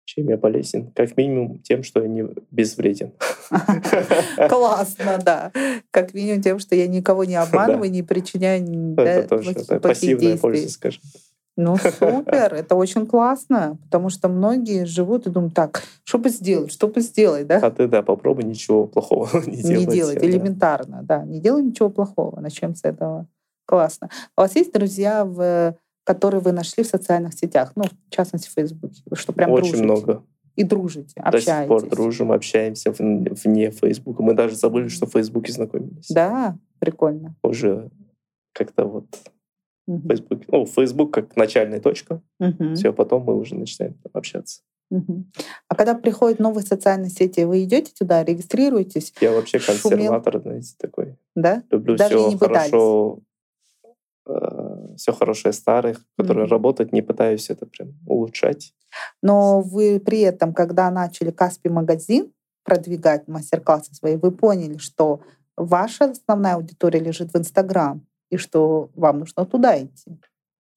[SPEAKER 2] Чем я полезен? Как минимум тем, что я не безвреден.
[SPEAKER 1] Классно, да. Как минимум тем, что я никого не обманываю, не причиняю м, да,
[SPEAKER 2] Это тоже
[SPEAKER 1] плохи-
[SPEAKER 2] это
[SPEAKER 1] плохих
[SPEAKER 2] пассивная
[SPEAKER 1] действий.
[SPEAKER 2] польза, скажем.
[SPEAKER 1] Ну, супер, это очень классно, потому что многие живут и думают, так, что бы сделать, что бы сделать, да?
[SPEAKER 2] А ты, да, попробуй ничего плохого не
[SPEAKER 1] Не
[SPEAKER 2] делать.
[SPEAKER 1] делать,
[SPEAKER 2] да.
[SPEAKER 1] элементарно, да, не делай ничего плохого, начнем с этого. Классно. А у вас есть друзья, в, которые вы нашли в социальных сетях, ну, в частности, в Фейсбуке, Вы что прям
[SPEAKER 2] Очень
[SPEAKER 1] дружите?
[SPEAKER 2] много.
[SPEAKER 1] И дружите,
[SPEAKER 2] До
[SPEAKER 1] общаетесь.
[SPEAKER 2] сих пор дружим, общаемся вн- вне Фейсбука. Мы даже забыли, что в Фейсбуке знакомились.
[SPEAKER 1] Да, прикольно.
[SPEAKER 2] Уже как-то вот
[SPEAKER 1] Мгм.
[SPEAKER 2] Фейсбук, ну, Фейсбук как начальная точка.
[SPEAKER 1] Мгм.
[SPEAKER 2] Все, потом мы уже начинаем там общаться.
[SPEAKER 1] Мгм. А когда приходят новые социальные сети, вы идете туда, регистрируетесь,
[SPEAKER 2] Я вообще
[SPEAKER 1] Шумел.
[SPEAKER 2] консерватор, знаете, такой.
[SPEAKER 1] да?
[SPEAKER 2] Люблю
[SPEAKER 1] Даже и
[SPEAKER 2] все
[SPEAKER 1] не пытались.
[SPEAKER 2] хорошо, все хорошее старых, которые
[SPEAKER 1] Мгм.
[SPEAKER 2] работают, не пытаюсь это прям улучшать.
[SPEAKER 1] Но вы при этом, когда начали Каспи магазин продвигать мастер-классы свои, вы поняли, что ваша основная аудитория лежит в Инстаграм, и что вам нужно туда идти.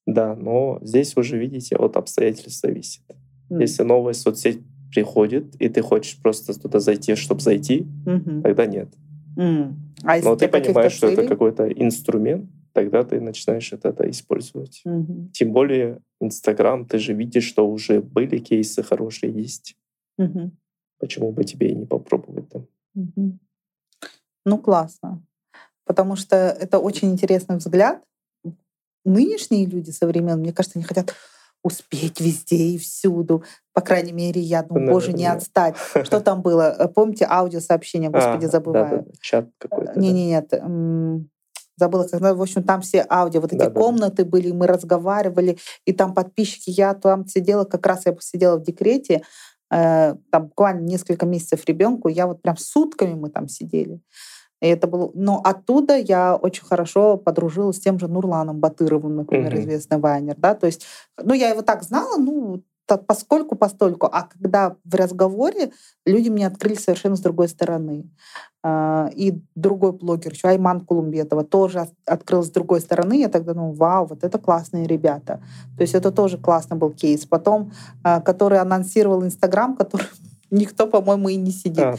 [SPEAKER 2] Да, но здесь уже, видите, от обстоятельств зависит.
[SPEAKER 1] М.
[SPEAKER 2] Если новая соцсеть приходит, и ты хочешь просто туда зайти, чтобы зайти,
[SPEAKER 1] Мгм.
[SPEAKER 2] тогда нет.
[SPEAKER 1] М. А если
[SPEAKER 2] Но ты
[SPEAKER 1] для каких-то
[SPEAKER 2] понимаешь, что это
[SPEAKER 1] целей?
[SPEAKER 2] какой-то инструмент, тогда ты начинаешь это, это использовать.
[SPEAKER 1] Мгм.
[SPEAKER 2] Тем более Инстаграм, ты же видишь, что уже были кейсы хорошие есть.
[SPEAKER 1] Мгм.
[SPEAKER 2] Почему бы тебе и не попробовать там?
[SPEAKER 1] Мгм. Ну, классно. Потому что это очень интересный взгляд. Нынешние люди современные, мне кажется, они хотят успеть везде и всюду. По крайней мере, я думаю, боже, не
[SPEAKER 2] Наверное.
[SPEAKER 1] отстать. Что там было? Э, Помните аудиосообщение, господи,
[SPEAKER 2] А,
[SPEAKER 1] забываю.
[SPEAKER 2] да-да-да, чат какой-то.
[SPEAKER 1] Не,
[SPEAKER 2] да.
[SPEAKER 1] не, нет. м, Забыла, когда, в общем, там все аудио, вот эти
[SPEAKER 2] Да-да-да.
[SPEAKER 1] комнаты были, и мы разговаривали, и там подписчики, я там сидела, как раз я сидела в декрете, э, там буквально несколько месяцев ребенку, я вот прям сутками мы там сидели. И это было... Но оттуда я очень хорошо подружилась с тем же Нурланом Батыровым, например,
[SPEAKER 2] Мгм.
[SPEAKER 1] известный вайнер, да, то есть, ну, я его так знала, ну, та- поскольку, постольку, а когда в разговоре люди мне открыли совершенно с другой стороны. А, И другой блогер, еще Айман Кулумбетова, тоже от- открыл с другой стороны. Я тогда думаю, вау, вот это классные ребята. То есть это тоже классный был кейс. Потом, а, который анонсировал Инстаграм, который никто, по-моему, и не сидит.
[SPEAKER 2] А,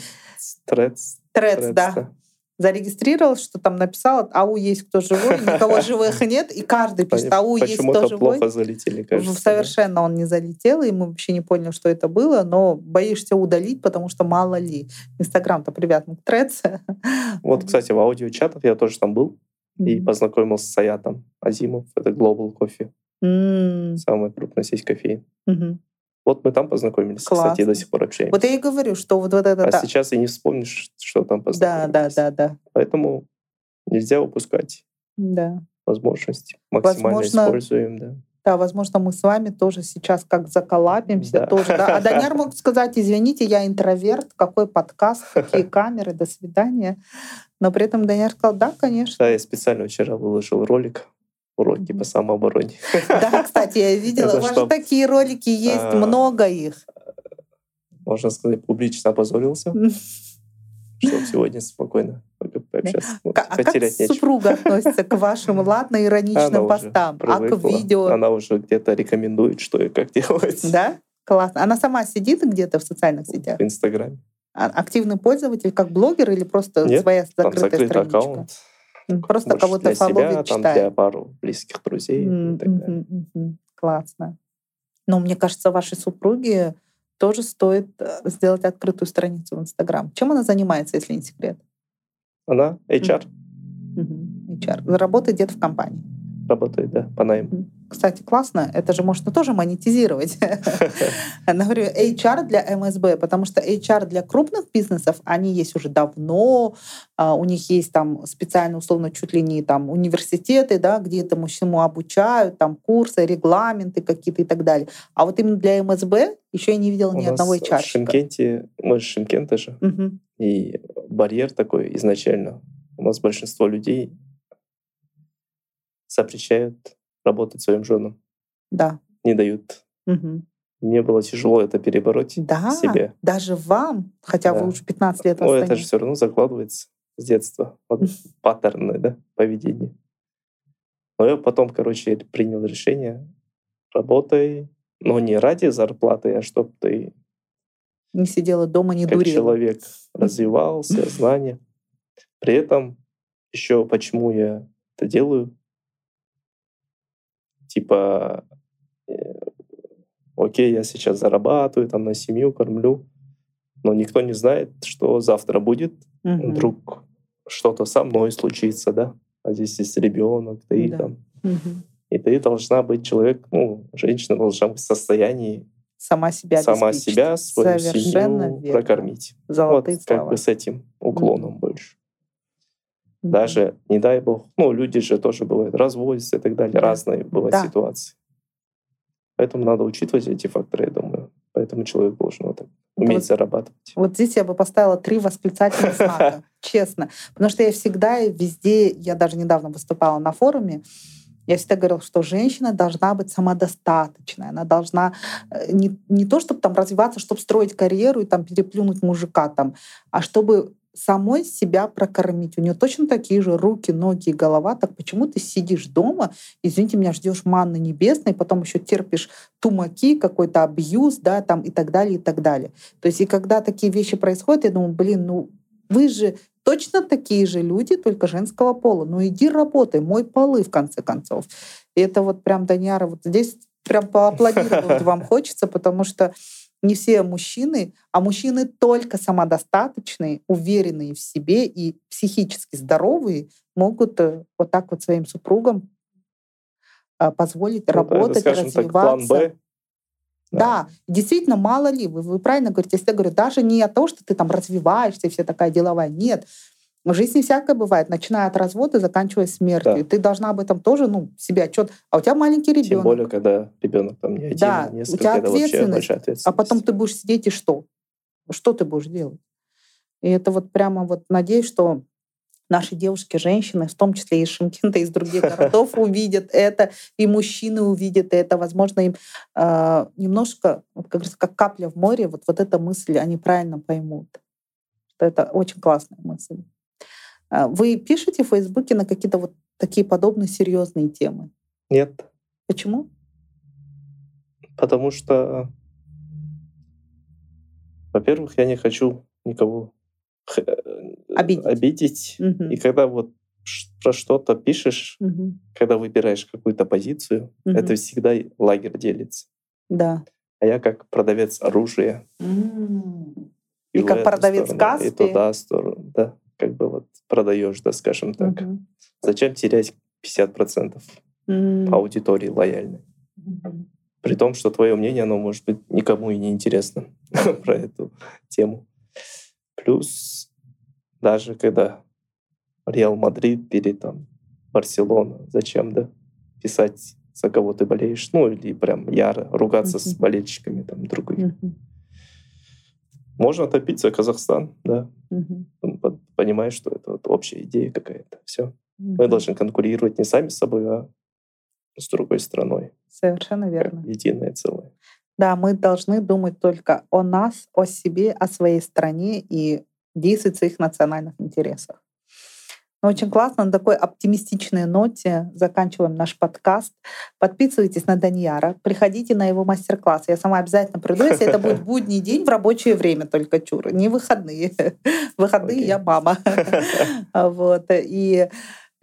[SPEAKER 2] Threads,
[SPEAKER 1] Трец,
[SPEAKER 2] Threads,
[SPEAKER 1] да.
[SPEAKER 2] да.
[SPEAKER 1] зарегистрировал, что там написал, ау есть кто живой, никого живых нет, и каждый пишет, ау есть кто
[SPEAKER 2] Почему-то
[SPEAKER 1] живой.
[SPEAKER 2] плохо залетели, кажется. да.
[SPEAKER 1] Ну, Совершенно он не залетел, и мы вообще не поняли, что это было, но боишься удалить, потому что мало ли. Инстаграм-то привязан к Threads.
[SPEAKER 2] Вот, кстати, в аудиочатах я тоже там был и
[SPEAKER 1] М.
[SPEAKER 2] познакомился с Аятом Азимов. Это Global Coffee,
[SPEAKER 1] М,
[SPEAKER 2] самая крупная сеть кофеин.
[SPEAKER 1] мгм.
[SPEAKER 2] Вот мы там познакомились, кстати, и
[SPEAKER 1] Классно.
[SPEAKER 2] до сих пор общаемся.
[SPEAKER 1] Вот я и говорю, что вот вот это...
[SPEAKER 2] а
[SPEAKER 1] да.
[SPEAKER 2] сейчас и не вспомнишь, что там
[SPEAKER 1] Да,
[SPEAKER 2] познакомились.
[SPEAKER 1] да, да, да.
[SPEAKER 2] Поэтому нельзя упускать
[SPEAKER 1] Да.
[SPEAKER 2] возможности. Максимально
[SPEAKER 1] Возможно,
[SPEAKER 2] используем, да.
[SPEAKER 1] Да, возможно, мы с вами тоже сейчас как заколапимся
[SPEAKER 2] Да.
[SPEAKER 1] тоже. Да. А Даняр мог сказать, извините, я интроверт, какой подкаст, какие камеры, до свидания. Но при этом Даняр сказал, да, конечно.
[SPEAKER 2] Да, я специально вчера выложил ролик «Уроки
[SPEAKER 1] Мгм.
[SPEAKER 2] по самообороне».
[SPEAKER 1] Да, кстати, я видела,
[SPEAKER 2] Это
[SPEAKER 1] у вас же
[SPEAKER 2] чтоб,
[SPEAKER 1] такие ролики есть,
[SPEAKER 2] а,
[SPEAKER 1] много их.
[SPEAKER 2] Можно сказать, публично опозорился, чтобы сегодня спокойно по- пообщаться. Вот,
[SPEAKER 1] К- А как
[SPEAKER 2] Потерять нечего.
[SPEAKER 1] супруга относится к вашим, ладно,
[SPEAKER 2] Она
[SPEAKER 1] ироничным
[SPEAKER 2] уже
[SPEAKER 1] постам, а к
[SPEAKER 2] привыкла.
[SPEAKER 1] видео?
[SPEAKER 2] Она уже где-то рекомендует, что и как делать
[SPEAKER 1] Да? Классно. Она сама сидит где-то в социальных сетях?
[SPEAKER 2] в Инстаграме.
[SPEAKER 1] А- Активный пользователь, как блогер или просто
[SPEAKER 2] Нет,
[SPEAKER 1] своя
[SPEAKER 2] Там
[SPEAKER 1] закрытая
[SPEAKER 2] закрыт
[SPEAKER 1] страничка?
[SPEAKER 2] аккаунт.
[SPEAKER 1] М, Просто
[SPEAKER 2] больше
[SPEAKER 1] кого-то
[SPEAKER 2] для себя,
[SPEAKER 1] фоловит,
[SPEAKER 2] там для
[SPEAKER 1] читает.
[SPEAKER 2] пару близких друзей
[SPEAKER 1] М,
[SPEAKER 2] и так далее.
[SPEAKER 1] мгм, мгм. Классно. Но мне кажется, вашей супруге тоже стоит э, сделать открытую страницу в Инстаграм. Чем она занимается, если не секрет?
[SPEAKER 2] Она HR
[SPEAKER 1] Мгм. HR. Работает где-то в компании.
[SPEAKER 2] работает, да, по найму.
[SPEAKER 1] М. Кстати, классно. Это же можно тоже монетизировать. Она говорю, HR для МСБ, потому что HR для крупных бизнесов, они есть уже давно, а, у них есть там специально, условно, чуть ли не там университеты, да, где этому всему обучают, там курсы, регламенты какие-то и так далее. А вот именно для МСБ еще я не видела
[SPEAKER 2] У
[SPEAKER 1] ни одного
[SPEAKER 2] нас в
[SPEAKER 1] HR.
[SPEAKER 2] Шимкенте, мы из Шимкента же, и барьер такой изначально. У нас большинство людей запрещают работать своим женам,
[SPEAKER 1] Да.
[SPEAKER 2] не дают.
[SPEAKER 1] Мгм.
[SPEAKER 2] Мне было тяжело это перебороть
[SPEAKER 1] Да,
[SPEAKER 2] в себе.
[SPEAKER 1] даже вам, хотя вы
[SPEAKER 2] Да.
[SPEAKER 1] уже 15 лет в
[SPEAKER 2] Но это
[SPEAKER 1] Астане.
[SPEAKER 2] же все равно закладывается с детства. Вот паттерны, да, поведение. Но я потом, короче, принял решение работай, но не ради зарплаты, а чтобы ты
[SPEAKER 1] не сидела дома, не дурила.
[SPEAKER 2] как человек развивался, знания. При этом еще почему я это делаю, типа, э, окей, я сейчас зарабатываю, там на семью кормлю, но никто не знает, что завтра будет,
[SPEAKER 1] Мгм.
[SPEAKER 2] вдруг что-то со мной случится, да? А здесь есть ребенок, ты
[SPEAKER 1] Да.
[SPEAKER 2] там.
[SPEAKER 1] Мгм.
[SPEAKER 2] И ты должна быть человек, ну, женщина должна быть в состоянии
[SPEAKER 1] Сама себя
[SPEAKER 2] сама
[SPEAKER 1] обеспечить.
[SPEAKER 2] себя, свою
[SPEAKER 1] Совершенно
[SPEAKER 2] семью
[SPEAKER 1] верно.
[SPEAKER 2] прокормить.
[SPEAKER 1] Золотые
[SPEAKER 2] вот
[SPEAKER 1] слова.
[SPEAKER 2] как бы с этим уклоном больше.
[SPEAKER 1] Мгм.
[SPEAKER 2] Даже, не дай бог, ну, люди же тоже бывают, разводятся и так далее.
[SPEAKER 1] Да.
[SPEAKER 2] Разные бывают
[SPEAKER 1] Да.
[SPEAKER 2] ситуации. Поэтому надо учитывать эти факторы, я думаю. Поэтому человек должен вот так
[SPEAKER 1] Это
[SPEAKER 2] уметь
[SPEAKER 1] вот
[SPEAKER 2] зарабатывать.
[SPEAKER 1] Вот здесь я бы поставила три восклицательных знака, честно. Потому что я всегда и везде, я даже недавно выступала на форуме, я всегда говорила, что женщина должна быть самодостаточной. Она должна э, не, не то, чтобы там развиваться, чтобы строить карьеру и там переплюнуть мужика там, а чтобы самой себя прокормить. У нее точно такие же руки, ноги и голова. Так почему ты сидишь дома, извините меня, ждешь манны небесной, потом еще терпишь тумаки, какой-то абьюз, да, там и так далее, и так далее. То есть и когда такие вещи происходят, я думаю, блин, ну вы же точно такие же люди, только женского пола. Ну иди работай, мой полы в конце концов. И это вот прям, Даниара, вот здесь прям поаплодировать вам хочется, потому что не все мужчины, а мужчины только самодостаточные, уверенные в себе и психически здоровые могут э, вот так вот своим супругам э, позволить
[SPEAKER 2] Ну, да,
[SPEAKER 1] работать,
[SPEAKER 2] это, скажем так, план
[SPEAKER 1] развиваться.
[SPEAKER 2] Б.
[SPEAKER 1] Да, действительно, мало ли, вы, вы правильно говорите. Если я говорю, даже не от того, что ты там развиваешься и вся такая деловая, нет. В жизни всякое бывает, начиная от развода, заканчивая смертью.
[SPEAKER 2] Да.
[SPEAKER 1] И Ты должна об этом тоже, ну, себе отчет. А у тебя маленький
[SPEAKER 2] Тем
[SPEAKER 1] ребенок.
[SPEAKER 2] более, когда ребенок там не один,
[SPEAKER 1] Да,
[SPEAKER 2] а
[SPEAKER 1] у
[SPEAKER 2] несколько,
[SPEAKER 1] тебя
[SPEAKER 2] это вообще
[SPEAKER 1] ответственность.
[SPEAKER 2] большая
[SPEAKER 1] А
[SPEAKER 2] ответственность.
[SPEAKER 1] потом ты будешь сидеть и что? Что ты будешь делать? И это вот прямо вот надеюсь, что наши девушки, женщины, в том числе и из Шимкента, из других городов, увидят это, и мужчины увидят это. Возможно, им э, немножко, вот как, говорится, как капля в море, вот, вот эта мысль они правильно поймут. Что это очень классная мысль. А Вы пишете в Фейсбуке на какие-то вот такие подобные серьезные темы.
[SPEAKER 2] Нет,
[SPEAKER 1] Почему?
[SPEAKER 2] потому что, во-первых, я не хочу никого х- э,
[SPEAKER 1] Обидеть.
[SPEAKER 2] обидеть.
[SPEAKER 1] Мгм.
[SPEAKER 2] И когда вот ш- про что-то пишешь,
[SPEAKER 1] Мгм.
[SPEAKER 2] когда выбираешь какую-то позицию,
[SPEAKER 1] Мгм.
[SPEAKER 2] это всегда лагерь делится.
[SPEAKER 1] Да.
[SPEAKER 2] А я как продавец оружия.
[SPEAKER 1] М.
[SPEAKER 2] И
[SPEAKER 1] И как
[SPEAKER 2] в эту
[SPEAKER 1] продавец
[SPEAKER 2] сторону,
[SPEAKER 1] Каспи.
[SPEAKER 2] И туда сторону, да. Как бы вот продаешь, да, скажем так.
[SPEAKER 1] Мгм.
[SPEAKER 2] Зачем терять 50%
[SPEAKER 1] М.
[SPEAKER 2] аудитории лояльной?
[SPEAKER 1] Мгм.
[SPEAKER 2] При том, что твое мнение, оно может быть никому и не интересно про эту тему. Плюс даже когда Реал Мадрид или там Барселона, зачем, да, писать за кого ты болеешь, ну или прям яро ругаться с
[SPEAKER 1] Мгм.
[SPEAKER 2] болельщиками там других.
[SPEAKER 1] Мгм.
[SPEAKER 2] Можно топить за Казахстан, да,
[SPEAKER 1] Мгм.
[SPEAKER 2] Ну, по- понимаешь, что это вот общая идея какая-то. Все. Мы
[SPEAKER 1] Мгм.
[SPEAKER 2] должны конкурировать не сами с собой, а с другой страной,
[SPEAKER 1] Совершенно
[SPEAKER 2] как
[SPEAKER 1] верно.
[SPEAKER 2] единое целое.
[SPEAKER 1] Да, мы должны думать только о нас, о себе, о своей стране и действовать в своих национальных интересах. Ну, очень классно, на такой оптимистичной ноте заканчиваем наш подкаст. Подписывайтесь на Даньяра, приходите на его мастер-класс. Я сама обязательно приду, если это будет будний день в рабочее время только, чур, не выходные. В выходные
[SPEAKER 2] Окей.
[SPEAKER 1] я мама. Вот. И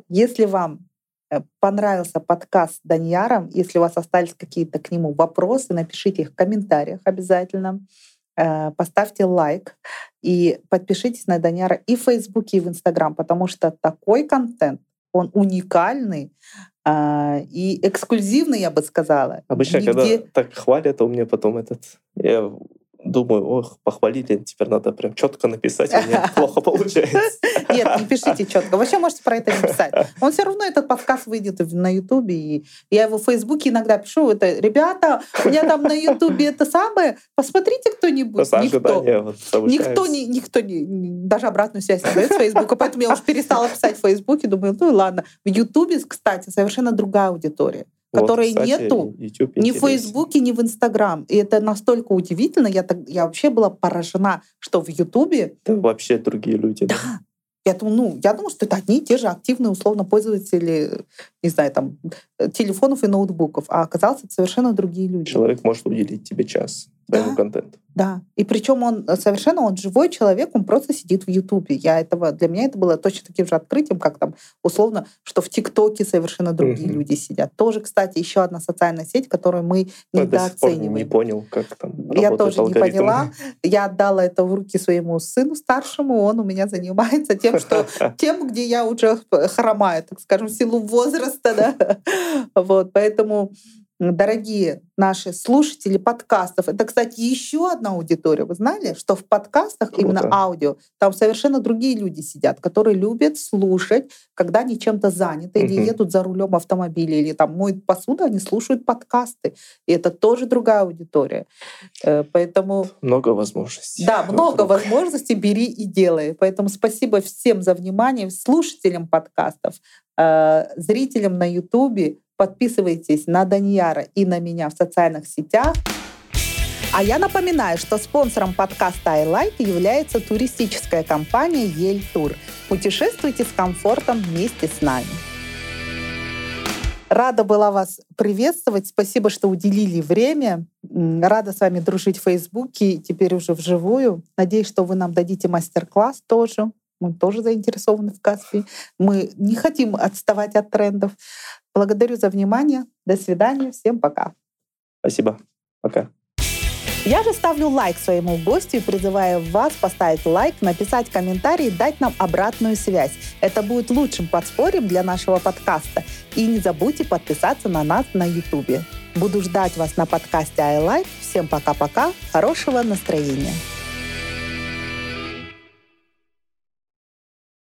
[SPEAKER 1] если вам э, понравился подкаст с Даньяром, если у вас остались какие-то к нему вопросы, напишите их в комментариях обязательно. Э, Поставьте лайк и подпишитесь на Даньяра и в Фейсбуке, и в Инстаграм, потому что такой контент, он уникальный а, и эксклюзивный, я бы сказала.
[SPEAKER 2] Обычно,
[SPEAKER 1] Нигде-
[SPEAKER 2] когда так хвалят, а у меня потом этот... Я думаю, ох, похвалили, теперь надо прям четко написать, у меня плохо получается.
[SPEAKER 1] Нет, не пишите четко. Вообще можете про это не писать. Он все равно этот подкаст выйдет в- на Ютубе. И я его в Фейсбуке иногда пишу. Это, ребята, у меня там на Ютубе это самое. Посмотрите кто-нибудь.
[SPEAKER 2] Просто
[SPEAKER 1] Никто.
[SPEAKER 2] ожидания вот завышаются.
[SPEAKER 1] Никто, не, никто не, не- даже обратную связь не дает с Фейсбука, поэтому я уже перестала писать в Фейсбуке, думаю, ну и ладно. В Ютубе, кстати, совершенно другая аудитория,
[SPEAKER 2] Вот,
[SPEAKER 1] которой
[SPEAKER 2] кстати,
[SPEAKER 1] нету
[SPEAKER 2] YouTube
[SPEAKER 1] ни в
[SPEAKER 2] интересен.
[SPEAKER 1] Фейсбуке, ни в Инстаграм. И это настолько удивительно, я, так, я вообще была поражена, что в Ютубе
[SPEAKER 2] Да вообще другие люди. да.
[SPEAKER 1] Я думаю, ну, я думаю, что это одни и те же активные, условно, пользователи, не знаю, там, э, телефонов и ноутбуков, а оказалось, это совершенно другие люди.
[SPEAKER 2] Человек может уделить тебе час
[SPEAKER 1] Да.
[SPEAKER 2] твоему контенту.
[SPEAKER 1] Да. И причем он э, совершенно, он живой человек, он просто сидит в Ютубе. Я этого, для меня это было точно таким же открытием, как там, условно, что в ТикТоке совершенно другие
[SPEAKER 2] Мгм.
[SPEAKER 1] люди сидят. Тоже, кстати, еще одна социальная сеть, которую мы
[SPEAKER 2] Я до сих пор не
[SPEAKER 1] недооцениваем.
[SPEAKER 2] понял, как там
[SPEAKER 1] Я
[SPEAKER 2] работают
[SPEAKER 1] тоже не
[SPEAKER 2] алгоритмы.
[SPEAKER 1] поняла. Я отдала это в руки своему сыну старшему, он у меня занимается тем, что тем, где я уже хромаю, так скажем, в силу возраста, да. Вот, поэтому м, дорогие наши слушатели подкастов. Это, кстати, еще одна аудитория. Вы знали, что в подкастах
[SPEAKER 2] Круто.
[SPEAKER 1] именно аудио, там совершенно другие люди сидят, которые любят слушать, когда они чем-то заняты или
[SPEAKER 2] Мгм.
[SPEAKER 1] едут за рулем автомобиля, или там моют посуду, они слушают подкасты. И это тоже другая аудитория. Э, Поэтому
[SPEAKER 2] Много возможностей.
[SPEAKER 1] да, много
[SPEAKER 2] вокруг.
[SPEAKER 1] возможностей, бери и делай. Поэтому спасибо всем за внимание, слушателям подкастов, э, зрителям на Ютубе. Подписывайтесь на Даньяра и на меня в социальных сетях. А я напоминаю, что спонсором подкаста iLike является туристическая компания Ель Тур. Путешествуйте с комфортом вместе с нами. Рада была вас приветствовать. Спасибо, что уделили время. М, Рада с вами дружить в Фейсбуке, теперь уже вживую. Надеюсь, что вы нам дадите мастер-класс тоже. Мы тоже заинтересованы в Каспии. Мы не хотим отставать от трендов. Благодарю за внимание. До свидания. Всем пока.
[SPEAKER 2] Спасибо. Пока.
[SPEAKER 1] Я же ставлю лайк своему гостю и призываю вас поставить лайк, написать комментарий и дать нам обратную связь. Это будет лучшим подспорьем для нашего подкаста. И не забудьте подписаться на нас на Ютубе. Буду ждать вас на подкасте iLife. Всем пока-пока. Хорошего настроения.